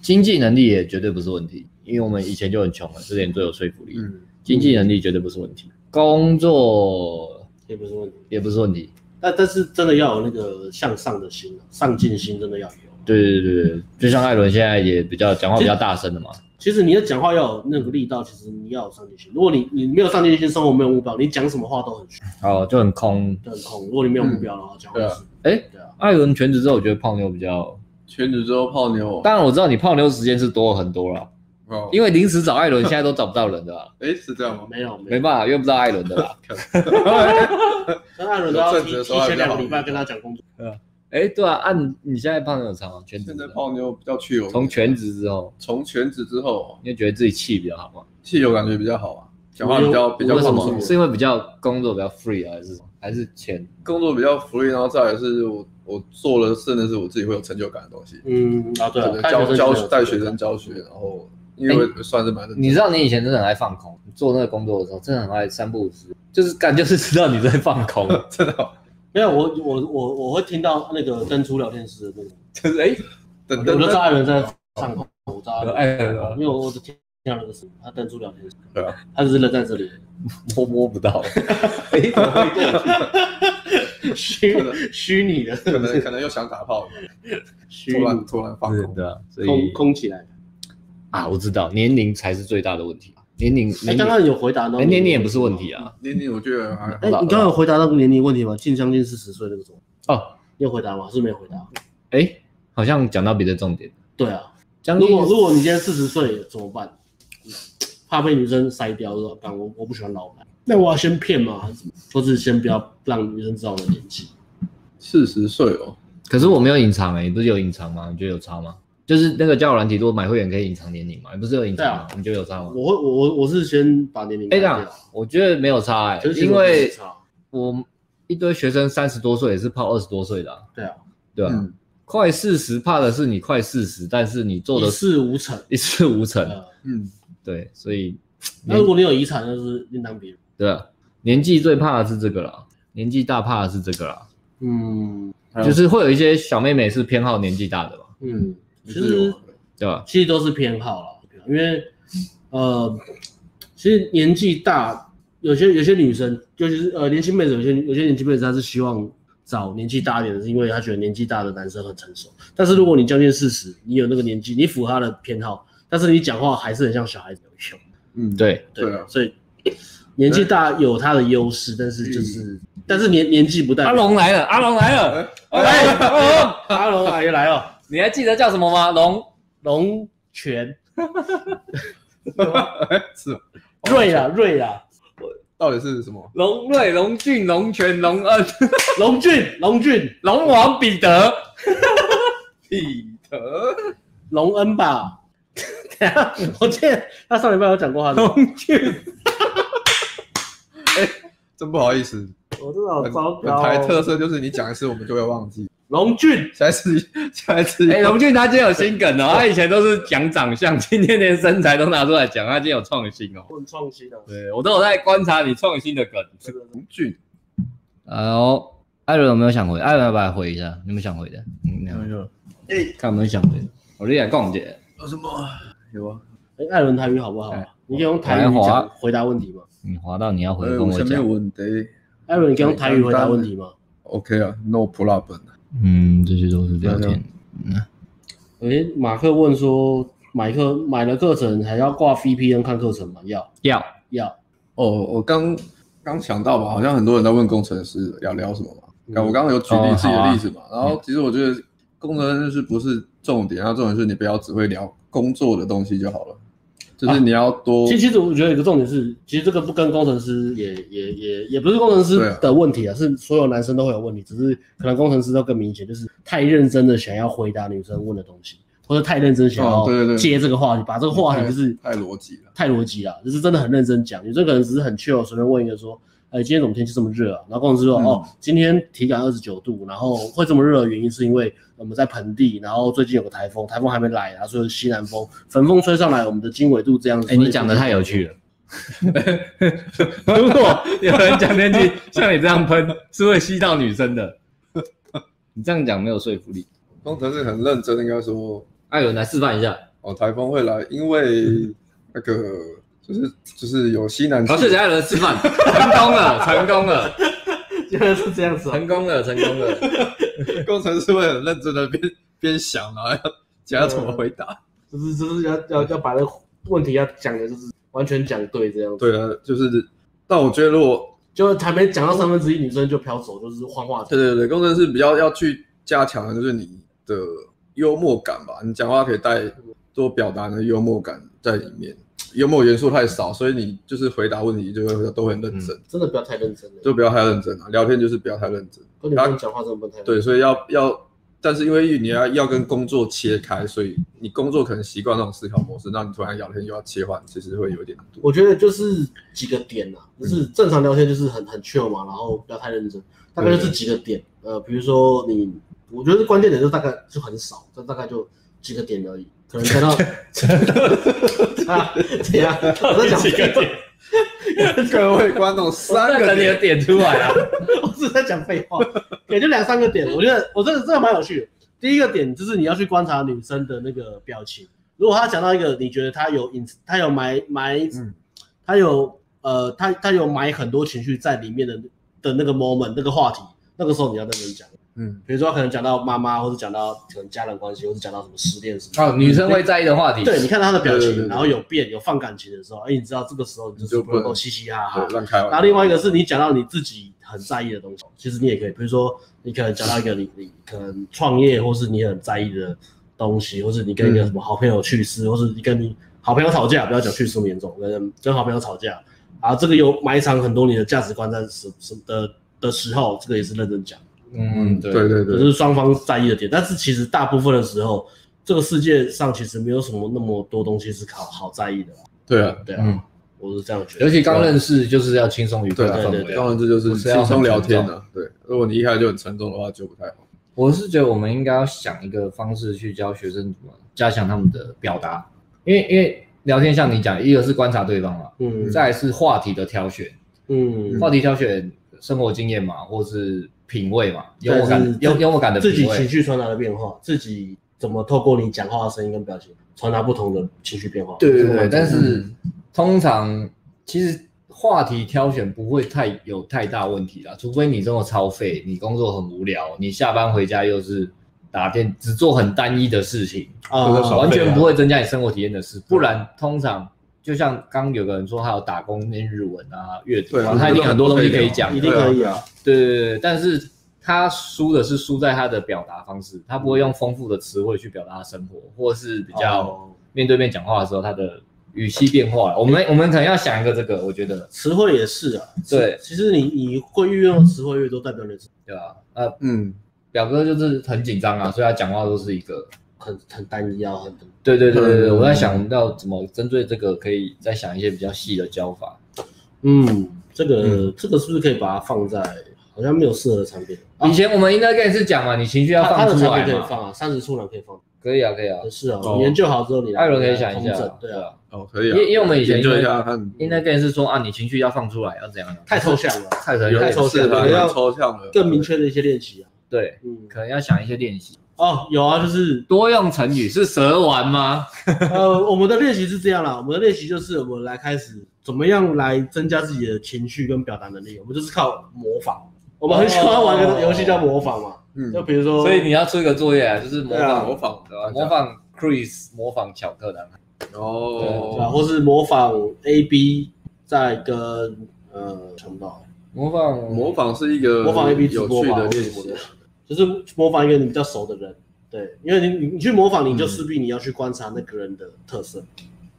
A: 经济能力也绝对不是问题，因为我们以前就很穷了，这点最有说服力。
B: 嗯，
A: 经济能力绝对不是问题，工作
C: 也不是问题。
A: 也不是问题。
C: 但但是真的要有那个向上的心啊，上进心真的要有。啊
A: 对对对对，对就像艾伦现在也比较讲话比较大声了嘛。
C: 其实你要讲话要有那个力道，其实你要有上进心。如果你你没有上进心，生活没有目标，你讲什么话都很虚
A: 哦，就很空。
C: 都很空。如果你没有目标的话，讲话就是
A: 对啊
C: 对啊，
A: 艾伦全职之后，我觉得泡妞比较……
B: 全职之后泡妞，
A: 当然我知道你泡妞时间是多很多了，
B: 哦，
A: 因为临时找艾伦现在都找不到人的 啦，
B: 哎是这样吗？
C: 没有没
A: 没
C: 有。
A: 办法约不到艾伦的啦。
C: 跟艾伦都要
B: 有正
C: 提
B: 职的时
C: 提
B: 候还
C: 前
B: 比较
C: 两
B: 好
C: 个礼拜跟他讲工作。
A: 哎，对啊，按你现在泡妞有长吗？全职
B: 现
A: 之后
B: 在泡妞比较去油，
A: 从全职之后，
B: 从全职之后，
A: 你就觉得自己气比较好吗？
B: 气油感觉比较好啊，讲话比较比较
A: 为什
B: 放
A: 么？
B: 松，
A: 是因为比较工作比较 free 啊，还是什么？还是钱？
B: 工作比较 free，然后再来是我我做了真的是我自己会有成就感的东西，
C: 嗯啊，对哎
B: 可
C: 啊，
B: 能教教带
C: 带
B: 学生教学，然后因为我算是蛮认真
A: 你知道你以前真的很爱放空，你做那个工作的时候真的很爱三不五时，就是感就是知道你在放 空，
B: 真的哦，
C: 没有我我我我会听到那个登出聊天室的那个，
A: 就是哎，
B: 等
C: 我
B: 等
C: 就知道
B: 等，
C: 艾伦在上空，我知道艾伦，
A: 艾伦啊
C: 因为我我只听到那个声音，他登出聊天室，
B: 对啊，
C: 他只是愣在这里，
A: 摸摸不 到，哎，怎么会 过去？
C: 虚虚拟的，
B: 可能可能又想打炮了，
C: 虚
B: 突然
C: 拟
B: 突然放
A: 是
B: 空，
A: 的啊，所
C: 空
A: 以
C: 空起来。哎
A: 啊，我知道年龄才是最大的问题，啊年龄，
C: 哎，
A: 年
C: 刚
A: 龄，
C: 刚有回答到
A: 哎年龄也不是问题啊。
B: 念念我觉得还
C: 哎，你刚刚有回答到年龄问题吗？近将近四十岁那个什么，
A: 哦，
C: 你有回答吗？是没有回答。
A: 哎，好像讲到别的重点，
C: 对啊，
A: 将
C: 如
A: 近
C: 果如果你今天四十岁怎么办？怕被女生筛掉，说干我我不喜欢老男，那我要先骗嘛，还是或是先不要让女生知道我的年纪？
B: 四十岁哦，
A: 可是我没有隐藏哎、你不是有隐藏吗？你觉得有差吗？就是那个交友软体，如果买会员可以隐藏年龄嘛，你不是有隐藏吗？
C: 对啊
A: 你觉得有差吗？
C: 我会我我我是先把年龄
A: 哎、
C: 改
A: 这
C: 掉，
A: 样我觉得没有差哎、
C: 就是
A: 因为
C: 其实我不
A: 我一堆学生三十多岁也是泡二十多岁的啊、
C: 是对啊，
A: 对吧、
B: 嗯，
A: 快四十怕的是你快四十，但是你做
C: 一
A: 的
C: 事无成。
A: 一事无成，
C: 呃，
B: 嗯，
A: 对，所以
C: 那如果你有遗产，就是另当别论。
A: 对吧年纪最怕的是这个啦，年纪大怕的是这个啦，
C: 嗯
B: 还有
A: 就是会有一些小妹妹是偏好年纪大的嘛，
C: 嗯，其
B: 自
C: 实
B: 由
A: 对吧？
C: 其实都是偏好啦，啊因为呃，其实年纪大，有些有些女生，尤其是呃年轻妹子，有些有些年轻妹子她是希望找年纪大一点的，是因为她觉得年纪大的男生很成熟。但是如果你将近四十，你有那个年纪，你符合她的偏好，但是你讲话还是很像小孩子有用。
B: 嗯，
A: 对，
C: 对，
B: 对啊
C: 所以年纪大有她的优势，但是就是、
B: 嗯
C: 但是年年纪不代
A: 阿
C: 表。
A: 龙来了，阿龙来
C: 嗯
A: 了，哎
C: 哎
A: 来，阿龙。
C: 阿龙啊，又来了，
A: 哦你还记得叫什么吗？龙
C: 龙泉
B: 哎是哦，
C: 瑞啦瑞啦，
B: 到底是什么？
A: 龙瑞、龙俊、龙泉、龙恩、
C: 龙俊龙俊
A: 龙王彼得。
B: 彼得，
C: 龙恩吧？ 等一下我记得他上礼拜有讲过他的，
A: 龙俊，
B: 真不好意思，
C: 我真的好
B: 本
C: 糟
B: 本
C: 糕。哦
B: 台特色就是你讲一次我们就会忘记，
C: 龙俊，
B: 下一次 下一 次
A: 哎、龙俊他今天有新梗哦，他以前都是讲长相， 今天连身材都拿出来讲，他今天有创新哦。
C: 很创新啊的，
A: 对我都有在观察你创新的 梗。
B: 龙俊，
A: 哦，艾伦有没有想回？艾伦要不要回一下？你有没有想回的？嗯，没有。哎看有没有想回的。我立来共姐，
B: 有什么？有啊，
C: 哎，艾伦台语好不好
A: 哎
C: 啊？你可以用台语
A: 来华
C: 讲回答问题吗？
A: 你滑到你要回
B: 哎
A: 的跟我
B: 前
A: 讲
B: 面。问题
C: 艾伦，你可以用台语回答问题吗？
B: OK 啊，No problem，
A: 嗯，这些都是聊天。
C: 哎，马克问说，买课买了课程还要挂 VPN 看课程吗？要
A: 要
C: 要，
B: 哦，我刚刚想到吧，好像很多人在问工程师要聊什么嘛。刚我刚刚有举例
A: 哦
B: 自己
A: 好
B: 的
A: 啊
B: 例子嘛，然后其实我觉得工程师是不是重点，然后重点是你不要只会聊工作的东西就好了，就是你要多
C: 其实其实我觉得有一个重点是，其实这个不跟工程师也也也也不是工程师
B: 对啊
C: 的问题啊，是所有男生都会有问题，只是可能工程师都更明显，就是太认真的想要回答女生问的东西，或者太认真想
B: 哦对对
C: 要
B: 对嗯
C: 接这个话题，把这个话题就是
B: 太太逻辑了。
C: 太逻辑了，就是真的很认真讲。有时候可能只是很 chill，随便问一个说，哎、今天怎么天气这么热啊？然后工程师说，
B: 嗯
C: 哦，今天体感二十九度，然后会这么热的原因是因为我们在盆地，然后最近有个台风，台风还没来，然啊后所以有西南 风，焚风吹上来，我们的经纬度这样子。
A: 哎、你讲的太有趣
C: 了。
A: 了。如果 有人讲天气像你这样喷，是会吸到女生的。你这样讲没有说服力。
B: 工程师很认真，应该说
A: 艾啊伦来示范一下。
B: 哦，台风会来，因为那个就是就是有西南气
A: 好，谢谢艾伦示范，成功了，成功了，
C: 原来是这样子、啊。
A: 成功了，成功了。
B: 工程师会很认真的边边想，然后要想要怎么回答。
C: 就是就是要要要把那个问题要讲的，就是完全讲对这样子。，
B: 对啊，就是，但我觉得如果
C: 就还没讲到三分之一，女生就飘走，就是换话题。
B: 对对对，工程师比较要去加强的就是你的幽默感吧，你讲话可以带多表达你的幽默感在里面，幽默元素太少，所以你就是回答问题就会都很认真，
C: 真的不要太认真了，
B: 就不要太认真啊，聊天就是不要太认真。
C: 跟女生讲话真的不能太认真。
B: 对，所以要要，但是因为你要要跟工作切开，所以你工作可能习惯那种思考模式，让你突然聊天又要切换，其实会有一点难度。
C: 我觉得就是几个点啊，就是正常聊天就是很很 chill 嘛，然后不要太认真，大概就是几个点。呃，比如说你，我觉得关键点就大概就很少，这大概就几个点而已，可能看到 啊，怎样？我在讲
D: 几个点
B: 各位观众，三
A: 我在
B: 个
A: 等你的
B: 点，
A: 点出来啊！
C: 我只是在讲废话， 也就两三个点。我觉得我这个这个蛮有趣的。第一个点就是你要去观察女生的那个表情，如果她讲到一个你觉得她有隐，她有埋埋，
B: 嗯
C: 她有呃，她她有埋很多情绪在里面的的那个 moment 那个话题，那个时候你要认真讲。
B: 嗯，
C: 比如说她可能讲到妈妈，或者讲到可能家人关系，或者讲到什么失恋什么。
A: 哦，女生会在意的话题。
C: 对，你看她的表
B: 对对对
C: 情，
B: 对
C: 然后有变，有放感情的时候，哎，你知道这个时候你就是
B: 就
C: 不
B: 不
C: 能够
B: 能
C: 嘻嘻哈哈
B: 对，，乱开玩
C: 然后
B: 笑。
C: 另外一个是你讲到你自己很在意的东西，其实你也可以，比如说你可能讲到一个你你可能创业，或是你很在意的东西，或是你跟一个什么好朋友去世，或是你跟你好朋友吵架，不要讲去世那么严重，跟跟好朋友吵架，啊，这个有埋藏很多你的价值观在什什的的时候，这个也是认真讲，
A: 嗯，对
B: 对对
C: 这
B: 对，
C: 是双方在意的点。但是其实大部分的时候，这个世界上其实没有什么那么多东西是好好在意的啦，
B: 对啊，
C: 对啊，
A: 嗯
C: 我是这样觉得
A: 尤。其刚认识就是要轻松愉快
B: 对
A: 的
B: 啊
A: 氛
C: 对对
A: 围
C: 对
A: 啊。
B: 当然这就是
A: 是要
B: 轻
A: 很
B: 松聊天
A: 沉
B: 啊。对，如果你一开始就很沉重的话，就不太好。
A: 我是觉得我们应该要想一个方式去教学生怎么加强他们的表达，因为因为聊天像你讲，一个是观察对方嘛，
C: 嗯
A: 再来是话题的挑选，
C: 嗯，
A: 话题挑选生活经验嘛，或是品味嘛，幽默
C: 但是
A: 感幽幽默感的
C: 自己
A: 品
C: 情
A: 味。
C: 绪传达的变化，自己怎么透过你讲话的声音跟表情传达不同的情绪变化。
A: 对对
C: 这
A: 对，
C: 蛮重要
A: 但
C: 的
A: 是通常其实话题挑选不会太有太大问题啦，除非你真的超废，你工作很无聊，你下班回家又是打电只做很单一的事情，
B: 就是
C: 啊，
B: 少
A: 完
B: 费
A: 全
B: 啊
A: 不会增加你生活体验的事。不然，通常就像刚有个人说，他有打工念日文啊、阅读
B: 对
A: 啊
B: 啊，
A: 他一定很多东西可以
B: 这
A: 讲
B: 样
A: 的。
C: 一定可以啊。
A: 对对对对，但是他输的是输在他的表达方式，他不会用丰富的词汇去表达他生活，或是比较
C: 哦
A: 面对面讲话的时候他的语气变化了。我们我们可能要想一个这个，我觉得
C: 词汇也是啊，
A: 对
C: 其实你你会运用的词汇越多，代表你是
A: 对吧？呃，
B: 嗯，
A: 表哥就是很紧张啊，所以他讲话都是一个。
C: 很很单一啊，很
A: 对对对对对，
B: 嗯
A: 我在想我们要怎么针对这个，可以再想一些比较细的教法。
C: 嗯，这个这个是不是可以把它放在好像没有适合的产品？
A: 以前我们应该跟你是讲嘛，你情绪啊要
C: 它它
A: 放
C: 的
A: 出
C: 产
A: 来
C: 品可
A: 嘛
C: 以，放啊，三十处男可以放，
A: 可以啊，可以啊，
C: 是啊，
B: 哦
C: 你研究好之后你来
A: 艾伦可以想一下
C: 通证，对啊，，
B: 哦，可以啊。
A: 因为因为我们以前
B: 研究一下看，
A: 应该跟你是说啊，你情绪要放出来，要怎样？
C: 太抽象了，
A: 太可能
B: 有
C: 太抽
B: 点
C: 象
B: 是
C: 了
B: 吧
C: 要
B: 很抽象了，
C: 更明确的一些练习啊，
A: 对，
C: 嗯，
A: 可能要想一些练习，
C: 哦，有啊，就是
A: 多用成语是蛇丸吗？
C: 呃，我们的练习是这样啦，我们的练习就是我们来开始怎么样来增加自己的情绪跟表达能力，我们就是靠模仿。我们很喜欢玩个游戏叫模仿嘛，
B: 嗯
C: 就比如说，
A: 所以你要出一个作业啊，就是模
C: 对
A: 仿
C: 啊
B: 模仿的啊
A: 模仿 Chris，模仿巧克力。
C: 对吧？
B: 哦，
C: 或是模仿 A B 再跟呃想不到，
A: 模仿
B: 模仿是一个
C: 模仿 A B 直
B: 有
C: 播
B: 趣
C: 吧
B: 的，练
C: 或
B: 习
C: 者。就是模仿一个你比较熟的人，对，因为你你你去模仿，你
B: 嗯
C: 就势必你要去观察那个人的特色，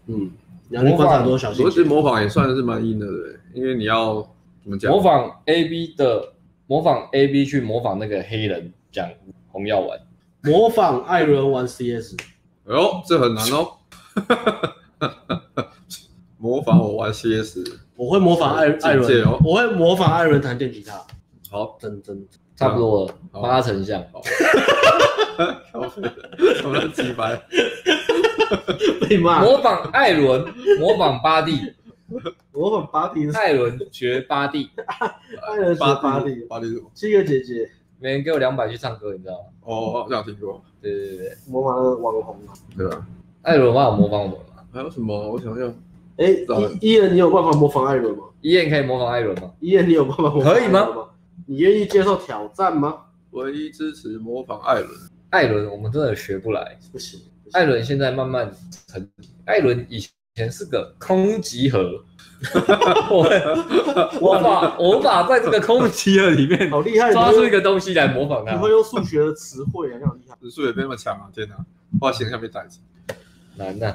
C: 嗯，你要去观察很多小细
B: 我觉
C: 节
B: 得，模仿也算是蛮硬的对，因为你要怎么讲？
A: 模仿 A B 的模仿 A B 去模仿那个黑人讲红药丸，
C: 模仿艾伦玩 C S，
B: 哎呦，这很难哦。 模仿我玩 CS，
C: 我会模仿艾艾
B: 境界
C: 伦
B: 哦，
C: 我会模仿艾伦弹电吉他，
B: 好，
C: 真真
D: 差不多了，
B: 好
D: 八成像。
B: 我们几百，
C: 被骂。
D: 模仿艾伦，模仿巴蒂，
C: 模仿巴蒂是
D: 艾伦学巴蒂，
C: 艾伦是巴
B: 黎，
C: 黎
B: 巴黎什么？
C: 七个姐姐
D: 每人给我两百去唱歌，你知道吗？
B: 哦，好像听过，
D: 对对对对，
C: 模仿那个网红嘛。
B: 对啊。
D: 艾伦帮我模仿我们嘛，
B: 还有什么？我想想，
C: 哎，伊伊人，你有办法模仿艾伦吗？
D: 一燕可以模仿艾伦吗？
C: 伊人，你有办法模仿
D: 可以吗
C: 艾伦吗？你愿意接受挑战吗？
B: 唯一支持模仿艾伦，
D: 艾伦我们真的学不来，
C: 不行，不行
D: 艾伦现在慢慢成，艾伦以前是个空集 合，我我无法我无法在这个空集合里面
C: 好厉害，
D: 抓住一
C: 个，
D: 个东西来模仿
C: 你
D: 他
C: 会，用数学的词汇啊，你好厉害。
B: 人数也没那么强啊！天哪，花钱下面逮子，
D: 难呐、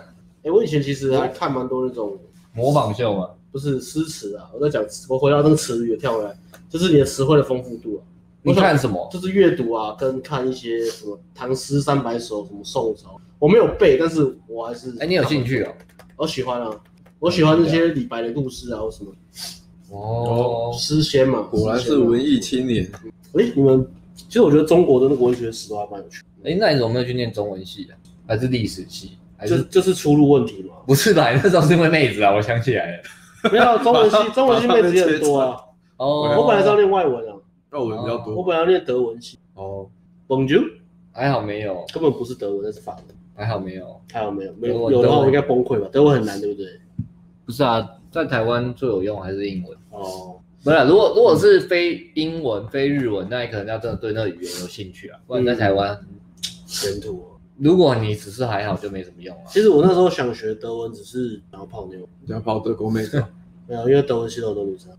C: 哎，我以前其实还看蛮多那种
D: 模仿秀啊嘛，
C: 不是诗词啊，我在讲词，我回到那个词语跳回来，就是你的词汇的丰富度啊，
D: 你看什么？
C: 就是阅读啊，跟看一些什么唐诗三百首、什么宋朝，我没有背，但是我还是
D: 哎、你有兴趣哦？
C: 我喜欢啊，我喜欢那些李白的故事啊，或什么
D: 哦，
C: 诗仙嘛，
B: 果然是文艺青年。
C: 哎、诶你们其实我觉得中国的那个文学史都还蛮有趣的，
D: 哎、那你怎么没有去念中文系啊？还是历史系？还。
C: 就是就是出路问题嘛
D: 不是吧？那时候是因为妹子啊，我想起来了。
C: 没有啊中文系，中文系妹子也很多啊。
D: 哦，
C: 我本来是要念外文啊，
B: 那我人比较
C: 我
B: 多
C: 本来要念德文系
B: 哦，
C: ，Bonjour
D: 还好没有，
C: 根本不是德文，那是法文。
D: 还好没有。
C: 还有没有？没
D: 德
C: 有
D: 文
C: 有的话
D: 德
C: 我
D: 文
C: 应该崩溃吧？德文很难，对不对？
A: 不是啊，在台湾最有用还是英文。
C: 哦，
A: 不是啊，如果如果是非英文、非日文，那你可能要真的对那个语言有兴趣啊。不然在台湾，
C: 前途哦。
A: 如果你只是还好，就没什么用啊。
C: 其实我那时候想学德文，只是想要泡妞，
B: 你想跑德国妹子，啊
C: 没有，因为德文系都有很多女生，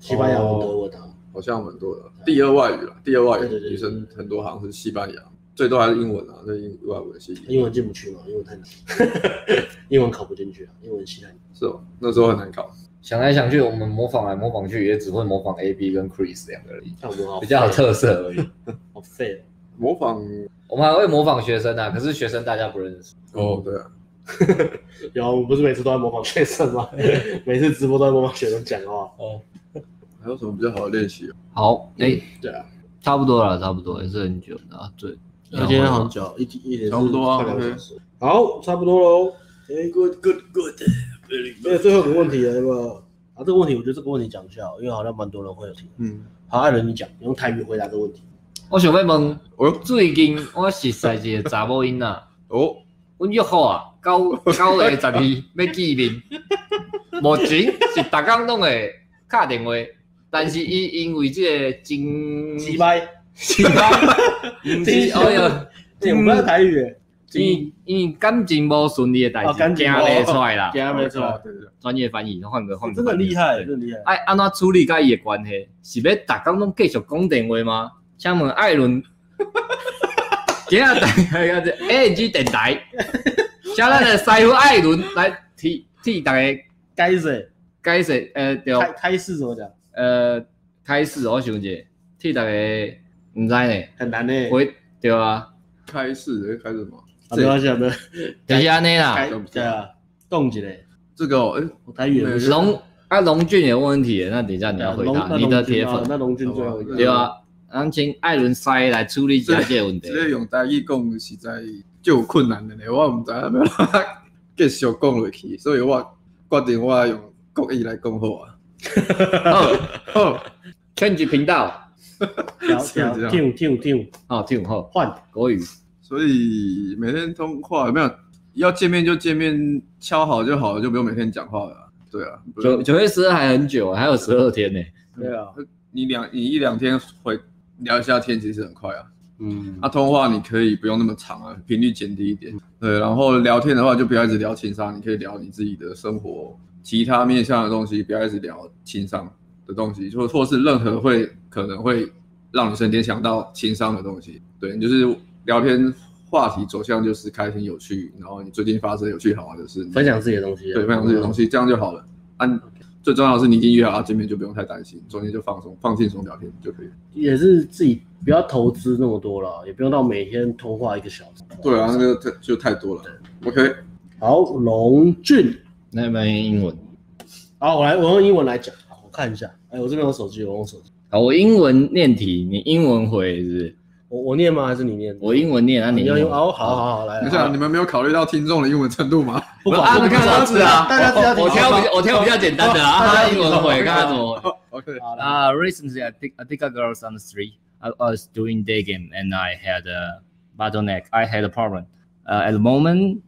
C: 西班牙文、德文啊。
B: 好像蛮多的。第二外语了，第二外语
C: 对对对
B: 女生很多，好像是西班牙，最多还是英文啊，这英外文系
C: 英文进不去嘛，英文太难， 英文考不进去啊，英文系太难。
B: 是哦，那时候很难搞。
A: 想来想去，我们模仿来模仿去，也只会模仿 A B 跟 Chris 两个人，
C: 像我们好
A: 比较有
C: 废啊
A: 特色而已。
C: 好废哦。
B: 模仿
A: 我们还会模仿学生啊，可是学生大家不认识。
B: 哦，对啊，
C: 有啊，我们不是每次都在模仿学生吗？ 每次直播都在模仿学生讲话。
D: 哦，
B: 还有什么比较好的练习？啊
A: 好，哎、
C: 对啊，
A: 差不多了，差不多也是很久了啊。对，
C: 那今天好像久，一一点
B: 差不多啊
C: 快两个小时。嗯好，差不多喽。哎，
B: Good, good, good.
C: 那最后一个问题了，那么啊，这个问题我觉得这个问题讲一下哦，因为好像蛮多人会有听。
B: 嗯，
C: 好，艾伦你讲，你用台语回答这个问题。
A: 我想要问，
B: 哦
A: 最近我实在一个查某囡仔，
B: 哦，
A: 阮约好啊， 九九月十二要见面。目前是逐工拢会敲电话，但是伊因为即个真
C: 鸡掰，
A: 是吧？毋
C: 真
A: 是，
C: 相
A: 哎呀，
C: 对，我们是台语，
A: 因因感情无顺利的代
C: 哦感
A: 志，
C: 情
A: 惊
C: 无
A: 袂出来啦。
C: 他没错，
B: 对对对，
A: 专业翻译，换个换个翻译。
C: 真的厉害，真的厉害。
A: 爱安怎处理甲伊的关系？是要逐工拢继续讲电话吗？请问艾 伦，今仔大家这 A N G 电台，请咱的师傅艾伦来替替大家
C: 该谁？
A: 解释，呃，对，
C: 开开市怎么讲？
A: 呃，开始我想者，替大家毋知呢，
C: 很难呢。
A: 回对啊，
B: 开始哎开始什么？
C: 啊没关系，啊，没有
A: 就是安尼啦
C: 开。对啊，动起来。
B: 这个哦，哎，
C: 我台语也不行。
A: 龙啊，龙俊有问题耶，那等一下你要回答
C: 龙
A: 你的铁
C: 那
A: 粉，
C: 龙君啊那龙君最后一个。
A: 对啊，咱请艾伦师来处理一下这个问题
B: 这。个用台语讲实在就有困难的呢，我唔知要不要让它继续讲落去，所以我决定我用国语来讲好啊。
A: 好
B: 好，
A: ，Change 频道。
C: 调
B: 是这
C: 调
B: 样
C: 跳跳跳，
A: 哦，听我好，
C: 换
A: 国语
B: 所以每天通话有没有要见面就见面，敲好就好了，就不用每天讲话了啊。对啊，不
A: 九九月十二还很久，还有十二天呢。
C: 对啊，
B: 你两你一两天回聊一下天，其实很快啊。
C: 嗯，
B: 啊，通话你可以不用那么长啊，频率减低一点。对，然后聊天的话就不要一直聊情商，你可以聊你自己的生活其他面向的东西，不要一直聊情商的东西，或或是任何会可能会让你瞬间想到情商的东西。对，你就是聊天话题走向就是开心有趣，然后你最近发生有趣好玩的事，
C: 分享自己的东西啊。嗯
B: 对分享自己的东西，这样就好了。啊，最重要的是你已经约好要见面，就不用太担心，中间就放松、放轻松聊天就可以了。
C: 也是自己不要投资那么多了，也不用到每天通话一个小时。
B: 对啊，那个太就太多了。OK，
C: 好，龙俊，
A: 那有没有英文？
C: 好，我来，我用英文来讲，好我看一下。哎，我这边有手机，我用手机。
A: 好，我英文念题，你英文回是不是？
C: 我我念吗？还是你念？
A: 我英文念，那、啊、
C: 你
A: 你
C: 要用
A: 英文
C: 哦，好好好，来，
B: 等一下，
C: 来
B: 你们没有考虑到听众的英文程度吗？
C: 不管
A: 啊，那看他字啊，
C: 大家只要
A: 我我挑比较我挑比较简单的啊，
C: 大家
A: 他
C: 听
A: 英文回，看他怎么回。
B: OK，
C: 好了，
A: Uh, recently, I pick I pick up girls on the street. I was doing day game and I had a bottleneck. I had a problem. Uh, at the moment,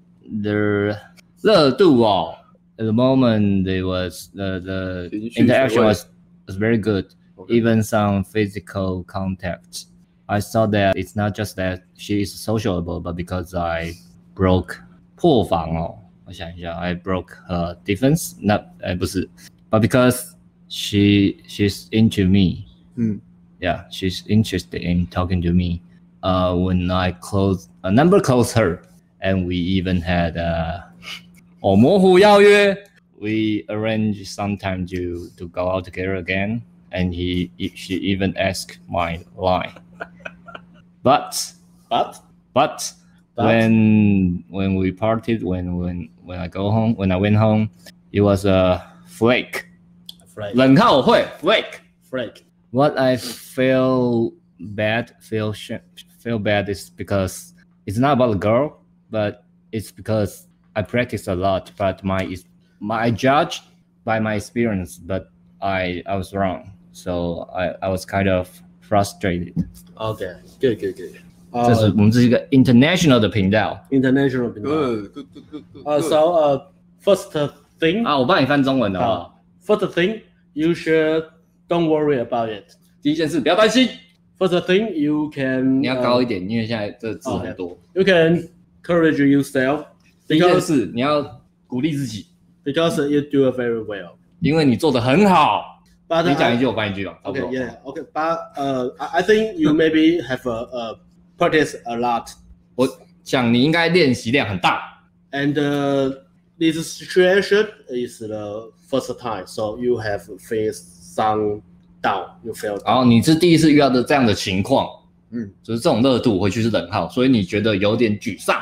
A: the 热度哦 at the moment it was the the
B: 情绪
A: interaction
B: 水位。
A: was was very good.
B: OK
A: Even some physical contact. I saw that it's not just that she is sociable, but because I broke 破防哦，我想一下，I broke her defense. 那哎不是，but because she she's into me.
B: 嗯
A: Yeah, she's interested in talking to me. Uh, when I close a number close her, and we even had uh, 哦模糊邀约。We arranged sometime to to go out together again, and he, he she even asked my line. but
C: but
A: but
C: But-
A: when when we parted, when when when I go home, when I went home, it was a flake.
C: Frank
A: 冷靠会 flake.
C: Frank
A: What I feel bad, feel shame, feel bad is because it's not about the girl, but it's because I practice a lot. But my is my I judge by my experience, but I I was wrong. So I I was kind of frustrated.
C: OK，good good good，
A: 这是我们这是一个 international 的频道
C: international 频道。
B: ，Good，Good，Good，Good。
C: 呃，so 呃，first thing
A: 啊，我帮你翻中文的哦。
C: First thing, you should don't worry about it.
A: 第一件事不要担心，
C: First thing, you can uh,
A: 你要高一点，因为现在这字很多。
C: You can encourage yourself
A: 第一件
C: because
A: 事你要鼓励自己，
C: because you do it very well.
A: 因为你做的很好。
C: But uh,
A: 你讲一
C: I,
A: 句，我翻一句吧。差不
C: okay,
A: 多
C: yeah, okay. But uh, I I think you maybe have a, uh practice a lot,
A: 想你应该练习量很大，
C: and uh, this situation is the first time, so you have faced some down, you feel
A: 然
C: down.
A: 后你是第一次遇到的这样的情况，
B: 嗯，
A: 就是这种热度回去是冷号，所以你觉得有点沮丧。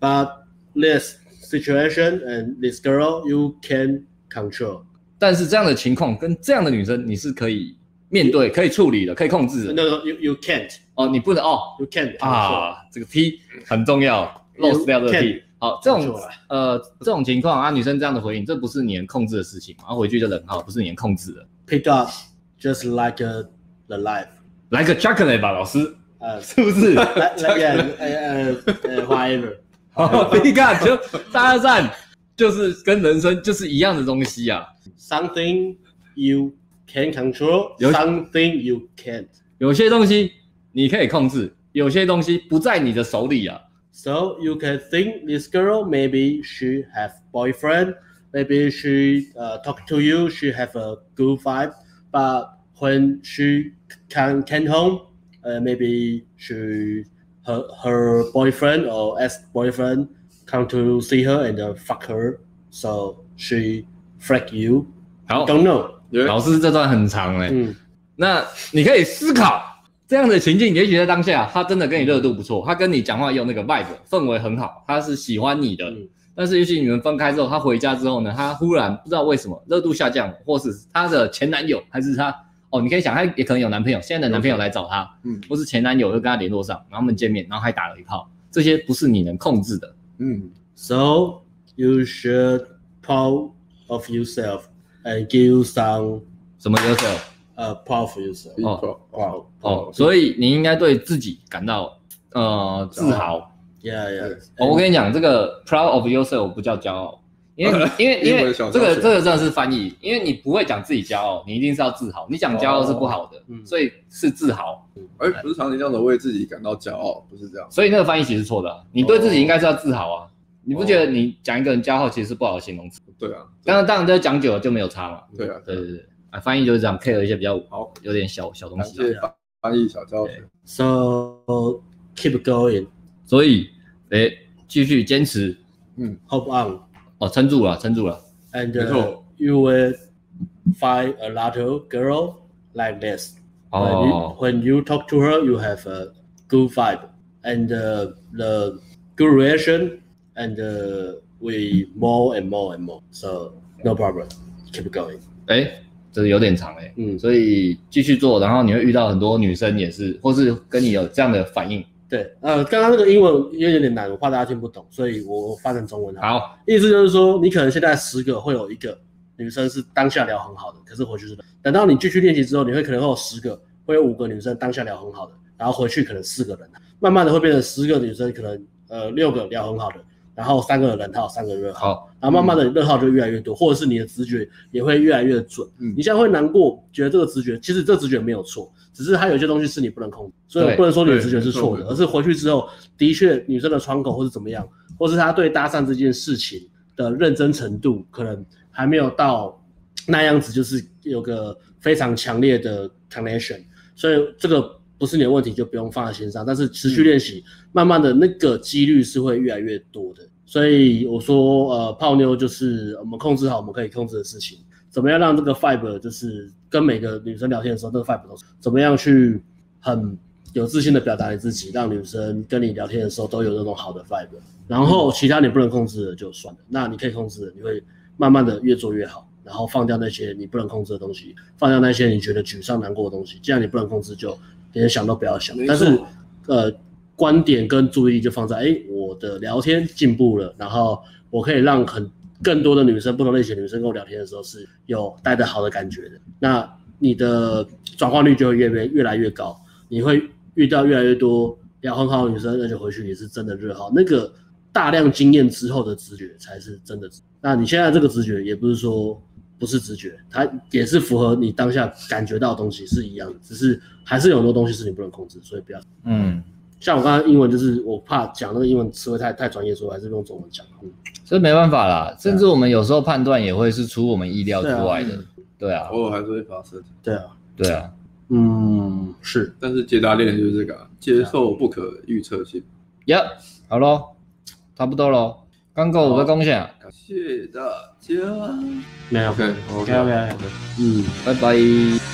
C: But this situation and this girl, you can control.
A: 但是这样的情况跟这样的女生，你是可以面对、可以处理的、可以控制
C: No,
A: 的。
C: no, you you can't.
A: 哦，你不能哦，
C: You can't
A: Ah. 啊，这个 T 很重要，lost 掉这个 T。好，这
C: 看
A: 种
C: 错了
A: 呃这种情况啊，女生这样的回应，这不是你能控制的事情嘛，然啊后回去就冷号，不是你能控制的。
C: pick up just like a, the life.
A: 来个 chocolate 吧，老师，
C: Uh,
A: 是不是？
C: like, like, yeah, uh, uh, uh, whatever.
A: 好 b i g up 哦就搭讪，就是跟人生就是一样的东西啊。
C: Something you can control,
A: 有-
C: something you can't.
A: 有些东西你可以控制，有些东西不在你的手里啊。
C: So you can think this girl maybe she have boyfriend, maybe she uh, talk to you, she have a good vibe, but when she can can home, uh, maybe she her her boyfriend or ex boyfriend come to see her and uh, fuck her, so she freak you.
A: 好，
C: Don't know. Mm.
B: 耶
A: 老师这段很长哎、
C: 嗯，
A: 那你可以思考这样的情境，也许在当下他真的跟你热度不错，他跟你讲话有那个 vibe 氛围很好，他是喜欢你的。
C: 嗯
A: 但是也许你们分开之后，他回家之后呢，他忽然不知道为什么热度下降了，或是他的前男友还是他哦，你可以想他也可能有男朋友，现在的男朋友来找他，
B: 嗯
A: 或是前男友又跟他联络上，然后他们见面，然后还打了一炮，这些不是你能控制的。
B: 嗯
C: So you should proud of yourself and give some
A: 什么 yourself
C: uh proud of yourself.
B: ，Equal，
C: Wow.
A: 哦，所以你应该对自己感到呃自豪。
C: Yeah, yeah.
A: 哦我跟你讲，这个 proud of yourself 不叫骄傲，因 为因为因
B: 英
A: 为
B: 文小
A: 这
B: 教
A: 个
B: 学
A: 这个真的是翻译，因为你不会讲自己骄傲，你一定是要自豪。你讲骄傲是不
B: 哦
A: 好的，
C: 嗯
A: 所以是自豪，
B: 哎，不是常听这样的为自己感到骄傲，不是这样。
A: 所以那个翻译其实是错的啊、你对自己应该是要自豪啊，你不觉得你讲一个人骄傲其实是不好的形容词？
B: 哦对啊，
A: 当然当然，这讲久了就没有差嘛。
B: 对啊，
A: 对对对，啊，翻译就是这样 care 一些比较
B: 好
A: 有点小小东
B: 感
A: 西啊、
B: 谢翻翻译小教学。
C: So keep going,
A: 所以诶，继续坚持
C: hope on,
A: 哦，撑住了，撑住了。
C: and
B: 没
C: uh,
B: 错，
C: you will find a lateral girl like this.
B: 哎
C: When, you,
A: 哦，
C: when you talk to her, you have a good vibe and uh, the good relation, and uh, we more and more and more. So no problem, keep going. Mm.
A: 哎，这有点长哎，
C: 嗯，
A: 所以继续做，然后你会遇到很多女生也是，或是跟你有这样的反应。
C: 对，呃，刚刚那个英文因为有点难，我怕大家听不懂，所以我我翻成中文好了。
A: 好，
C: 意思就是说，你可能现在十个会有一个女生是当下聊很好的，可是回去是等到你继续练习之后，你会可能会有十个，会有五个女生当下聊很好的，然后回去可能四个人，慢慢的会变成十个女生可能呃六个聊很好的，然后三个人号，三个人号，
A: 好，
C: 然后慢慢的热号就越来越多，或者是你的直觉也会越来越准。
B: 嗯
C: 你现在会难过，觉得这个直觉，其实这直觉没有错，只是它有些东西是你不能控制，所以我
A: 对
C: 不能说你的
B: 对
C: 直觉是错的，
B: 没错
C: 而是回去之后，的确女生的窗口或是怎么样，或是她对搭讪这件事情的认真程度，可能还没有到那样子，就是有个非常强烈的 connection，所以这个。不是你的问题，就不用放在心上。但是持续练习，慢慢的那个几率是会越来越多的。所以我说，呃，泡妞就是呃我们控制好我们可以控制的事情，怎么样让这个 fiber 就是跟每个女生聊天的时候，这个 fiber 都是怎么样去很有自信的表达你自己，让女生跟你聊天的时候都有那种好的 fiber。然后其他你不能控制的就算了，那你可以控制的，你会慢慢的越做越好，然后放掉那些你不能控制的东西，放掉那些你觉得沮丧难过的东西。既然你不能控制，就连想都不要想
B: 没。
C: 但
B: 错
C: 是呃，观点跟注意力就放在，哎，我的聊天进步了，然后我可以让很更多的女生，不同类型的女生跟我聊天的时候是有带着好的感觉的，那你的转换率就会越越越来越高，你会遇到越来越多聊很好的女生，那就回去也是真的热好，那个大量经验之后的直觉才是真的直。那你现在这个直觉也不是说不是直觉，它也是符合你当下感觉到的东西是一样的，只是还是有很多东西是你不能控制，所以不要
A: 嗯，
C: 像我刚刚英文就是我怕讲那个英文词汇太太专业，所以我还是用中文讲。嗯，
A: 这没办法啦，甚至我们有时候判断也会是出我们意料之
C: 对啊
A: 外的。对啊，
B: 偶尔还是会发生。
C: 对啊，
A: 对啊，
C: 嗯，是。
B: 但是接搭恋就是这个、啊，接受不可预测性。
A: 耶、好咯，差不多咯。刚够我的贡献，啊
B: 感谢大家。
C: 没有
B: OK OK
C: OK，OK，OK 嗯。
A: 拜拜。